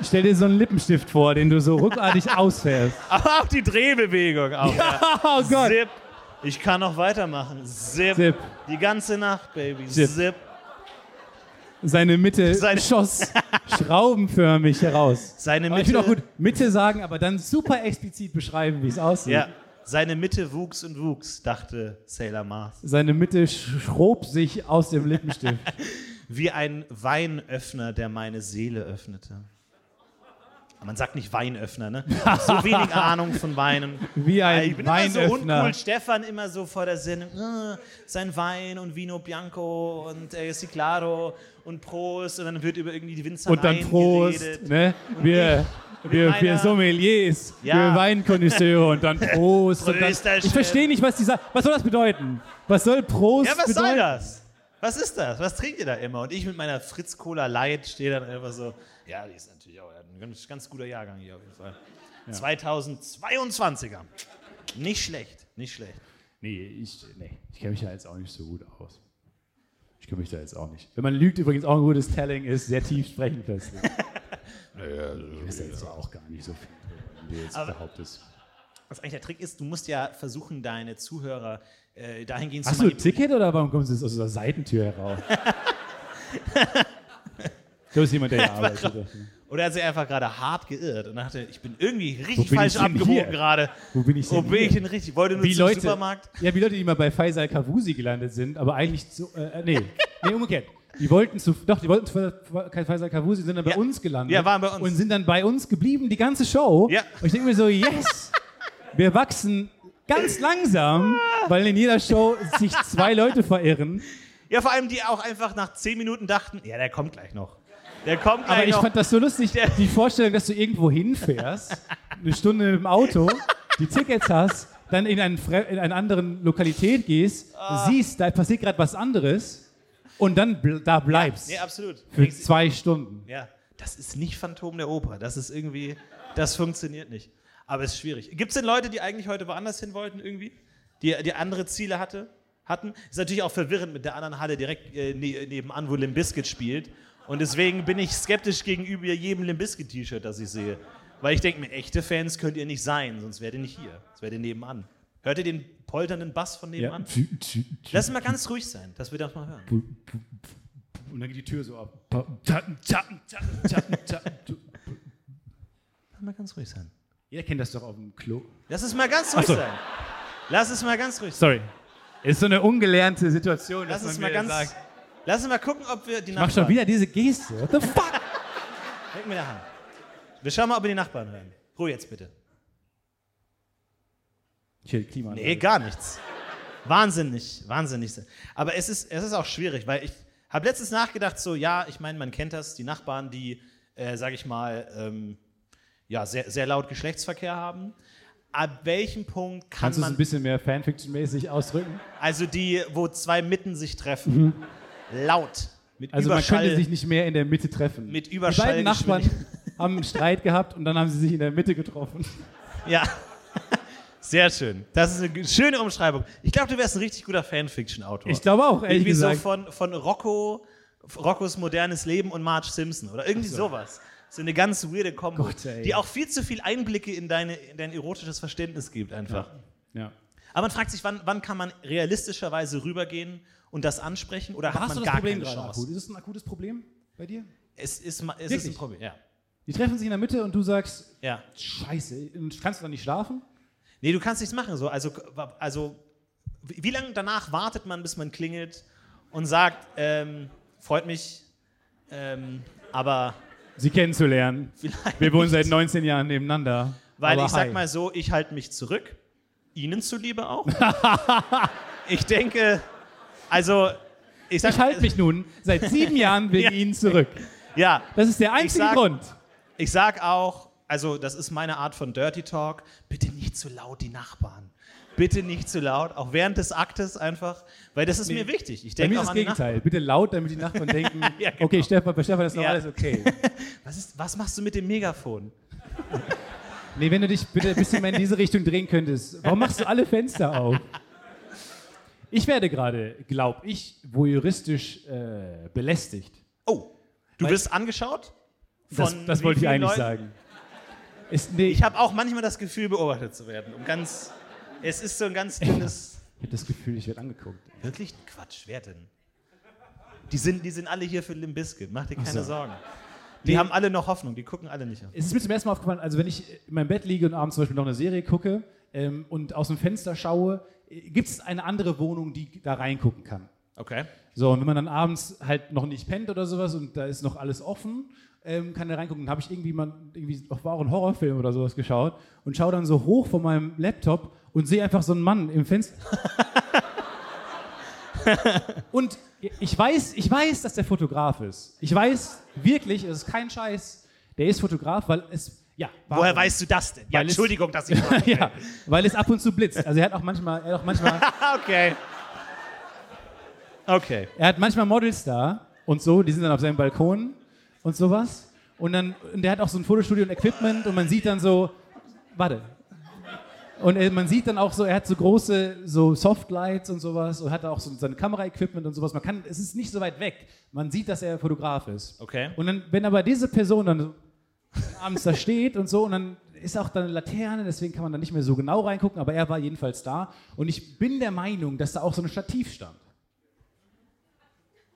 Speaker 1: Stell dir so einen Lippenstift vor, den du so ruckartig ausfährst.
Speaker 2: Aber auch die Drehbewegung. Auch, ja.
Speaker 1: Oh Gott.
Speaker 2: Zip. Ich kann noch weitermachen. Zip.
Speaker 1: Zip.
Speaker 2: Die ganze Nacht, Baby.
Speaker 1: Zip.
Speaker 2: Zip.
Speaker 1: Seine Mitte
Speaker 2: Seine-
Speaker 1: schoss schraubenförmig heraus.
Speaker 2: Seine
Speaker 1: Aber ich
Speaker 2: Mitte.
Speaker 1: finde auch gut, Mitte sagen, aber dann super explizit beschreiben, wie es aussieht.
Speaker 2: Ja. Seine Mitte wuchs und wuchs, dachte Sailor Mars.
Speaker 1: Seine Mitte sch- schrob sich aus dem Lippenstift.
Speaker 2: Wie ein Weinöffner, der meine Seele öffnete. Man sagt nicht Weinöffner, ne? So wenig Ahnung von Weinen.
Speaker 1: Wie
Speaker 2: ich
Speaker 1: ein
Speaker 2: bin immer so
Speaker 1: Weinöffner.
Speaker 2: uncool. Stefan immer so vor der Sendung, äh, sein Wein und Vino Bianco und äh, Ciclaro und Prost. Und dann wird über irgendwie die Winzereien
Speaker 1: und dann Prost.
Speaker 2: geredet.
Speaker 1: Ne? Wir,
Speaker 2: mit
Speaker 1: wir,
Speaker 2: meiner-
Speaker 1: wir Sommeliers,
Speaker 2: Ja.
Speaker 1: wir Weinkonnoisseure und dann Prost. und dann,
Speaker 2: Prost, der
Speaker 1: ich
Speaker 2: Chef.
Speaker 1: verstehe nicht, was die sagen. Was soll das bedeuten? Was soll Prost
Speaker 2: Ja, was
Speaker 1: bedeuten?
Speaker 2: soll das? Was ist das? Was trinkt ihr da immer? Und ich mit meiner Fritz Cola Light stehe dann einfach so, ja, die ist natürlich auch ein ganz, ganz guter Jahrgang hier auf jeden Fall. 2022er. Nicht schlecht, nicht schlecht.
Speaker 1: Nee, ich, nee, ich kenne mich da jetzt auch nicht so gut aus. Ich kenne mich da jetzt auch nicht. Wenn man lügt, übrigens auch ein gutes Telling ist, sehr tief sprechen plötzlich. naja, ich weiß da jetzt ja auch gar nicht so viel, wie du jetzt
Speaker 2: Aber-
Speaker 1: behauptest.
Speaker 2: Was eigentlich der Trick ist, du musst ja versuchen, deine Zuhörer äh, dahingehend
Speaker 1: Hast
Speaker 2: zu
Speaker 1: du ein
Speaker 2: manipulieren.
Speaker 1: Ticket oder warum kommst du jetzt aus der Seitentür heraus? da ist jemand, der hier arbeitet.
Speaker 2: Oder hat sich einfach gerade hart geirrt und dachte, ich bin irgendwie
Speaker 1: Wo
Speaker 2: richtig
Speaker 1: bin
Speaker 2: falsch
Speaker 1: ich denn hier?
Speaker 2: abgebogen gerade.
Speaker 1: Wo bin ich
Speaker 2: Wo
Speaker 1: denn
Speaker 2: bin ich
Speaker 1: hier?
Speaker 2: denn richtig? Wollte nur
Speaker 1: Wie
Speaker 2: zum
Speaker 1: Leute,
Speaker 2: Supermarkt.
Speaker 1: ja, wie Leute, die mal bei Faisal Kavusi gelandet sind, aber eigentlich zu, äh, nee, nee, umgekehrt. Die wollten zu, doch, die wollten zu Fa- Fa- Faisal Kavusi, sind dann bei
Speaker 2: Ja.
Speaker 1: uns gelandet.
Speaker 2: Ja, waren bei uns.
Speaker 1: Und sind dann bei uns geblieben, die ganze Show.
Speaker 2: Ja.
Speaker 1: Und ich denke mir so, yes, wir wachsen ganz langsam, weil in jeder Show sich zwei Leute verirren.
Speaker 2: Ja, vor allem die auch einfach nach 10 Minuten dachten, ja, der kommt gleich noch. Der kommt gleich
Speaker 1: Aber ich
Speaker 2: noch.
Speaker 1: fand das so lustig, die Vorstellung, dass du irgendwo hinfährst, eine Stunde im Auto, die Tickets hast, dann in, einen fre- in eine anderen Lokalität gehst, siehst, da passiert gerade was anderes und dann bl da bleibst.
Speaker 2: nee, absolut.
Speaker 1: für zwei Stunden.
Speaker 2: Ja, das ist nicht Phantom der Oper. Das ist irgendwie, das funktioniert nicht. Aber es ist schwierig. Gibt es denn Leute, die eigentlich heute woanders hin wollten irgendwie? Die, die andere Ziele hatte, hatten? Ist natürlich auch verwirrend mit der anderen Halle direkt äh, ne, nebenan, wo Limbiskit spielt. Und deswegen bin ich skeptisch gegenüber jedem Limbiskit-T-Shirt, das ich sehe. Weil ich denke mir, echte Fans könnt ihr nicht sein, sonst wärt ihr nicht hier. Sonst wärt ihr nebenan. Hört ihr den polternden Bass von nebenan? Lass uns mal ganz ruhig sein, dass wir das mal hören.
Speaker 1: Und dann geht die Tür so ab.
Speaker 2: Lass mal ganz ruhig sein.
Speaker 1: Jeder kennt das doch auf dem Klo.
Speaker 2: Lass es mal ganz ruhig
Speaker 1: Ach so.
Speaker 2: sein. Lass es mal ganz ruhig
Speaker 1: Sorry.
Speaker 2: sein.
Speaker 1: Ist so eine ungelernte Situation,
Speaker 2: Lass
Speaker 1: dass
Speaker 2: uns
Speaker 1: man
Speaker 2: mal
Speaker 1: mir
Speaker 2: ganz.
Speaker 1: sagt,
Speaker 2: Lass uns mal gucken, ob wir die
Speaker 1: mach
Speaker 2: Nachbarn.
Speaker 1: schon wieder diese Geste. What the fuck?
Speaker 2: Weg mit der Hand. Wir schauen mal, ob wir die Nachbarn hören. Ruhe jetzt bitte.
Speaker 1: Chill, Klima.
Speaker 2: Nee, gar nichts. Wahnsinnig, wahnsinnig. Aber es ist, es ist auch schwierig, weil ich habe letztens nachgedacht, so, ja, ich meine, man kennt das, die Nachbarn, die, äh, sage ich mal, ähm, ja, sehr, sehr laut Geschlechtsverkehr haben. Ab welchem Punkt kann
Speaker 1: Kannst du es
Speaker 2: man.
Speaker 1: ein bisschen mehr Fanfiction-mäßig ausdrücken?
Speaker 2: also die, wo zwei Mitten sich treffen, laut. Mit
Speaker 1: Mhm. Also man
Speaker 2: Überschall.
Speaker 1: könnte sich nicht mehr in der Mitte treffen.
Speaker 2: Mit
Speaker 1: Die beiden Nachbarn
Speaker 2: Überschallgeschwindigkeit.
Speaker 1: haben einen Streit gehabt und dann haben sie sich in der Mitte getroffen.
Speaker 2: Ja. Sehr schön. Das ist eine g- schöne Umschreibung. Ich glaube, du wärst ein richtig guter Fanfiction-Autor.
Speaker 1: Ich glaube auch, ehrlich
Speaker 2: Irgendwie so
Speaker 1: gesagt.
Speaker 2: von, von Rocco, Roccos modernes Leben und Marge Simpson oder irgendwie sowas. So eine ganz weirde Kombo,
Speaker 1: Gott, ey.
Speaker 2: die auch viel zu viel Einblicke in, deine, in dein erotisches Verständnis gibt einfach.
Speaker 1: Ja.
Speaker 2: Aber man fragt sich, wann, wann kann man realistischerweise rübergehen und das ansprechen oder hat
Speaker 1: Hast
Speaker 2: man
Speaker 1: du das
Speaker 2: gar
Speaker 1: Problem
Speaker 2: keine
Speaker 1: gerade akut?
Speaker 2: Chance?
Speaker 1: Ist es ein akutes Problem bei dir?
Speaker 2: Es ist, ma- es ist
Speaker 1: Wirklich?
Speaker 2: ein Problem, ja.
Speaker 1: Die treffen sich in der Mitte und du sagst,
Speaker 2: ja.
Speaker 1: Scheiße, und kannst du dann nicht schlafen?
Speaker 2: Nee, du kannst nichts machen. So. Also, also, wie wie lange danach wartet man, bis man klingelt und sagt, ähm, freut mich, ähm, aber
Speaker 1: Sie kennenzulernen.
Speaker 2: vielleicht.
Speaker 1: Wir wohnen seit 19 Jahren nebeneinander.
Speaker 2: Weil
Speaker 1: aber
Speaker 2: ich sag
Speaker 1: hi.
Speaker 2: mal so, ich halte mich zurück. Ihnen zuliebe auch. ich denke, also, ich sag
Speaker 1: Ich halte mich nun seit sieben Jahren wegen Ihnen zurück.
Speaker 2: Ja,
Speaker 1: Das ist der einzige
Speaker 2: sag-
Speaker 1: Grund.
Speaker 2: ich sag auch, also, das ist meine Art von Dirty Talk. Bitte nicht zu laut die Nachbarn. Bitte nicht zu laut, auch während des Aktes einfach, weil das ist mir wichtig. Ich
Speaker 1: Bei
Speaker 2: denke
Speaker 1: mir
Speaker 2: auch
Speaker 1: ist das
Speaker 2: an die Nachbarn.
Speaker 1: Gegenteil. Bitte laut, damit die Nachbarn denken,
Speaker 2: Ja, genau.
Speaker 1: okay, Stefan, bei Stefan ist noch
Speaker 2: Ja.
Speaker 1: alles okay.
Speaker 2: Was, ist, was machst du mit dem Megafon?
Speaker 1: Nee, wenn du dich bitte ein bisschen mehr in diese Richtung drehen könntest. Warum machst du alle Fenster auf? Ich werde gerade, glaub ich, voyeuristisch äh, belästigt.
Speaker 2: Oh, du
Speaker 1: Weil-
Speaker 2: wirst angeschaut?
Speaker 1: Das,
Speaker 2: Von
Speaker 1: das
Speaker 2: wie
Speaker 1: wollte ich
Speaker 2: vielen
Speaker 1: eigentlich
Speaker 2: Leuten?
Speaker 1: sagen. Ist, nee,
Speaker 2: Ich habe auch manchmal das Gefühl, beobachtet zu werden. Um ganz, es ist so ein ganz dünnes.
Speaker 1: ich habe das Gefühl, ich werde angeguckt.
Speaker 2: Wirklich Quatsch, wer denn? Die sind, die sind alle hier für Limbiskit, mach dir keine
Speaker 1: so.
Speaker 2: Sorgen. Die haben alle noch Hoffnung, die gucken alle nicht auf.
Speaker 1: Es ist mir zum ersten Mal aufgefallen, also wenn ich in meinem Bett liege und abends zum Beispiel noch eine Serie gucke ähm, und aus dem Fenster schaue, gibt es eine andere Wohnung, die da reingucken kann.
Speaker 2: Okay.
Speaker 1: So, und wenn man dann abends halt noch nicht pennt oder sowas und da ist noch alles offen, ähm, kann der reingucken. Dann habe ich irgendwie mal irgendwie auch wahren Horrorfilm oder sowas geschaut und schaue dann so hoch von meinem Laptop und sehe einfach so einen Mann im Fenster. und ich weiß, ich weiß, dass der Fotograf ist. Ich weiß wirklich, es ist kein Scheiß, der ist Fotograf, weil es ja.
Speaker 2: Woher weißt du das denn? Ja,
Speaker 1: Weil es-
Speaker 2: Entschuldigung, dass ich.
Speaker 1: ja, weil es ab und zu blitzt. Also er hat auch manchmal, er hat auch manchmal
Speaker 2: Ah, okay. Okay.
Speaker 1: Er hat manchmal Models da und so, die sind dann auf seinem Balkon und sowas. Und dann, und der hat auch so ein Fotostudio und Equipment und man sieht dann so, warte. Und äh, man sieht dann auch so, er hat so große so Softlights und sowas und hat auch so sein Kameraequipment und sowas. Man kann, es ist nicht so weit weg. Man sieht, dass er Fotograf ist.
Speaker 2: Okay.
Speaker 1: Und dann, wenn aber diese Person dann so abends da steht und so, und dann ist auch da eine Laterne, deswegen kann man da nicht mehr so genau reingucken, aber er war jedenfalls da. Und ich bin der Meinung, dass da auch so ein Stativ stand.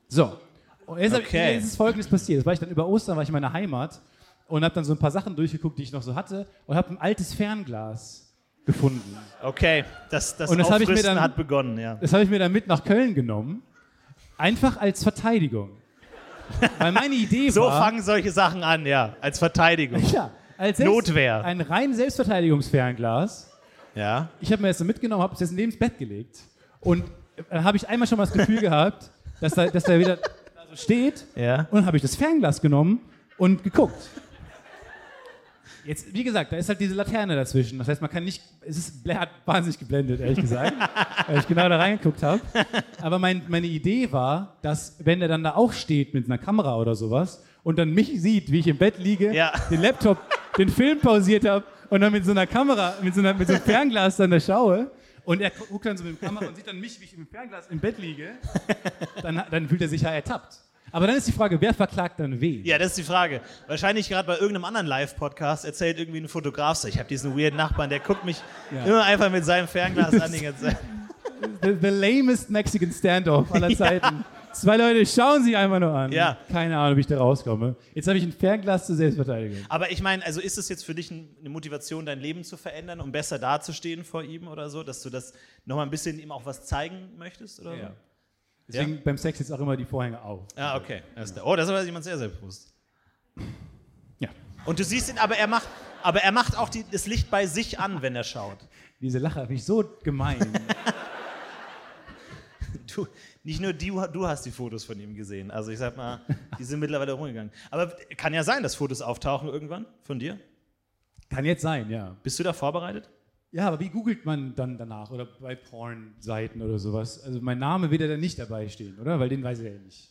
Speaker 1: So. Und jetzt, hab-
Speaker 2: Okay.
Speaker 1: jetzt ist folgendes passiert. Jetzt war ich dann über Ostern, war ich in meiner Heimat und habe dann so ein paar Sachen durchgeguckt, die ich noch so hatte, und habe ein altes Fernglas gefunden.
Speaker 2: Okay. Das, das,
Speaker 1: Und das hab ich mir
Speaker 2: Aufrüsten
Speaker 1: dann-
Speaker 2: hat begonnen, ja.
Speaker 1: Das habe ich mir dann mit nach Köln genommen, einfach als Verteidigung. Weil meine Idee
Speaker 2: So
Speaker 1: war...
Speaker 2: fangen solche Sachen an, ja. Als Verteidigung.
Speaker 1: Ja, als
Speaker 2: Notwehr.
Speaker 1: Ein rein Selbstverteidigungsfernglas.
Speaker 2: Ja.
Speaker 1: Ich habe mir das so mitgenommen, habe es jetzt neben das Bett gelegt. Und dann habe ich einmal schon mal das Gefühl gehabt, dass da, dass da wieder da so steht.
Speaker 2: Ja.
Speaker 1: Und dann habe ich das Fernglas genommen und geguckt. Jetzt, wie gesagt, da ist halt diese Laterne dazwischen. Das heißt, man kann nicht. Es ist er hat wahnsinnig geblendet, ehrlich gesagt, weil ich genau da reingeguckt habe. Aber mein, meine Idee war, dass, wenn er dann da auch steht mit einer Kamera oder sowas und dann mich sieht, wie ich im Bett liege,
Speaker 2: Ja.
Speaker 1: den Laptop, den Film pausiert habe und dann mit so einer Kamera, mit so, einer, mit so einem Fernglas dann da schaue und er gu- guckt dann so mit dem Kamera und sieht dann mich, wie ich im Fernglas im Bett liege, dann, dann fühlt er sich ja ertappt. Aber dann ist die Frage, wer verklagt dann wen?
Speaker 2: Ja, das ist die Frage. Wahrscheinlich gerade bei irgendeinem anderen Live-Podcast erzählt irgendwie ein Fotograf, so, ich habe diesen weirden Nachbarn, der guckt mich
Speaker 1: Ja.
Speaker 2: immer einfach mit seinem Fernglas an die ganze Zeit.
Speaker 1: The, the lamest Mexican Standoff aller Zeiten. Zwei Leute schauen sich einfach nur an.
Speaker 2: Ja.
Speaker 1: Keine Ahnung, wie ich da rauskomme. Jetzt habe ich ein Fernglas zur Selbstverteidigung.
Speaker 2: Aber ich meine, also ist es jetzt für dich ein- eine Motivation, dein Leben zu verändern, um besser dazustehen vor ihm oder so, dass du das nochmal ein bisschen ihm auch was zeigen möchtest oder so?
Speaker 1: Deswegen beim Sex jetzt auch immer die Vorhänge auf.
Speaker 2: Ah, okay. Alles klar. Oh, das ist aber jemand sehr selbstbewusst.
Speaker 1: Ja.
Speaker 2: Und du siehst ihn, aber er macht, aber er macht auch die, das Licht bei sich an, wenn er schaut.
Speaker 1: Diese Lacher finde ich so gemein.
Speaker 2: Du, nicht nur die, du hast die Fotos von ihm gesehen. Also ich sag mal, die sind mittlerweile rumgegangen. Aber kann ja sein, dass Fotos auftauchen irgendwann von dir.
Speaker 1: Kann jetzt sein, ja.
Speaker 2: Bist du da vorbereitet?
Speaker 1: Ja, aber wie googelt man dann danach? Oder bei Porn-Seiten oder sowas? Also mein Name wird ja dann nicht dabei stehen, oder? Weil den weiß er ja nicht.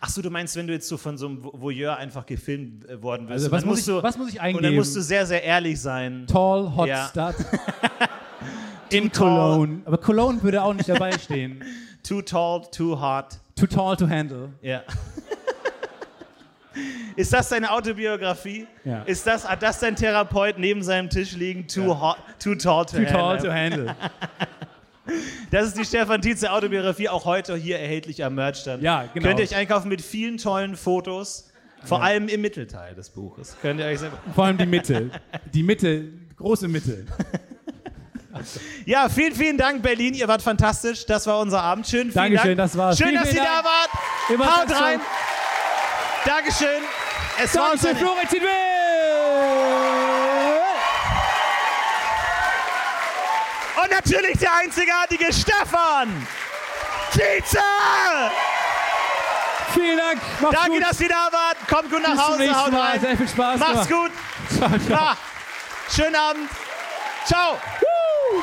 Speaker 2: Ach so, du meinst, wenn du jetzt so von so einem Voyeur einfach gefilmt äh, worden bist.
Speaker 1: Also
Speaker 2: und
Speaker 1: was
Speaker 2: dann
Speaker 1: muss,
Speaker 2: musst
Speaker 1: ich,
Speaker 2: du,
Speaker 1: was muss ich
Speaker 2: Und
Speaker 1: eingeben?
Speaker 2: dann musst du sehr, sehr ehrlich sein.
Speaker 1: Tall, hot
Speaker 2: Ja.
Speaker 1: stud. In
Speaker 2: Too tall.
Speaker 1: Cologne. Aber Cologne würde auch nicht dabei stehen.
Speaker 2: Too tall, too hot.
Speaker 1: Too tall to handle.
Speaker 2: Ja. Ist das deine Autobiografie?
Speaker 1: Ja.
Speaker 2: Ist das, hat das dein Therapeut neben seinem Tisch liegen? Too,
Speaker 1: Ja.
Speaker 2: hot, too tall to
Speaker 1: Too tall
Speaker 2: handle.
Speaker 1: to handle.
Speaker 2: Das ist die Stefan Tietze Autobiografie, auch heute hier erhältlich am Merchstand.
Speaker 1: Ja, genau.
Speaker 2: Könnt ihr euch einkaufen mit vielen tollen Fotos, vor allem im Mittelteil des Buches. Könnt ihr euch selber
Speaker 1: Vor allem die Mitte. Die Mitte, große Mitte.
Speaker 2: ja, vielen, vielen Dank, Berlin. Ihr wart fantastisch. Das war unser Abend. Schön, vielen
Speaker 1: Dankeschön,
Speaker 2: Dank.
Speaker 1: das war's.
Speaker 2: Schön,
Speaker 1: Vielen,
Speaker 2: dass
Speaker 1: vielen
Speaker 2: ihr da
Speaker 1: Dank.
Speaker 2: wart.
Speaker 1: Immer
Speaker 2: Haut
Speaker 1: Dankeschön.
Speaker 2: rein. Dankeschön. Es war uns
Speaker 1: Dankeschön,
Speaker 2: eine
Speaker 1: Florentin Will!
Speaker 2: Und natürlich der einzigartige Stefan Tietze.
Speaker 1: Vielen Dank. Macht's
Speaker 2: Danke,
Speaker 1: gut.
Speaker 2: dass ihr da wart. Kommt gut
Speaker 1: Bis
Speaker 2: nach
Speaker 1: zum
Speaker 2: Hause.
Speaker 1: nächsten
Speaker 2: Haut
Speaker 1: Mal.
Speaker 2: rein.
Speaker 1: Sehr viel Spaß.
Speaker 2: Macht's gut.
Speaker 1: gut. Ciao, ciao.
Speaker 2: Ah, schönen Abend. Ciao.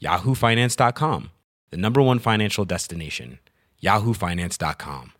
Speaker 4: yahoofinance.com, the number one financial destination, yahoofinance.com.